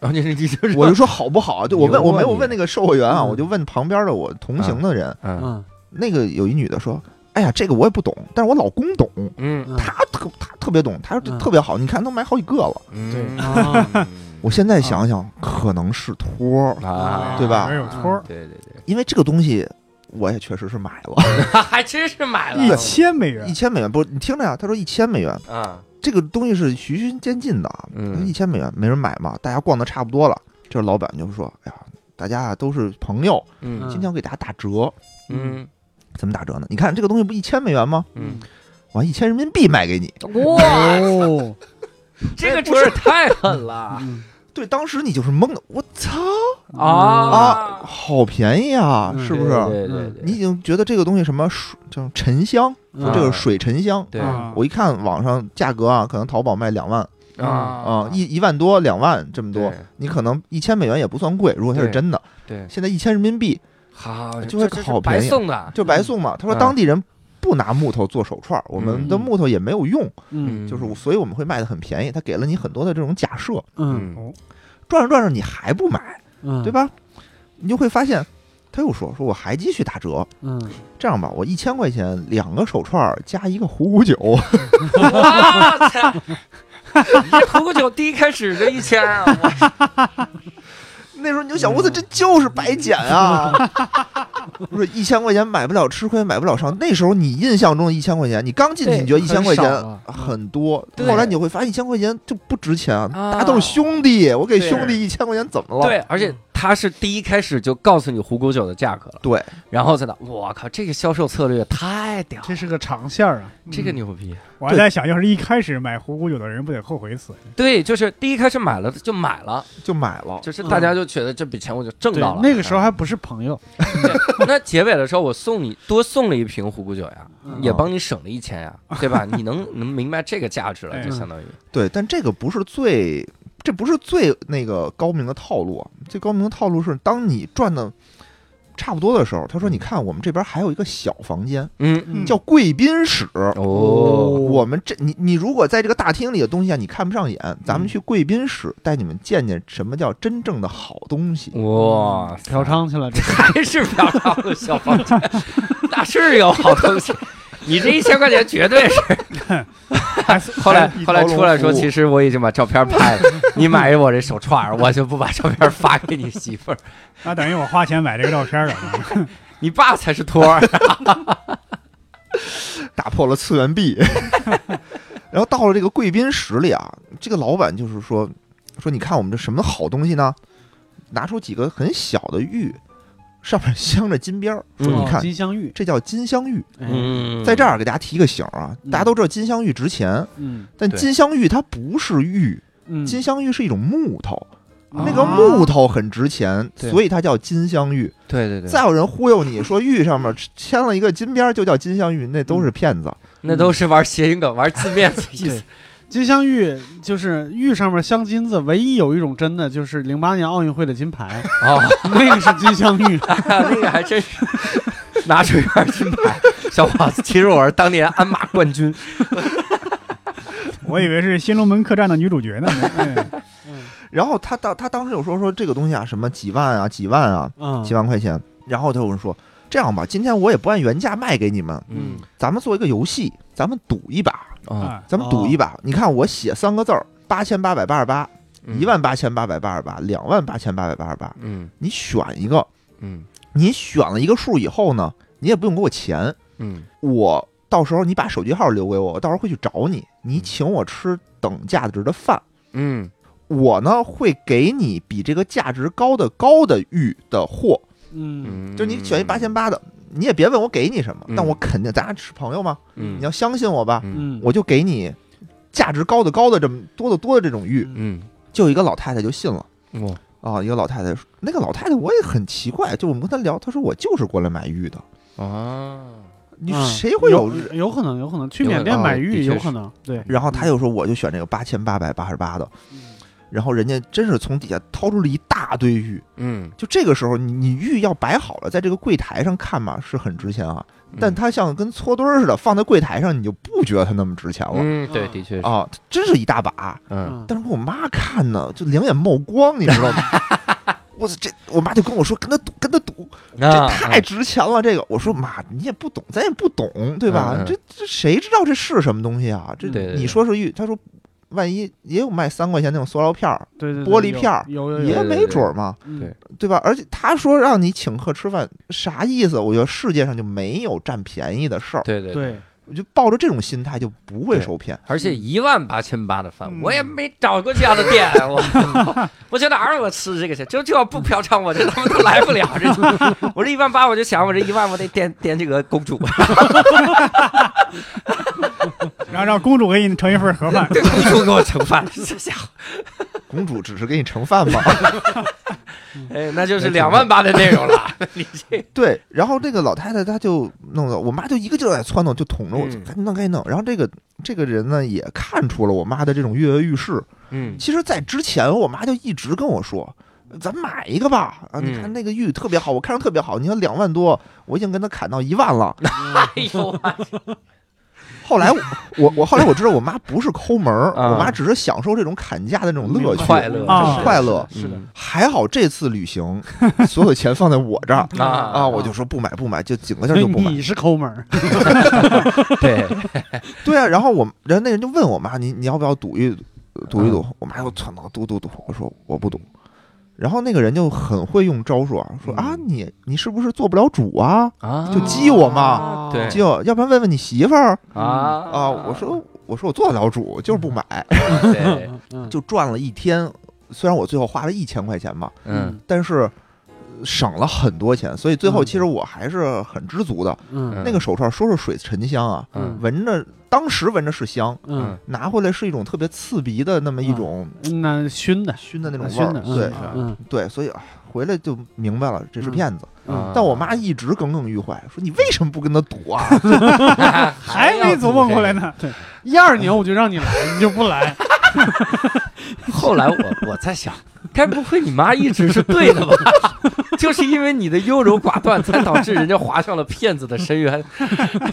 Speaker 1: 然后你你就是
Speaker 3: 我就说好不好啊？对我问，
Speaker 1: 牛啊
Speaker 3: 我没有
Speaker 1: 你
Speaker 3: 问那个售货员啊，
Speaker 2: 嗯
Speaker 3: 我就问旁边的我同行的人。
Speaker 1: 嗯
Speaker 2: 嗯
Speaker 3: 那个有一女的说：“哎呀，这个我也不懂，但是我老公懂，
Speaker 1: 嗯
Speaker 3: 他特他特别懂，他说这
Speaker 2: 嗯
Speaker 3: 特别好，你看都买好几个了。
Speaker 1: 嗯
Speaker 2: 啊，
Speaker 3: 我现在想想，可能是托儿，
Speaker 1: 啊，
Speaker 3: 对吧
Speaker 4: 里边有托儿，
Speaker 1: 对对对，
Speaker 3: 因为这个东西我也确实是买了
Speaker 1: 还真是买
Speaker 3: 哎
Speaker 1: 了
Speaker 4: 一千美元
Speaker 3: 一，千美元。不是，你听着呀，他说一千美元，
Speaker 1: 啊，
Speaker 3: 这个东西是循序渐进的啊，
Speaker 1: 嗯
Speaker 3: 一千美元没人买嘛，大家逛的差不多了，这老板就说：“哎呀，大家啊都是朋友，
Speaker 1: 嗯
Speaker 3: 今天我给大家打折，
Speaker 1: 嗯
Speaker 3: 怎么打折呢？你看这个东西不一千美元吗？
Speaker 1: 嗯，
Speaker 3: 我一千人民币卖给你。
Speaker 1: 哇，
Speaker 2: 哦，
Speaker 1: 这个主意太狠 了
Speaker 2: 嗯
Speaker 3: 对，当时你就是懵的，我操，
Speaker 1: 啊！
Speaker 3: 好便宜啊，
Speaker 2: 嗯
Speaker 3: 是不是？
Speaker 1: 对对对，
Speaker 3: 你已经觉得这个东西什么水叫沉香，
Speaker 1: 啊
Speaker 2: 嗯
Speaker 3: 说这个水沉香。
Speaker 1: 对
Speaker 4: 啊
Speaker 3: 我一看网上价格啊，可能淘宝卖两万啊、
Speaker 1: 啊
Speaker 3: 一一万多、两万这么多
Speaker 1: 对，
Speaker 3: 你可能一千美元也不算贵，如果它是
Speaker 1: 对
Speaker 3: 真的。
Speaker 1: 对，
Speaker 3: 现在一千人民币
Speaker 1: 好，
Speaker 3: 哎就会
Speaker 1: 这这是
Speaker 3: 好
Speaker 1: 白
Speaker 3: 便宜啊
Speaker 1: 送的，
Speaker 3: 就白送嘛。他说
Speaker 1: 嗯
Speaker 3: 当地人不拿木头做手串儿，我们的
Speaker 2: 嗯
Speaker 3: 木头也没有用，
Speaker 2: 嗯
Speaker 3: 就是我所以我们会卖的很便宜。他给了你很多的这种假设，
Speaker 2: 嗯
Speaker 1: 嗯
Speaker 3: 转着转着你还不买，
Speaker 2: 嗯，
Speaker 3: 对？吧？你就会发现，他又说说我还继续打折，
Speaker 2: 嗯，
Speaker 3: 这样吧，我一千块钱两个手串儿加一个虎骨酒，
Speaker 1: 我操！ 你这虎骨酒第一开始就一千啊！我
Speaker 3: 那时候你就想，我操，这就是白捡啊！不是一千块钱买不了吃亏，买不了上。那时候你印象中的一千块钱，你刚进去
Speaker 1: 对
Speaker 3: 你觉得一千块
Speaker 2: 很
Speaker 3: 钱
Speaker 2: 少了
Speaker 3: 很多，
Speaker 1: 嗯对
Speaker 3: 后来你会发现一千块钱就不值钱啊，
Speaker 1: 啊
Speaker 3: 大家都是兄弟，我给
Speaker 1: 对
Speaker 3: 兄弟一千块钱怎么了？
Speaker 1: 对，而且他是第一开始就告诉你虎骨酒的价格了，
Speaker 3: 对，
Speaker 1: 然后再打，我靠，这个销售策略太屌，
Speaker 2: 这是个长线儿啊，
Speaker 1: 这个牛逼。
Speaker 4: 我还在想，要是一开始买虎骨酒的人，不得后 悔死？
Speaker 1: 对，就是第一开始买了就买了，
Speaker 3: 就买了。
Speaker 1: 就是
Speaker 2: 嗯
Speaker 1: 大家就觉得这笔钱我就挣
Speaker 2: 对
Speaker 1: 到了。，嗯
Speaker 2: 那个时候还不是朋友，
Speaker 1: 那结尾的时候我送你多送了一瓶虎骨酒呀，
Speaker 2: 嗯
Speaker 1: 也帮你省了一千呀，对吧？你能 能明白这个价值了，
Speaker 4: 哎
Speaker 1: 就相当于
Speaker 3: 对，但这个不是最，这不是最那个高明的套路啊。最高明的套路是，当你赚的差不多的时候，他说：“你看，我们这边还有一个小房间，
Speaker 1: 嗯
Speaker 4: 嗯
Speaker 3: 叫贵宾室。
Speaker 1: 哦，
Speaker 3: 我们这你你如果在这个大厅里的东西啊，你看不上眼，咱们去贵宾室带你们见见什么叫真正的好东西。
Speaker 1: 嗯哇，
Speaker 2: 嫖娼 去了，这是
Speaker 1: 还是嫖娼的小房间，那是有好东西。你这一千块钱绝对 是。后
Speaker 2: 哎
Speaker 1: 来后来出来说，其实我已经把照片拍 了，你买我这手串儿，我就不把照片发给你媳妇儿。
Speaker 4: 那等于我花钱买这个照片了。
Speaker 1: 你爸才是托儿。
Speaker 3: 打破了次元 壁。然后到了这个贵宾室里啊，这个老板就是说说，你看我们这什么好东西呢？拿出几个很小的玉，上面镶着金边儿，说
Speaker 1: 嗯
Speaker 3: 你看、
Speaker 2: 金镶哦玉，
Speaker 3: 这叫金镶玉。
Speaker 2: 哎
Speaker 1: 嗯，
Speaker 3: 在这儿给大家提个醒啊，
Speaker 2: 嗯
Speaker 3: 大家都知道金镶玉值钱，
Speaker 2: 嗯
Speaker 3: 但
Speaker 1: 对
Speaker 3: 金镶玉它不是玉，
Speaker 2: 嗯，
Speaker 3: 金镶玉是一种木头，
Speaker 2: 啊
Speaker 3: 那个木头很值钱，
Speaker 1: 对
Speaker 3: 所以它叫金镶玉。
Speaker 1: 对对对，
Speaker 3: 再有人忽悠你说玉上面签了一个金边儿就叫金镶玉，那都是骗子。
Speaker 1: 那都是玩谐音梗、玩字面的意思。
Speaker 2: 金镶玉就是玉上面镶金子，唯一有一种真的就是零八年奥运会的金牌，
Speaker 1: 哦，
Speaker 2: 那个是金 镶玉。
Speaker 1: 那个还真是 拿出一块金牌。小伙子，其实我是当年鞍马冠军。
Speaker 4: 我以为是新龙门客栈的女主角呢。哎
Speaker 3: 然后他当他当时有说说这个东西啊，什么几万啊，几万啊，
Speaker 2: 嗯，
Speaker 3: 几万块钱。然后他有人说，这样吧，今天我也不按原价卖给你们，
Speaker 1: 嗯
Speaker 3: 咱们做一个游戏，咱们赌一把，
Speaker 1: 啊，
Speaker 4: 啊，
Speaker 3: 咱们赌一把。你看我写三个字儿，八千八百八十八，
Speaker 1: 嗯
Speaker 3: 一，万八千八百八十八，两万八千八百八十八，
Speaker 1: 嗯
Speaker 3: 你选一个，
Speaker 1: 嗯
Speaker 3: 你选了一个数以后呢，你也不用给我钱，
Speaker 1: 嗯，
Speaker 3: 我到时候你把手机号留给我，我到时候会去找你，你请我吃等价值的饭。
Speaker 1: 嗯
Speaker 3: 我呢会给你比这个价值高的高的玉的货，
Speaker 2: 嗯，
Speaker 1: 嗯，
Speaker 3: 就是你选一八千八的，你也别问我给你什么，
Speaker 1: 嗯
Speaker 3: 但我肯定咱俩是朋友嘛，
Speaker 1: 嗯，
Speaker 3: 你要啊相信我吧，
Speaker 1: 嗯
Speaker 2: 嗯，
Speaker 3: 我就给你价值高的高的这么多的多的这种玉。
Speaker 1: 嗯，
Speaker 3: 就有一个老太太就信了
Speaker 1: 我
Speaker 3: 啊，一个老太太说，那个老太太我也很奇怪，就我们跟她聊，她说我就是过来买玉的，哦
Speaker 1: 啊，
Speaker 3: 你
Speaker 2: 嗯
Speaker 3: 谁会
Speaker 2: 有
Speaker 3: 有？
Speaker 2: 有可能，有可能去
Speaker 1: 有可
Speaker 2: 缅甸
Speaker 1: 能啊
Speaker 2: 买
Speaker 1: 的
Speaker 2: 玉
Speaker 1: 确
Speaker 2: 有
Speaker 1: 是
Speaker 2: 可能，对。
Speaker 3: 然嗯后她又说我就选这个八千八百八十八的，然后人家真是从底下掏出了一大堆玉，
Speaker 1: 嗯，
Speaker 3: 就这个时候，你你玉要摆好了，在这个柜台上看嘛，是很值钱啊。
Speaker 1: 嗯
Speaker 3: 但它像跟搓堆儿似的放在柜台上，你就不觉得它那么值钱了、
Speaker 1: 嗯，对，的确是，
Speaker 3: 啊！它真是一大把，
Speaker 1: 嗯
Speaker 2: 嗯，
Speaker 3: 但是给我妈看呢，就两眼冒光，你知道吗？ 我操，这我妈就跟我说，跟他赌，跟他赌，这
Speaker 1: 啊
Speaker 3: 太值钱了。这个我说妈，你也不懂，咱也不懂，对吧？
Speaker 1: 嗯嗯
Speaker 3: 这这谁知道这是什么东西啊？这
Speaker 1: 对对对
Speaker 3: 你说是玉，他说万一也有卖三块钱那种塑料片儿，
Speaker 2: 对对，对
Speaker 3: 玻璃
Speaker 2: 有
Speaker 3: 片儿
Speaker 2: 有有有
Speaker 3: 也
Speaker 1: 对对
Speaker 3: 没
Speaker 1: 对
Speaker 3: 准儿嘛。
Speaker 2: 嗯
Speaker 1: 对
Speaker 3: 对吧？而且他说让你请客吃饭，啥意思？我觉得世界上就没有占便宜的事儿，
Speaker 1: 对对，
Speaker 2: 对，
Speaker 3: 我就抱着这种心态就不会
Speaker 1: 对
Speaker 3: 受骗。
Speaker 1: 而且一万八千八的饭
Speaker 4: 嗯，
Speaker 1: 我也没找过这样的店，我我去哪儿我吃这个去？就就要不嫖娼，我这他妈都来不了。这我这一万八，我就想我这一万我得点点几个公主，
Speaker 4: 然后让公主给你盛一份盒饭。
Speaker 1: 对公主给我盛饭，这家伙，
Speaker 3: 公主只是给你盛饭 嘛。
Speaker 1: 哎，那就是两万八的内容了。你这，
Speaker 3: 对，然后这个老太太她就弄得我妈就一个劲儿在撺掇，就捅着我，
Speaker 1: 嗯
Speaker 3: 赶紧弄，赶紧弄。然后这个这个人呢也看出了我妈的这种跃跃欲试。
Speaker 1: 嗯
Speaker 3: 其实，在之前我妈就一直跟我说。咱买一个吧啊！你
Speaker 1: 嗯
Speaker 3: 看那个玉特别好，我看着特别好。你看两万多，我已经跟她砍到一万了。
Speaker 1: 哎呦，
Speaker 3: 后来 我我我后来我知道我妈不是抠门儿，
Speaker 1: 啊
Speaker 3: 我妈只是享受这种砍价的这种乐趣，
Speaker 1: 快乐
Speaker 4: 啊
Speaker 3: 很快乐。嗯
Speaker 2: 是的，
Speaker 3: 还好这次旅行，所有钱放在我这儿
Speaker 1: 嗯 啊
Speaker 3: 啊，我就说不买不买，就紧个劲
Speaker 2: 所
Speaker 3: 儿
Speaker 2: 以
Speaker 3: 就不买。
Speaker 2: 你是抠门儿，
Speaker 1: 对，
Speaker 3: 对啊，然后我然后那人就问我妈，你你要不要赌一赌赌一赌？
Speaker 1: 嗯
Speaker 3: 我妈又窜到赌赌赌，我说我不赌。然后那个人就很会用招数啊，说
Speaker 1: 嗯
Speaker 3: 啊你你是不是做不了主啊？
Speaker 1: 啊
Speaker 3: 就激我嘛
Speaker 2: 啊
Speaker 1: 对
Speaker 3: 就要不然问问你媳妇儿
Speaker 1: 啊嗯
Speaker 3: 啊。我说我说我做得了主，就是不买。
Speaker 1: 对，
Speaker 2: 嗯，
Speaker 3: 就转了一天，虽然我最后花了一千块钱吧，
Speaker 1: 嗯，
Speaker 3: 但是呃省了很多钱，所以最后
Speaker 2: 嗯
Speaker 3: 其实我还是很知足的。
Speaker 2: 嗯
Speaker 3: 那个手串说是水沉香啊，
Speaker 1: 嗯
Speaker 3: 闻着当时闻着是香，
Speaker 2: 嗯
Speaker 3: 拿回来是一种特别刺鼻的那么一种
Speaker 2: 嗯，那熏的，
Speaker 3: 熏的那种味
Speaker 2: 熏
Speaker 3: 儿
Speaker 2: 的，，
Speaker 3: 对
Speaker 2: 嗯
Speaker 3: 对，所以啊回来就明白了这是
Speaker 2: 嗯
Speaker 3: 骗子。
Speaker 2: 嗯，
Speaker 3: 但我妈一直耿耿于怀，说你为什么不跟他赌啊？
Speaker 4: 还没琢磨过来。呢。
Speaker 2: 一二年我就让你来，你就 不来，
Speaker 1: 后来 我我在想，该不会你妈一直是对的吧？ 就是因为你的优柔寡断，才导致人家滑上了骗子的深渊。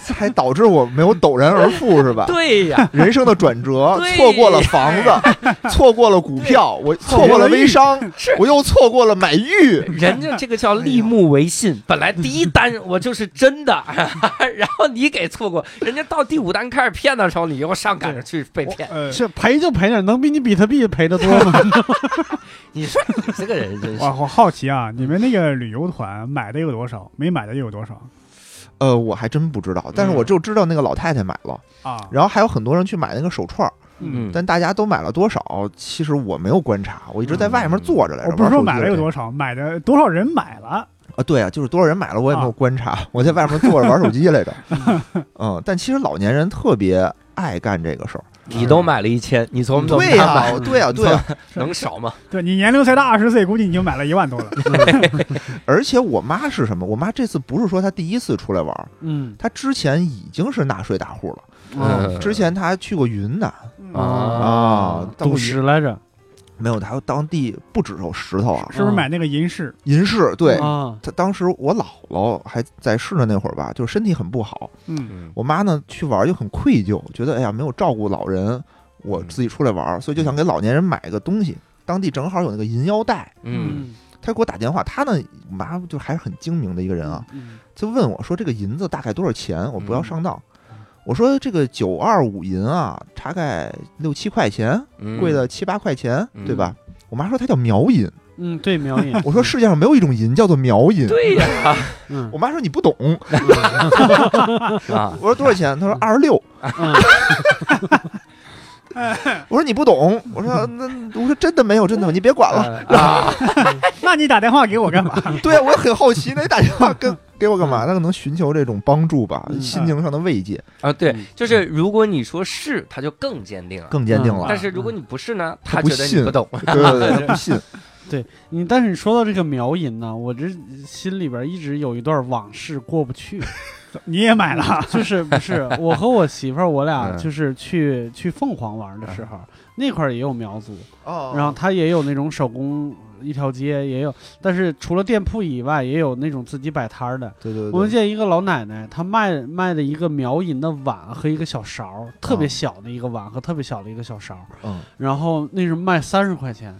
Speaker 3: 才导致我没有陡然而富 是吧？
Speaker 1: 对呀，
Speaker 3: 人生的转折，
Speaker 1: 对
Speaker 3: 错过了房 子，错过了股票，我错过了微商
Speaker 1: 是，
Speaker 3: 我又错过了买玉。
Speaker 1: 人家这个叫立木为 信，本来第一单我就是真的， 然后你给错过，人家到第五单开始骗的时候，你又上赶着去被骗。
Speaker 4: 呃，
Speaker 2: 是赔就赔点，能比你比特币赔的多吗？
Speaker 1: 你说你这个人真是
Speaker 4: 我，我好奇啊，你们那个旅游团买的有多少？没买的又有多少
Speaker 3: 呃，我还真不知道，但是
Speaker 4: 嗯
Speaker 3: 我就知道那个老太太买了，
Speaker 4: 啊？
Speaker 3: 然后还有很多人去买那个手串儿，
Speaker 1: 嗯，
Speaker 3: 但大家都买了多少，其实我没有观察，我一直在外面坐着来着。
Speaker 4: 嗯我不是说买了有
Speaker 3: 少
Speaker 4: 多少，买的多少人买了？
Speaker 3: 啊？对啊，就是多少人买了，我也没有观察，我在外面坐着玩手机来 着。嗯，但其实老年人特别爱干这个事儿。
Speaker 1: 你都买了一千，你从我们
Speaker 3: 对
Speaker 1: 家
Speaker 3: 呀、
Speaker 1: 买
Speaker 3: 对啊呀、对 呀、
Speaker 1: 能少吗？
Speaker 4: 对你年龄才到二十岁，估计你就买了一万多了。
Speaker 3: 而且我妈是什么？我妈这次不是说她第一次出来玩儿，
Speaker 2: 嗯，
Speaker 3: 她之前已经是纳税大户了。
Speaker 2: 嗯
Speaker 3: 之前她还去过云南
Speaker 4: 嗯
Speaker 1: 啊，
Speaker 3: 当
Speaker 2: 赌
Speaker 3: 过
Speaker 2: 石来着，
Speaker 3: 没有，她当地不只有石头啊，
Speaker 4: 是不是买那个银饰？
Speaker 3: 银饰。对，
Speaker 2: 啊，
Speaker 3: 她当时我姥姥还在世的那会儿吧，就是身体很不好。
Speaker 4: 嗯，
Speaker 3: 我妈呢去玩儿就很愧疚，觉得哎呀没有照顾老人，我
Speaker 1: 嗯
Speaker 3: 自己出来玩儿，所以就想给老年人买个东西。当地正好有那个银腰带，
Speaker 1: 嗯，
Speaker 3: 她给我打电话，她呢我妈就还是很精明的一个人啊，
Speaker 2: 嗯，
Speaker 3: 就问我说这个银子大概多少钱？我不要
Speaker 1: 嗯
Speaker 3: 上当。我说这个九二五银啊，大概六七块钱，
Speaker 1: 嗯
Speaker 3: 贵的七八块钱，
Speaker 1: 嗯
Speaker 3: 对吧？我妈说它叫苗银，
Speaker 2: 嗯，对，苗隐，
Speaker 3: 我说，世界上没有一种银叫做苗银。
Speaker 1: 对 呀，
Speaker 2: 嗯
Speaker 3: 我妈说你不懂，我
Speaker 1: 啊，
Speaker 3: 说多少钱？她说二十六。
Speaker 2: 嗯
Speaker 3: 我说你不懂，我说那我说真的没有，真的，你别管了。
Speaker 1: 啊，
Speaker 4: 那你打电话给我干嘛？
Speaker 2: 嗯
Speaker 3: 对啊，我也很好奇，那你打电话跟给我干嘛？那可能寻求这种帮助吧，
Speaker 2: 嗯
Speaker 3: 心灵上的慰藉
Speaker 1: 啊，对
Speaker 2: 嗯，
Speaker 1: 就是如果你说是，他就更坚定了。
Speaker 3: 更坚定
Speaker 2: 嗯
Speaker 3: 了。
Speaker 1: 但是如果你不是呢，
Speaker 3: 他
Speaker 1: 他
Speaker 3: 不
Speaker 1: 觉得你不懂。
Speaker 3: 对对对，她不信。
Speaker 2: 你但是你说到这个苗隐呢，我这心里边一直有一段往事过不去，
Speaker 4: 你也买了？
Speaker 2: 就是不是我和我媳妇儿，我俩
Speaker 1: 嗯
Speaker 2: 就是去去凤凰玩的时候，那块儿也有苗族，
Speaker 3: 嗯哦
Speaker 2: 然后它也有那种手工一条街，也有，但是除了店铺以外，也有那种自己摆摊儿的。
Speaker 3: 对对对，
Speaker 2: 我们见一个老奶奶，她卖卖的一个苗银的碗和一个小勺儿，特别小的一个碗和特别小的一个小勺儿，
Speaker 3: 嗯哦
Speaker 2: 然后那是卖三十块钱，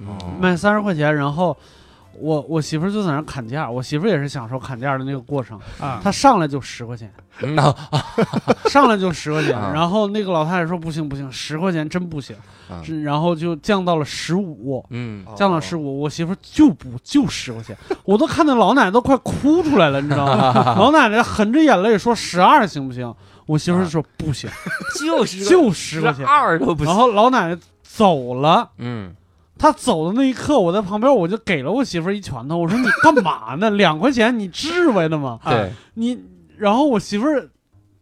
Speaker 1: 嗯
Speaker 2: 卖三十块钱，然后我我媳妇儿就在那儿砍价，我媳妇儿也是享受砍价的那个过程，
Speaker 4: 啊，
Speaker 2: 她上来就十块钱，
Speaker 1: 那
Speaker 2: 上来就十块钱，
Speaker 1: 啊
Speaker 2: 然后那个老太太说不行不行，十块钱真不行，
Speaker 1: 啊
Speaker 2: 是嗯然后就降到了十五。
Speaker 1: 嗯
Speaker 2: 降到
Speaker 3: 哦
Speaker 2: 十五，我媳妇儿就不就十块钱， 我都看那老奶奶都快哭出来了，你知道吗？ 老奶奶含着眼泪说十二行不行？我媳妇儿说不行，
Speaker 1: 就是
Speaker 2: 就十块钱。
Speaker 1: 啊二都不
Speaker 2: 然
Speaker 1: 行。
Speaker 2: 后老奶奶走了，
Speaker 1: 嗯，
Speaker 2: 她走的那一刻，我在旁边我就给了我媳妇儿一拳头，我说你干嘛 呢？两块钱你至为的吗？
Speaker 1: 对，，
Speaker 2: 你，然后我媳妇儿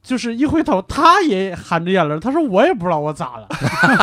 Speaker 2: 就是一回头，她也含着眼泪，她说我也不知道我咋了。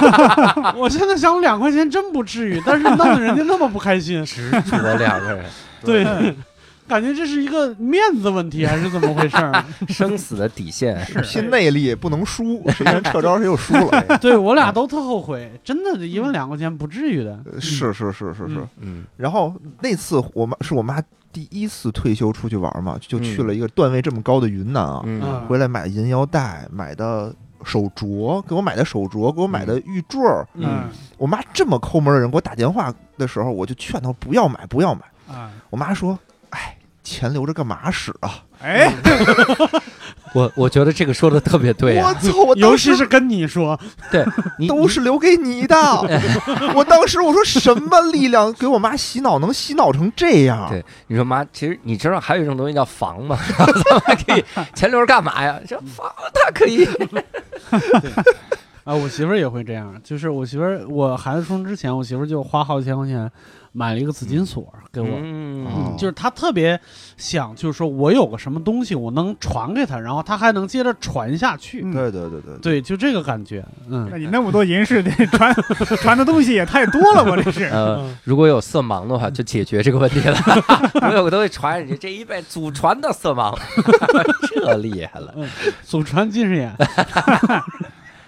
Speaker 2: 我现在想两块钱真不至于，但是弄得人家那么不开心
Speaker 1: 执着两个 人，
Speaker 2: 对， 感觉这是一个面子问题还是怎么回事儿？
Speaker 1: 生死的底线。
Speaker 3: 拼内力不能输，谁先撤招谁就输 了。
Speaker 2: 对我俩都特后悔，真的，一问两块钱不至于的。
Speaker 3: 呃是是是是是
Speaker 2: 嗯。
Speaker 1: 嗯
Speaker 3: 然后那次我妈是我妈第一次退休出去玩嘛，就
Speaker 1: 嗯
Speaker 3: 去了一个段位这么高的云南啊，
Speaker 2: 嗯
Speaker 3: 回来买银腰带，买的手镯，给我买的手镯，给我买的玉坠儿。
Speaker 4: 嗯
Speaker 2: 嗯
Speaker 3: 我妈这么抠门的人，给我打电话的时候，我就劝她不要买，不要买。
Speaker 4: 啊，
Speaker 3: 我妈说：“哎，钱留着干嘛使啊？”
Speaker 4: 哎，
Speaker 1: 我我觉得这个说的特别对啊
Speaker 3: 我操！我
Speaker 2: 尤
Speaker 3: 当
Speaker 2: 其
Speaker 3: 时
Speaker 2: 是跟你说，
Speaker 1: 你
Speaker 3: 都是留给你的。我当时我说什么力量给我妈洗脑能洗脑成这样？
Speaker 2: 嗯
Speaker 1: 对你说妈，其实你知道还有一种东西叫房吗？ 咱 们还可以钱留着干嘛呀？这房它可以，
Speaker 2: 啊，我媳妇儿也会这样，就是我媳妇儿，我孩子出生之前，我媳妇儿就花好几千块钱买了一个紫金锁给我，
Speaker 1: 嗯
Speaker 3: 哦
Speaker 2: 就是她特别想，就是说我有个什么东西，我能传给她，然后她还能接着传下去。
Speaker 4: 嗯
Speaker 3: 对对对对，
Speaker 2: 对，就这个感觉，嗯
Speaker 3: 哎
Speaker 4: 那你那么多银饰，得传 传的东西也太多了吧？这是。
Speaker 1: 呃，如果有色盲的话，就解决这个问题了。 我有个东西传人家，这一辈祖传的色盲， 这厉害了。
Speaker 2: 嗯，祖传近视眼，
Speaker 3: 哎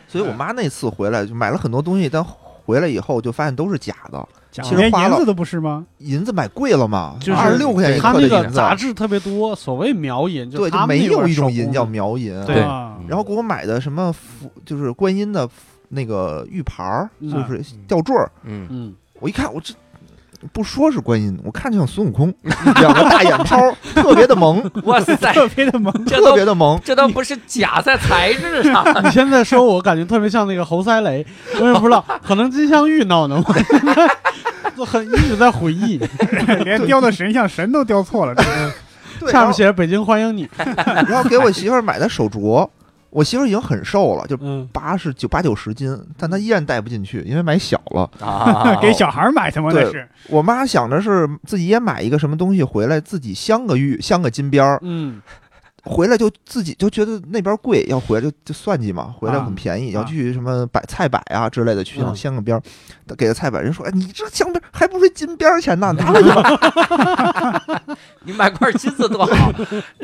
Speaker 3: 所以我妈那次回来就买了很多东西，但回来以后就发现都是假的，
Speaker 4: 假
Speaker 3: 其实
Speaker 4: 连
Speaker 3: 花了
Speaker 4: 银子都不是吗？
Speaker 3: 银子买贵了嘛，
Speaker 2: 就是
Speaker 3: 二十六块钱一
Speaker 2: 他
Speaker 3: 克的
Speaker 2: 那个
Speaker 3: 银子，
Speaker 2: 杂志特别多，所谓苗银，
Speaker 3: 对，
Speaker 2: 他
Speaker 3: 就
Speaker 2: 们
Speaker 3: 没
Speaker 2: 那
Speaker 3: 有
Speaker 2: 边
Speaker 3: 一
Speaker 2: 手
Speaker 3: 种
Speaker 2: 工
Speaker 3: 银
Speaker 2: 的
Speaker 3: 叫苗银，
Speaker 2: 对
Speaker 4: 啊
Speaker 1: 嗯
Speaker 3: 然后给我买的什么符，就是观音的符那个玉牌儿，
Speaker 2: 嗯
Speaker 3: 就是吊坠儿。
Speaker 1: 嗯，
Speaker 2: 嗯，
Speaker 3: 我一看，我这不说是观音，我看就像孙悟空，两个大眼泡儿，特别的 萌，
Speaker 1: 哇塞，
Speaker 4: 特别的萌，
Speaker 1: 这
Speaker 3: 特
Speaker 1: 都
Speaker 3: 别的萌。
Speaker 1: 这都不是假在材质上，
Speaker 2: 你现在说我感觉特别像那个侯赛雷，我也不知道，可能金镶玉闹呢，我现在我很一直在回忆，
Speaker 4: 连雕的神像神都雕错了。这个
Speaker 3: 对，
Speaker 2: 下
Speaker 3: 然
Speaker 2: 面
Speaker 3: 后
Speaker 2: 写着北京欢迎你，
Speaker 3: 然后给我媳妇儿买的手镯，我媳妇儿已经很瘦了，就
Speaker 2: 嗯，
Speaker 3: 八十九八九十斤，但她依然戴不进去，因为买小了。
Speaker 1: 啊
Speaker 4: 给小孩买的吗？
Speaker 3: 对
Speaker 4: 那是
Speaker 3: 我妈想着是自己也买一个什么东西回来，自己镶个玉，镶个金边儿，
Speaker 2: 嗯，
Speaker 3: 回来就自己就觉得那边贵，要回来就就算计嘛，回来
Speaker 4: 啊
Speaker 3: 很便宜，
Speaker 4: 啊
Speaker 3: 要去什么摆菜摆啊之类的，去想
Speaker 2: 嗯
Speaker 3: 镶个边儿，他给个菜摆，人说，哎，你这镶边儿还不是金边儿钱呢，拿回去吧。
Speaker 1: 你买块金子多好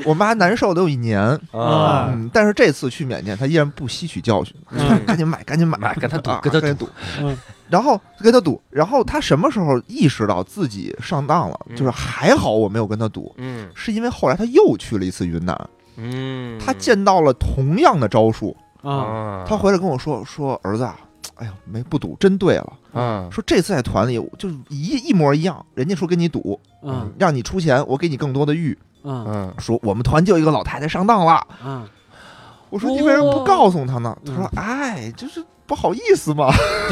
Speaker 3: 我妈难受都有一年，
Speaker 1: 啊！
Speaker 3: 嗯，但是这次去缅甸，她依然不吸取教训，
Speaker 2: 嗯
Speaker 3: 赶紧买，赶紧买，
Speaker 1: 买跟她赌
Speaker 3: 啊
Speaker 1: 跟她
Speaker 3: 跟她
Speaker 1: 赌
Speaker 3: 赌
Speaker 2: 嗯，
Speaker 3: 然后跟她赌，然后她什么时候意识到自己上当了？
Speaker 1: 嗯
Speaker 3: 就是还好我没有跟她赌，
Speaker 1: 嗯
Speaker 3: 是因为后来她又去了一次云南，
Speaker 1: 嗯，
Speaker 3: 她见到了同样的招数。
Speaker 2: 啊，
Speaker 1: 啊，
Speaker 3: 他回来跟我说说儿子啊，哎呀，没不赌，真对了。
Speaker 1: 嗯
Speaker 3: 说这次在团里我就是一一模一样，人家说跟你赌，
Speaker 2: 嗯
Speaker 3: 让你出钱，我给你更多的玉。
Speaker 2: 嗯
Speaker 1: 嗯
Speaker 3: 说我们团就有一个老太太上当了。
Speaker 2: 嗯，
Speaker 3: 我说你为什么不告诉他呢？
Speaker 2: 嗯
Speaker 3: 他说哎，就是不好意思嘛。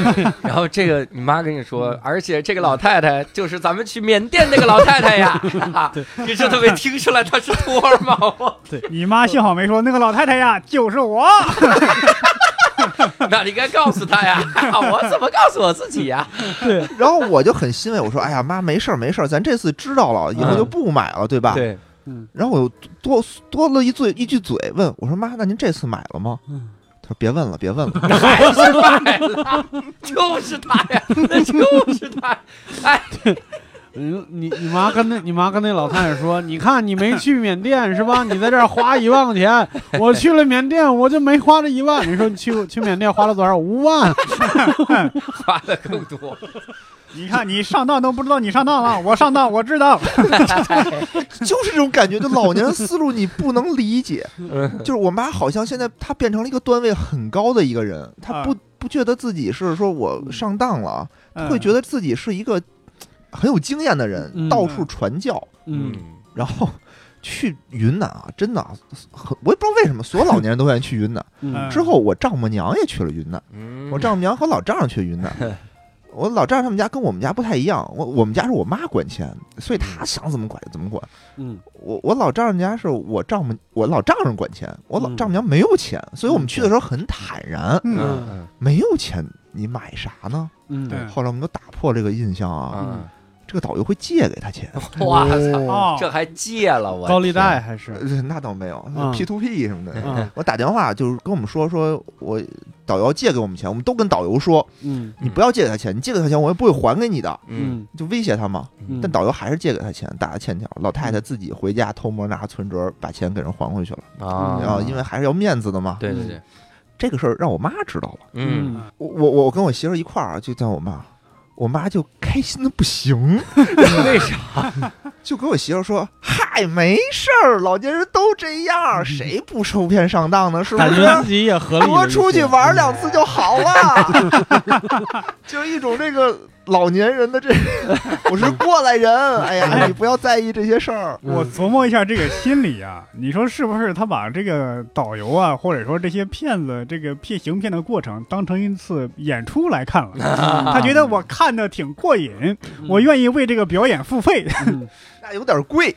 Speaker 1: 然后这个你妈跟你说，而且这个老太太就是咱们去缅甸那个老太太呀，你这都没听出来她是托儿啊吗？我
Speaker 4: 你妈幸好没说那个老太太呀，就是我。
Speaker 1: 那你应该告诉她呀， 我怎么告诉我自己呀？
Speaker 2: 嗯对，
Speaker 3: 然后我就很欣慰，我说哎呀妈，没事儿没事儿，咱这次知道了，以后就不买了，对吧？。
Speaker 1: 对，
Speaker 2: 嗯
Speaker 3: 然后我又多多了一嘴一句嘴问我说妈，那您这次买了吗？
Speaker 2: 嗯，
Speaker 3: 他说别问了，别问了。
Speaker 1: 还是买了，就是她呀，那就是她。哎，
Speaker 2: 嗯你你妈跟那你妈跟那老太太说，你看你没去缅甸是吧？你在这儿花一万块钱，我去了缅甸我就没花这一万，你说你去去缅甸花了多少？五万，
Speaker 1: 花的更多，
Speaker 4: 你看你上当都不知道你上当了，我上当我知道。
Speaker 3: 就是这种感觉，就老年人思路你不能理解。
Speaker 1: 嗯
Speaker 3: 就是我妈好像现在她变成了一个段位很高的一个人，她不、不觉得自己是说我上当了啊，
Speaker 4: 嗯
Speaker 3: 她会觉得自己是一个很有经验的人，
Speaker 2: 嗯
Speaker 3: 到处传教，
Speaker 2: 嗯，
Speaker 3: 然后。去云南啊，真的啊，很我也不知道为什么，所有老年人都愿意去云南。
Speaker 2: 嗯
Speaker 4: 嗯
Speaker 3: 之后，我丈母娘也去了云南，
Speaker 1: 嗯
Speaker 3: 我丈母娘和老丈人去云南，我老丈人他们家跟我们家不太一样，我我们家是我妈管钱，所以她想怎么管就怎么管。
Speaker 2: 嗯
Speaker 3: 我我老丈人家是我丈母我老丈人管钱，我老
Speaker 2: 嗯
Speaker 3: 丈母娘没有钱，所以我们去的时候很坦然，
Speaker 4: 嗯，
Speaker 1: 嗯
Speaker 3: 没有钱你买啥呢？
Speaker 2: 嗯，
Speaker 4: 嗯
Speaker 3: 后来我们就打破这个印象啊，
Speaker 1: 嗯，
Speaker 3: 这个导游会借给他钱，
Speaker 1: 哇塞，
Speaker 2: 哦
Speaker 4: 哦，
Speaker 1: 这还借了我
Speaker 2: 高利贷还是
Speaker 3: 呃那倒没有
Speaker 2: 嗯
Speaker 3: ，P to P 什么的。
Speaker 2: 嗯
Speaker 3: 我打电话就是跟我们说，说我导游借给我们钱，我们都跟导游说，
Speaker 2: 嗯
Speaker 3: 你不要借给他钱，你借给他钱我也不会还给你的，
Speaker 1: 嗯
Speaker 2: 嗯
Speaker 3: 就威胁他嘛。
Speaker 2: 嗯，
Speaker 3: 但导游还是借给他钱，打了欠条。老太太自己回家偷摸拿存折把钱给人还回去了，
Speaker 1: 啊，
Speaker 3: 然后因为还是嗯要嗯面子的嘛。
Speaker 1: 对对对，
Speaker 3: 这个事儿让我妈知道了。
Speaker 1: 嗯。
Speaker 3: 我我我跟我媳妇儿一块儿啊就在我妈，我妈就开心的不 行，
Speaker 1: 为啥？
Speaker 3: 就跟我媳妇儿说：“嗨，没事儿，老年人都这样，谁不受骗上当呢？是不
Speaker 2: 感觉自
Speaker 3: 是？
Speaker 2: 己也合理了一些，
Speaker 3: 多出去玩两次就好了。”就是一种这个老年人的这，我是过来人，哎呀，你不要在意这些事儿。
Speaker 2: 嗯
Speaker 4: 我琢磨一下这个心理啊，你说是不是他把这个导游啊，或者说这些骗子这个骗行骗的过程当成一次演出来看
Speaker 2: 嗯
Speaker 4: 了？他觉得我看的挺过瘾，我愿意为这个表演付费。
Speaker 2: 嗯
Speaker 3: 那有点贵，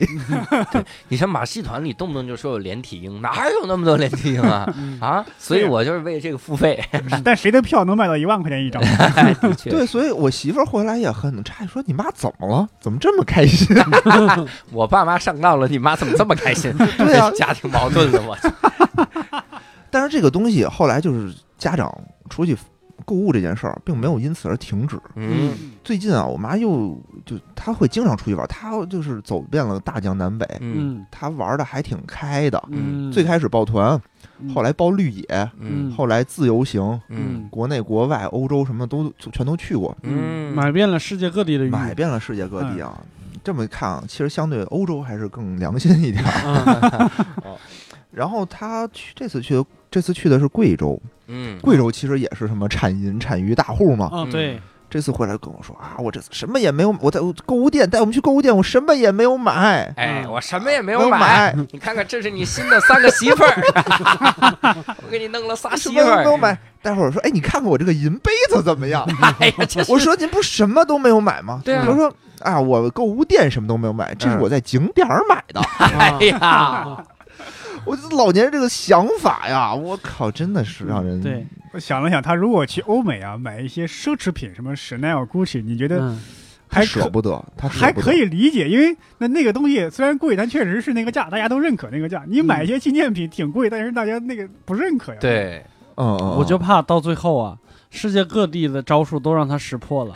Speaker 1: 你像马戏团里动不动就说有连体婴，哪有那么多连体婴 啊
Speaker 2: 嗯
Speaker 1: 啊！所以我就是为这个付费。
Speaker 4: 但谁的票能卖到一万块钱一张？
Speaker 1: 的确，
Speaker 3: 对，所以我媳妇儿回来也很诧异，说你妈怎么了？怎么这么开心？
Speaker 1: 我爸妈上当了，你妈怎么这么开心？
Speaker 3: 对啊
Speaker 1: 家庭矛盾了，我操！
Speaker 3: 但是这个东西后来就是家长出去购物这件事儿，并没有因此而停止。
Speaker 1: 嗯，
Speaker 3: 最近啊，我妈又就她会经常出去玩，她就是走遍了大江南北，
Speaker 1: 嗯
Speaker 2: 嗯
Speaker 3: 她玩的还挺开的。
Speaker 2: 嗯，
Speaker 3: 最开始抱团，后来包绿野，
Speaker 1: 嗯
Speaker 2: 嗯
Speaker 3: 后来自由行，
Speaker 1: 嗯
Speaker 2: 嗯
Speaker 3: 国内国外、欧洲什么都全都去过，
Speaker 1: 嗯，
Speaker 2: 买遍了世界各地的鱼，
Speaker 3: 买遍了世界各
Speaker 2: 嗯
Speaker 3: 地啊。这么看啊，其实相对欧洲还是更良心一点。
Speaker 2: 嗯
Speaker 3: 哦然后她去这次去的，这次去的是贵州，
Speaker 1: 嗯，
Speaker 3: 贵州其实也是什么产银产鱼大户嘛。
Speaker 2: 哦对，
Speaker 3: 这次回来跟我说啊，我这次什么也没有，我在我购物店带我们去购物店，我什么也没有买，
Speaker 1: 哎，
Speaker 2: 嗯
Speaker 1: 我什么也没
Speaker 3: 没
Speaker 1: 有买。
Speaker 3: 买，
Speaker 1: 你看看，这是你新的三个媳妇儿，我给你弄了仨
Speaker 3: 什
Speaker 1: 媳妇
Speaker 3: 么都没有
Speaker 1: 儿。
Speaker 3: 买。待会儿我说，哎，你看看我这个银杯子怎么样？
Speaker 1: 哎呀，这是
Speaker 3: 我说您不什么都没有买吗？
Speaker 1: 对啊
Speaker 3: 他说啊，我购物店什么都没有买，这是嗯我在景点儿买的。
Speaker 2: 嗯
Speaker 1: 哎呀，
Speaker 2: 啊
Speaker 3: 我这老年人这个想法呀，我靠，真的是让人
Speaker 2: 嗯对，
Speaker 4: 我想了想，他如果去欧美啊，买一些奢侈品，什么 Chanel、Gucci，你觉得
Speaker 2: 嗯
Speaker 3: 他
Speaker 4: 还
Speaker 3: 舍
Speaker 4: 可
Speaker 3: 不得，他舍
Speaker 4: 还
Speaker 3: 不得
Speaker 4: 可以理解？因为那那个东西虽然贵，但确实是那个价，大家都认可那个价。你买一些纪念品挺贵，但是大家那个不认可呀。，
Speaker 1: 对，
Speaker 3: 嗯嗯，
Speaker 2: 我就怕到最后啊，世界各地的招数都让他识 破了。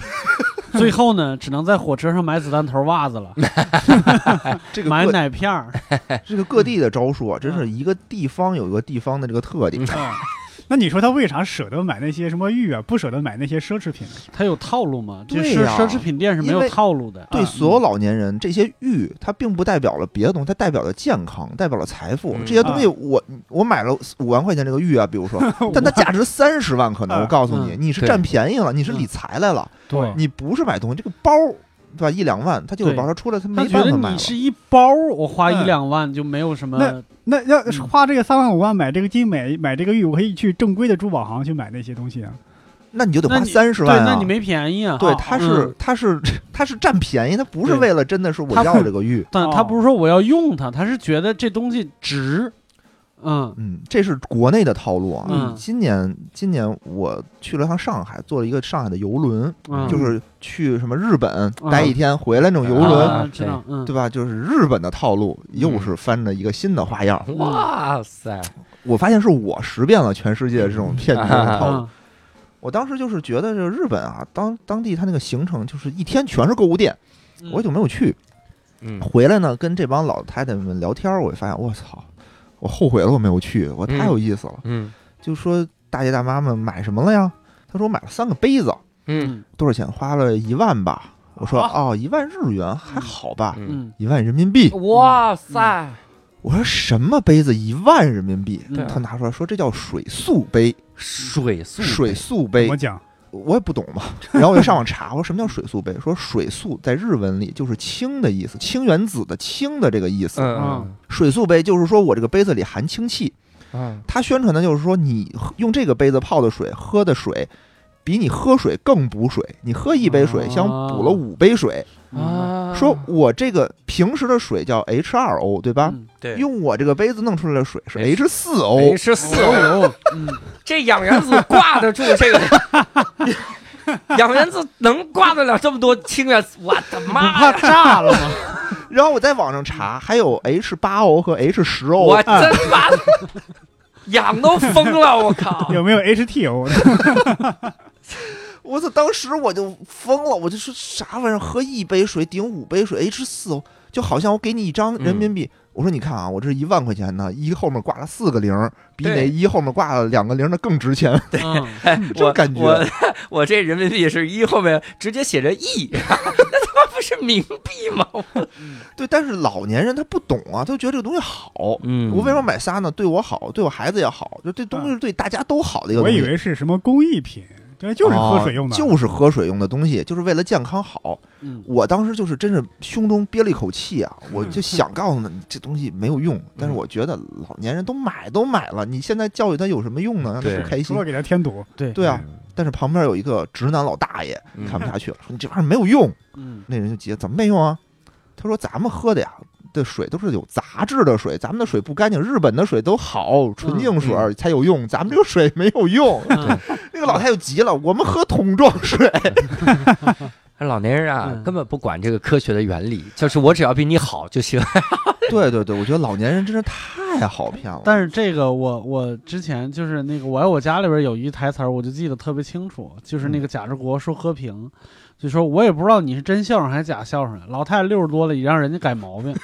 Speaker 2: 最后呢，只能在火车上买子弹头袜子了，
Speaker 3: 这个
Speaker 2: 买
Speaker 3: 各
Speaker 2: 奶片儿，
Speaker 3: 这个各地的招数啊，真是一个地方有一个地方的这个特点。
Speaker 4: 啊、那你说他为啥舍得买那些什么玉啊，不舍得买那些奢侈品呢？
Speaker 2: 它有套路吗？这
Speaker 3: 对
Speaker 2: 奢
Speaker 3: 呀
Speaker 2: 奢侈品店是没
Speaker 3: 因
Speaker 2: 有
Speaker 3: 为
Speaker 2: 套路的。
Speaker 3: 对
Speaker 4: 嗯
Speaker 3: 所有老年人，这些玉它并不代表了别的东西，它代表了健康，代表了财富。
Speaker 1: 嗯
Speaker 3: 这
Speaker 2: 啊
Speaker 3: 些东西我，我买了五万块钱这个玉啊，比如 说，但它价值三十万，可能
Speaker 4: 嗯
Speaker 3: 我告诉你，
Speaker 2: 嗯
Speaker 3: 你是
Speaker 1: 对
Speaker 3: 占便宜了，你是理财来了，
Speaker 2: 对，
Speaker 3: 你不是买东西。这个包，对吧？一两万，他就是
Speaker 2: 对
Speaker 3: 包，他出来他
Speaker 2: 啊他
Speaker 3: 没
Speaker 2: 觉
Speaker 3: 办
Speaker 2: 得
Speaker 3: 法买
Speaker 2: 你
Speaker 3: 了。
Speaker 2: 是一包儿，我花一
Speaker 4: 嗯
Speaker 2: 两万就没有什么。
Speaker 4: 那要是花这个三万五万买这个金买买这个玉，我可以去正规的珠宝行去买那些东西啊。
Speaker 3: 那你就得
Speaker 2: 那
Speaker 3: 花
Speaker 2: 你
Speaker 3: 三十
Speaker 2: 对，
Speaker 3: 万啊！
Speaker 2: 那你没便宜啊。
Speaker 3: 对，
Speaker 4: 啊
Speaker 3: 他是
Speaker 2: 嗯
Speaker 3: 他是 他是占便宜，他不是
Speaker 2: 对
Speaker 3: 为了真的是我
Speaker 2: 他
Speaker 3: 要
Speaker 2: 会
Speaker 3: 这个玉。
Speaker 2: 但他
Speaker 4: 哦
Speaker 2: 不是说我要用它，他是觉得这东西值。嗯
Speaker 3: 嗯，这是国内的套路啊。
Speaker 2: 嗯
Speaker 3: 今年今年我去了趟上海，坐了一个上海的游轮，
Speaker 2: 嗯，
Speaker 3: 就是去什么日本
Speaker 2: 嗯
Speaker 3: 待一天回来那种游轮，
Speaker 2: 啊嗯知道，嗯，
Speaker 3: 对吧？就是日本的套路，又是翻着一个新的花样。
Speaker 1: 哇塞，
Speaker 3: 我发现是我识遍了全世界这种骗局的套路。
Speaker 2: 嗯
Speaker 3: 我当时就是觉得这日本啊，当当地它那个行程就是一天全是购物店，
Speaker 2: 嗯
Speaker 3: 我也就没有去。
Speaker 1: 嗯，
Speaker 3: 回来呢，跟这帮老太太们聊天儿，我就发现我操，我后悔了，我没有去，我太有意思了。
Speaker 1: 嗯
Speaker 3: 就说大爷大妈们买什么了呀？他说我买了三个杯子，
Speaker 1: 嗯
Speaker 3: 多少钱？花了一万吧。我说
Speaker 4: 啊
Speaker 3: 哦，一万日元还好吧，
Speaker 1: 嗯，
Speaker 2: 嗯，
Speaker 3: 一万人民币。
Speaker 1: 哇塞，
Speaker 3: 我说什么杯子一万人民币？
Speaker 2: 嗯
Speaker 3: 他拿出来说这叫水素杯，
Speaker 1: 水素
Speaker 3: 水素杯
Speaker 4: 怎么。讲？
Speaker 3: 我也不懂嘛，然后我就上网查， 我说什么叫水素杯？说水素在日文里就是氢的意思，氢原子的氢的这个意思。
Speaker 1: 嗯
Speaker 3: 水素杯就是说我这个杯子里含氢气，
Speaker 1: 嗯
Speaker 3: 它宣传的就是说你喝用这个杯子泡的水喝的水，比你喝水更补水。你喝一杯水，
Speaker 2: 哦
Speaker 3: 相补了五杯水。
Speaker 2: 嗯
Speaker 1: 啊，
Speaker 3: 说我这个平时的水叫 H2O，对吧？
Speaker 2: 嗯
Speaker 1: 对
Speaker 3: 用我这个杯子弄出来的水是
Speaker 1: H-
Speaker 3: H4O，
Speaker 1: 十四
Speaker 2: 哦呦，嗯，
Speaker 1: 这氧原子挂得住这个，氧原子能挂得了这么多氢原子？我的
Speaker 2: 不
Speaker 1: 妈
Speaker 2: 怕
Speaker 1: 呀！
Speaker 2: 炸了吗？
Speaker 3: 然后我在网上查，还有 H8O 和
Speaker 1: 我
Speaker 3: H10O。
Speaker 1: 真把 氧都疯了，我靠！
Speaker 4: 有没有 HTO？
Speaker 3: 我操！当时我就疯了，我就说啥玩意儿？喝一杯水顶五杯水，H4O，就好像我给你一
Speaker 1: 嗯
Speaker 3: 张人民币。我说你看啊，我这一万块钱呢，一后面挂了四个零，比
Speaker 1: 对
Speaker 3: 哪一后面挂了两个零的更值钱。
Speaker 2: 对，
Speaker 3: 这
Speaker 1: 哎我
Speaker 3: 感觉
Speaker 1: 我我这人民币是一后面直接写着 e，那 他妈不是冥币吗？
Speaker 3: 对，但是老年人他不懂啊，他就觉得这个东西好。
Speaker 1: 嗯
Speaker 3: 我为什么买仨呢？对我好，对我孩子也好，就这东西是对大家都好的一个
Speaker 4: 我
Speaker 3: 东西。
Speaker 4: 以为是什么工艺品，对，就是喝水用
Speaker 3: 啊
Speaker 4: 的，
Speaker 3: 就是喝水用的东西，就是为了健康好。
Speaker 2: 嗯，
Speaker 3: 我当时就是真是胸中憋了一口气啊，
Speaker 1: 嗯
Speaker 3: 我 就想告诉他，这东西没有用。但是我觉得老年人都买都买了，你现在教育他有什么用呢？让他
Speaker 1: 对
Speaker 3: 不开
Speaker 4: 除
Speaker 3: 心
Speaker 4: 了。给他添堵，
Speaker 2: 对
Speaker 3: 对啊，但是旁边有一个直男老大爷
Speaker 1: 嗯
Speaker 3: 看不下去了，说你这玩意儿没有用。
Speaker 2: 嗯
Speaker 3: 那人就急，怎么没用啊？他说咱们喝的呀。的水都是有杂质的水，咱们的水不干净。日本的水都好，纯净水
Speaker 1: 嗯
Speaker 3: 才有用，咱们这个水没有用。
Speaker 2: 嗯
Speaker 3: 那个老太太就急了，我们喝桶装水。
Speaker 1: 嗯老年人啊，
Speaker 2: 嗯
Speaker 1: 根本不管这个科学的原理，就是我只要比你好就行。
Speaker 3: 对对对，我觉得老年人真是太好骗了。
Speaker 2: 但是这个我我之前就是那个我爱我家里边有一台词儿，我就记得特别清楚，就是那个贾志国说喝评，就说我也不知道你是真孝顺还是假孝顺，老太太六十多了也让人家改毛病。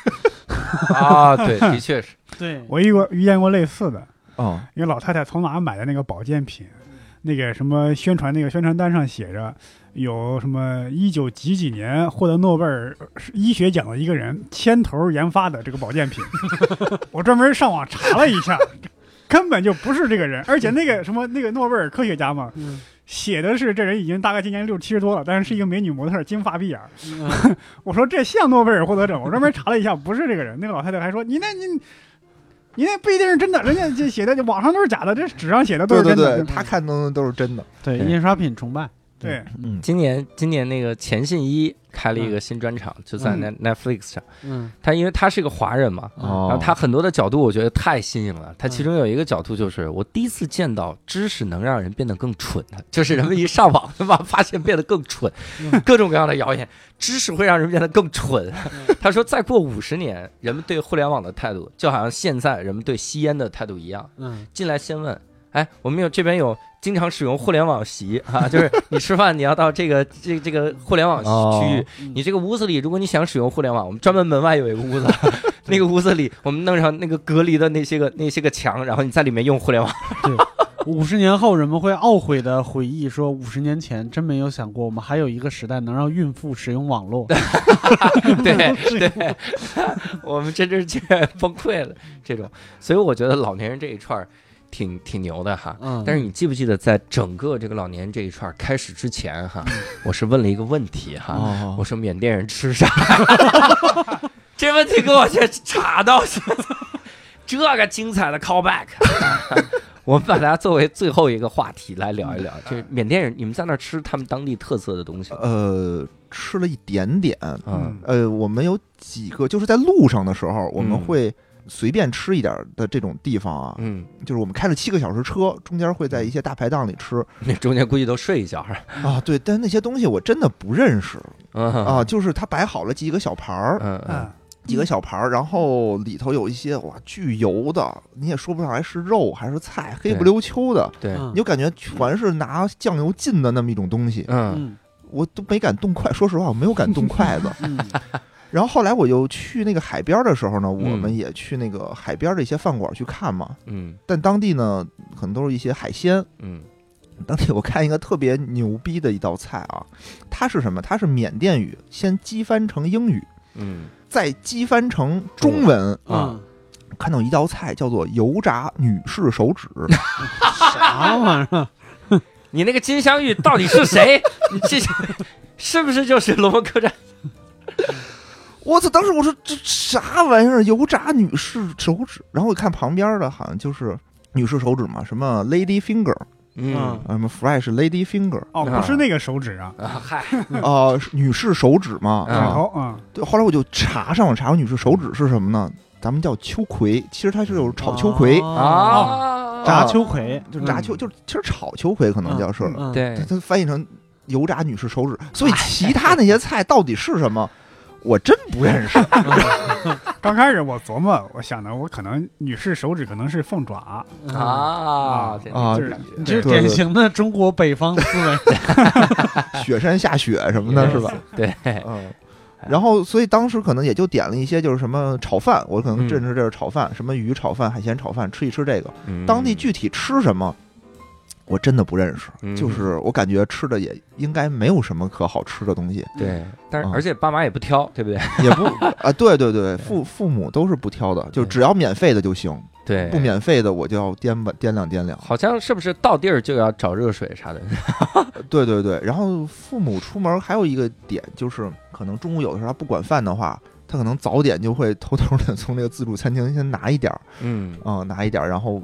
Speaker 1: 啊，对，的确是，
Speaker 2: 对，
Speaker 4: 我遇过遇见过类似的，
Speaker 3: 哦，
Speaker 4: 一个老太太从哪儿买的那个保健品，那个什么宣传那个宣传单上写着有什么一九几几年获得诺贝尔医学奖的一个人牵头研发的这个保健品，我专门上网查了一下，根本就不是这个人，而且那个什么那个诺贝尔科学家嘛，
Speaker 2: 嗯
Speaker 4: 写的是这人已经大概今年六七十多了，但是是一个美女模特，金发碧眼儿。
Speaker 2: 嗯
Speaker 4: 我说这像诺贝尔获得者，我专门查了一下，不是这个人。那个老太太还说你那你你那不一定是真的，人家这写的网上都是假的，这纸上写的都
Speaker 3: 对对
Speaker 4: 是真的。
Speaker 3: 对，他看东西都是真的。
Speaker 2: 对，
Speaker 1: 对
Speaker 2: 印刷品崇拜。
Speaker 4: 对
Speaker 3: 嗯，
Speaker 1: 今年今年那个钱信一开了一个新专场，就在
Speaker 2: 嗯
Speaker 1: Net Netflix 上。
Speaker 2: 嗯，
Speaker 1: 他因为他是个华人嘛，
Speaker 3: 哦，
Speaker 1: 然后他很多的角度我觉得太新颖了。他其中有一个角度就是，我第一次见到知识能让人变得更蠢的， 就是人们一上网他妈发现变得更蠢
Speaker 2: 嗯，
Speaker 1: 各种各样的谣言，知识会让人变得更蠢。他说，再过五十年，人们对互联网的态度，就好像现在人们对吸烟的态度一样，
Speaker 2: 嗯
Speaker 1: 进来先问，哎，我们有这边有。经常使用互联网席啊， 就是你吃饭你要到这个这这个互联网区域，
Speaker 2: 嗯
Speaker 1: 你这个屋子里，如果你想使用互联网，我们专门门外有一个屋子， 那个屋子里我们弄上那个隔离的那些个那些个墙，然后你在里面用互联网。
Speaker 2: 五十年后，人们会懊悔的回忆说，五十年前真没有想过，我们还有一个时代能让孕妇使用网络。
Speaker 1: 对对，我们真真是崩溃了
Speaker 2: 嗯
Speaker 1: 这种。所以我觉得老年人这一串儿挺挺牛的哈。
Speaker 2: 嗯，
Speaker 1: 但是你记不记得，在整个这个老年人这一串儿开始之前哈，
Speaker 2: 嗯
Speaker 1: 我是问了一个问题哈，我
Speaker 3: 哦，
Speaker 1: 说缅甸人吃 啥？这问题给我这查到现在，这个精彩的 callback，我们把它作为最后一个话题来聊一聊。这缅甸人，你们在那儿吃他们当地特色的东西吗？
Speaker 3: 呃，吃了一点点。
Speaker 1: 嗯，
Speaker 3: 呃，我们有几个就是在路上的时候，我们
Speaker 1: 嗯
Speaker 3: 会随便吃一点的这种地方啊，
Speaker 1: 嗯，
Speaker 3: 就是我们开了七个小时车，中间会在一些大排档里吃
Speaker 1: 那中间估计都睡一觉是吧？
Speaker 3: 啊。对，但是那些东西我真的不认识
Speaker 1: 嗯
Speaker 3: 啊，，就是他摆好了几个小盘儿，
Speaker 1: 嗯嗯
Speaker 4: 嗯，
Speaker 3: 几个小盘儿，然后里头有一些哇巨油的，你也说不上来是肉还是菜，黑不
Speaker 1: 对
Speaker 3: 溜秋的。
Speaker 1: 对，
Speaker 2: 嗯
Speaker 3: 你就感觉全是拿酱油浸的那么一种东西，
Speaker 1: 嗯
Speaker 2: 嗯。
Speaker 3: 我都没敢动筷。 说实话，我没有敢动筷子
Speaker 2: 嗯
Speaker 3: 然后后来我又去那个海边的时候呢，
Speaker 1: 嗯
Speaker 3: 我们也去那个海边的一些饭馆去看嘛。
Speaker 1: 嗯
Speaker 3: 但当地呢，可能都是一些海鲜。
Speaker 1: 嗯
Speaker 3: 当地我看一个特别牛逼的一道菜啊，它是什么？它是缅甸语，先机翻成英语，
Speaker 1: 嗯
Speaker 3: 再机翻成中文。
Speaker 1: 啊
Speaker 2: 嗯，
Speaker 3: 看到一道菜叫做油炸女士手指，
Speaker 2: 啥玩意儿？
Speaker 1: 你那个金镶玉到底是谁？ 你这是不是就是龙门客栈？
Speaker 3: 我操！当时我说这啥玩意儿？油炸女士手指，然后我看旁边的好像就是女士手指嘛，什么 lady finger，
Speaker 1: 嗯
Speaker 3: 啊什么 fresh lady finger，
Speaker 4: 哦，不是那个手指啊，
Speaker 1: 啊嗨，
Speaker 3: 啊、是女士手指嘛。
Speaker 1: 嗯
Speaker 4: 指
Speaker 3: 啊
Speaker 4: 头啊，
Speaker 3: 对，后来我就查上网查，女士手指是什么呢？咱们叫秋葵，其实它是有炒秋葵，
Speaker 1: 哦啊
Speaker 2: 啊，炸秋葵
Speaker 3: 就炸秋，就是其实炒秋葵可能叫是，
Speaker 2: 嗯
Speaker 1: 对
Speaker 3: 它它翻译成油炸女士手指，所以其他那些菜到底是什么，我真不认识。
Speaker 4: 刚开始我琢磨，我想着我可能女士手指可能是凤爪，
Speaker 2: 啊，
Speaker 1: 嗯啊对
Speaker 3: 啊
Speaker 4: 就是
Speaker 2: 这
Speaker 4: 就是
Speaker 2: 典型的中国北方思维。
Speaker 3: 雪山下雪什么的，是吧？
Speaker 1: 对，
Speaker 3: 嗯，然后所以当时可能也就点了一些就是什么炒饭，我可能
Speaker 1: 嗯
Speaker 3: 认识这是炒饭，什么鱼炒饭、海鲜炒饭，吃一吃这个。
Speaker 1: 嗯
Speaker 3: 当地具体吃什么，我真的不认识，
Speaker 1: 嗯
Speaker 3: 就是我感觉吃的也应该没有什么可好吃的东西，
Speaker 1: 对，但是
Speaker 3: 嗯
Speaker 1: 而且爸妈也不 挑，对不对？
Speaker 3: 也不啊，对对对，父父母都是不挑的，就只要免费的就行。
Speaker 1: 对，
Speaker 3: 不免费的我就要掂吧掂量掂量。
Speaker 1: 好像是不是到地儿就要找热水啥的？
Speaker 3: 对对对，然后父母出门还有一个点就是，可能中午有的时候他不管饭的话，他可能早点就会偷偷的从那个自助餐厅先拿一点儿，
Speaker 1: 嗯，
Speaker 3: 啊、拿一点儿，然后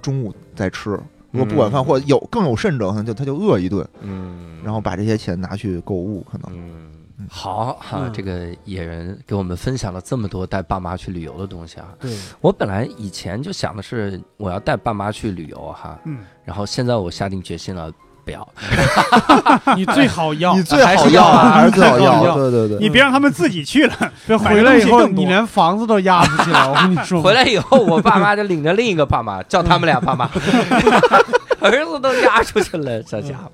Speaker 3: 中午再吃。如果不管饭，或者有更有甚者，可能就他就饿一顿，
Speaker 1: 嗯，
Speaker 3: 然后把这些钱拿去购物，可能。
Speaker 1: 嗯
Speaker 3: 嗯，
Speaker 1: 好哈、
Speaker 2: 嗯
Speaker 1: 这个野人给我们分享了这么多带爸妈去旅游的东西啊。
Speaker 2: 对，
Speaker 1: 我本来以前就想的是我要带爸妈去旅游哈，
Speaker 4: 嗯，
Speaker 1: 然后现在我下定决心了，不要。
Speaker 2: 你最好要，
Speaker 3: 你最
Speaker 1: 还
Speaker 3: 好
Speaker 1: 是要
Speaker 3: 啊，
Speaker 1: 啊
Speaker 3: 还是最好
Speaker 2: 还是要
Speaker 3: 要？对对对，
Speaker 4: 你别让他们自己去了，
Speaker 2: 别
Speaker 4: 买的
Speaker 2: 回来以
Speaker 4: 东西
Speaker 2: 后
Speaker 4: 更
Speaker 2: 你
Speaker 4: 多
Speaker 2: 连房子都压不起来，我跟你说。
Speaker 1: 回来以后，我爸妈就领着另一个爸妈，叫他们俩 爸妈， 儿子都押出去了，这家伙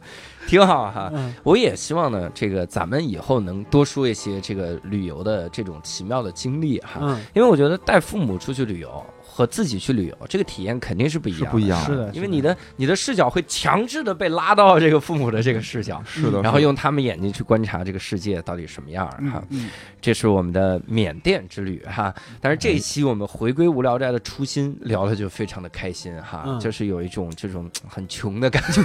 Speaker 1: 挺好哈。
Speaker 2: 嗯，
Speaker 1: 我也希望呢，这个咱们以后能多说一些这个旅游的这种奇妙的经历哈，
Speaker 2: 嗯
Speaker 1: 因为我觉得带父母出去旅游和自己去旅游这个体验肯定是不一
Speaker 3: 是
Speaker 1: 样的，
Speaker 3: 不一样，
Speaker 2: 是的，
Speaker 1: 因为你的你的视角会强制的被拉到这个父母的这个视角，
Speaker 3: 是的。
Speaker 1: 嗯然后
Speaker 3: 是的
Speaker 1: 用他们眼睛去观察这个世界到底什么样儿哈
Speaker 4: 嗯。嗯，
Speaker 1: 这是我们的缅甸之旅哈。但是这一期我们回归无聊斋的初心，聊的就非常的开心哈，
Speaker 2: 嗯
Speaker 1: 就是有一种这种嘖很穷的感觉。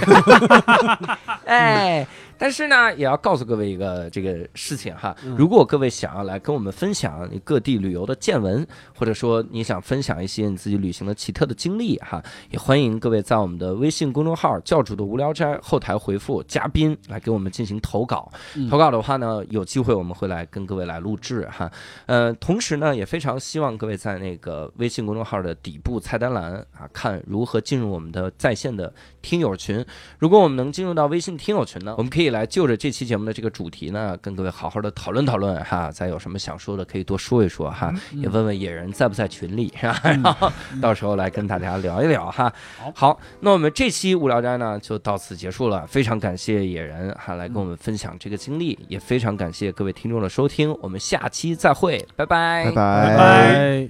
Speaker 1: 哎，但是呢，也要告诉各位一个这个事情哈
Speaker 2: 嗯，
Speaker 1: 如果各位想要来跟我们分享你各地旅游的见闻，或者说你想分享一些你自己旅行的奇特的经历哈，也欢迎各位在我们的微信公众号“教主的无聊斋”后台回复“嘉宾”来给我们进行投稿。
Speaker 2: 嗯
Speaker 1: 投稿的话呢，有机会我们会来跟各位来录制哈。呃，同时呢，也非常希望各位在那个微信公众号的底部菜单栏啊，看如何进入我们的在线的听友群。如果我们能进入到微信听友群呢，我们可以来就着这期节目的这个主题呢，跟各位好好的讨论讨论哈。再有什么想说的，可以多说一说哈，
Speaker 2: 嗯
Speaker 1: 也问问野人在不在群里，是吧？然后到时候来跟大家聊一聊哈。嗯好，那我们这期无聊斋呢就到此结束了，非常感谢野人哈来跟我们分享这个经历，也非常感谢各位听众的收听，我们下期再会，拜拜
Speaker 3: 拜拜
Speaker 2: 拜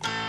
Speaker 2: 拜。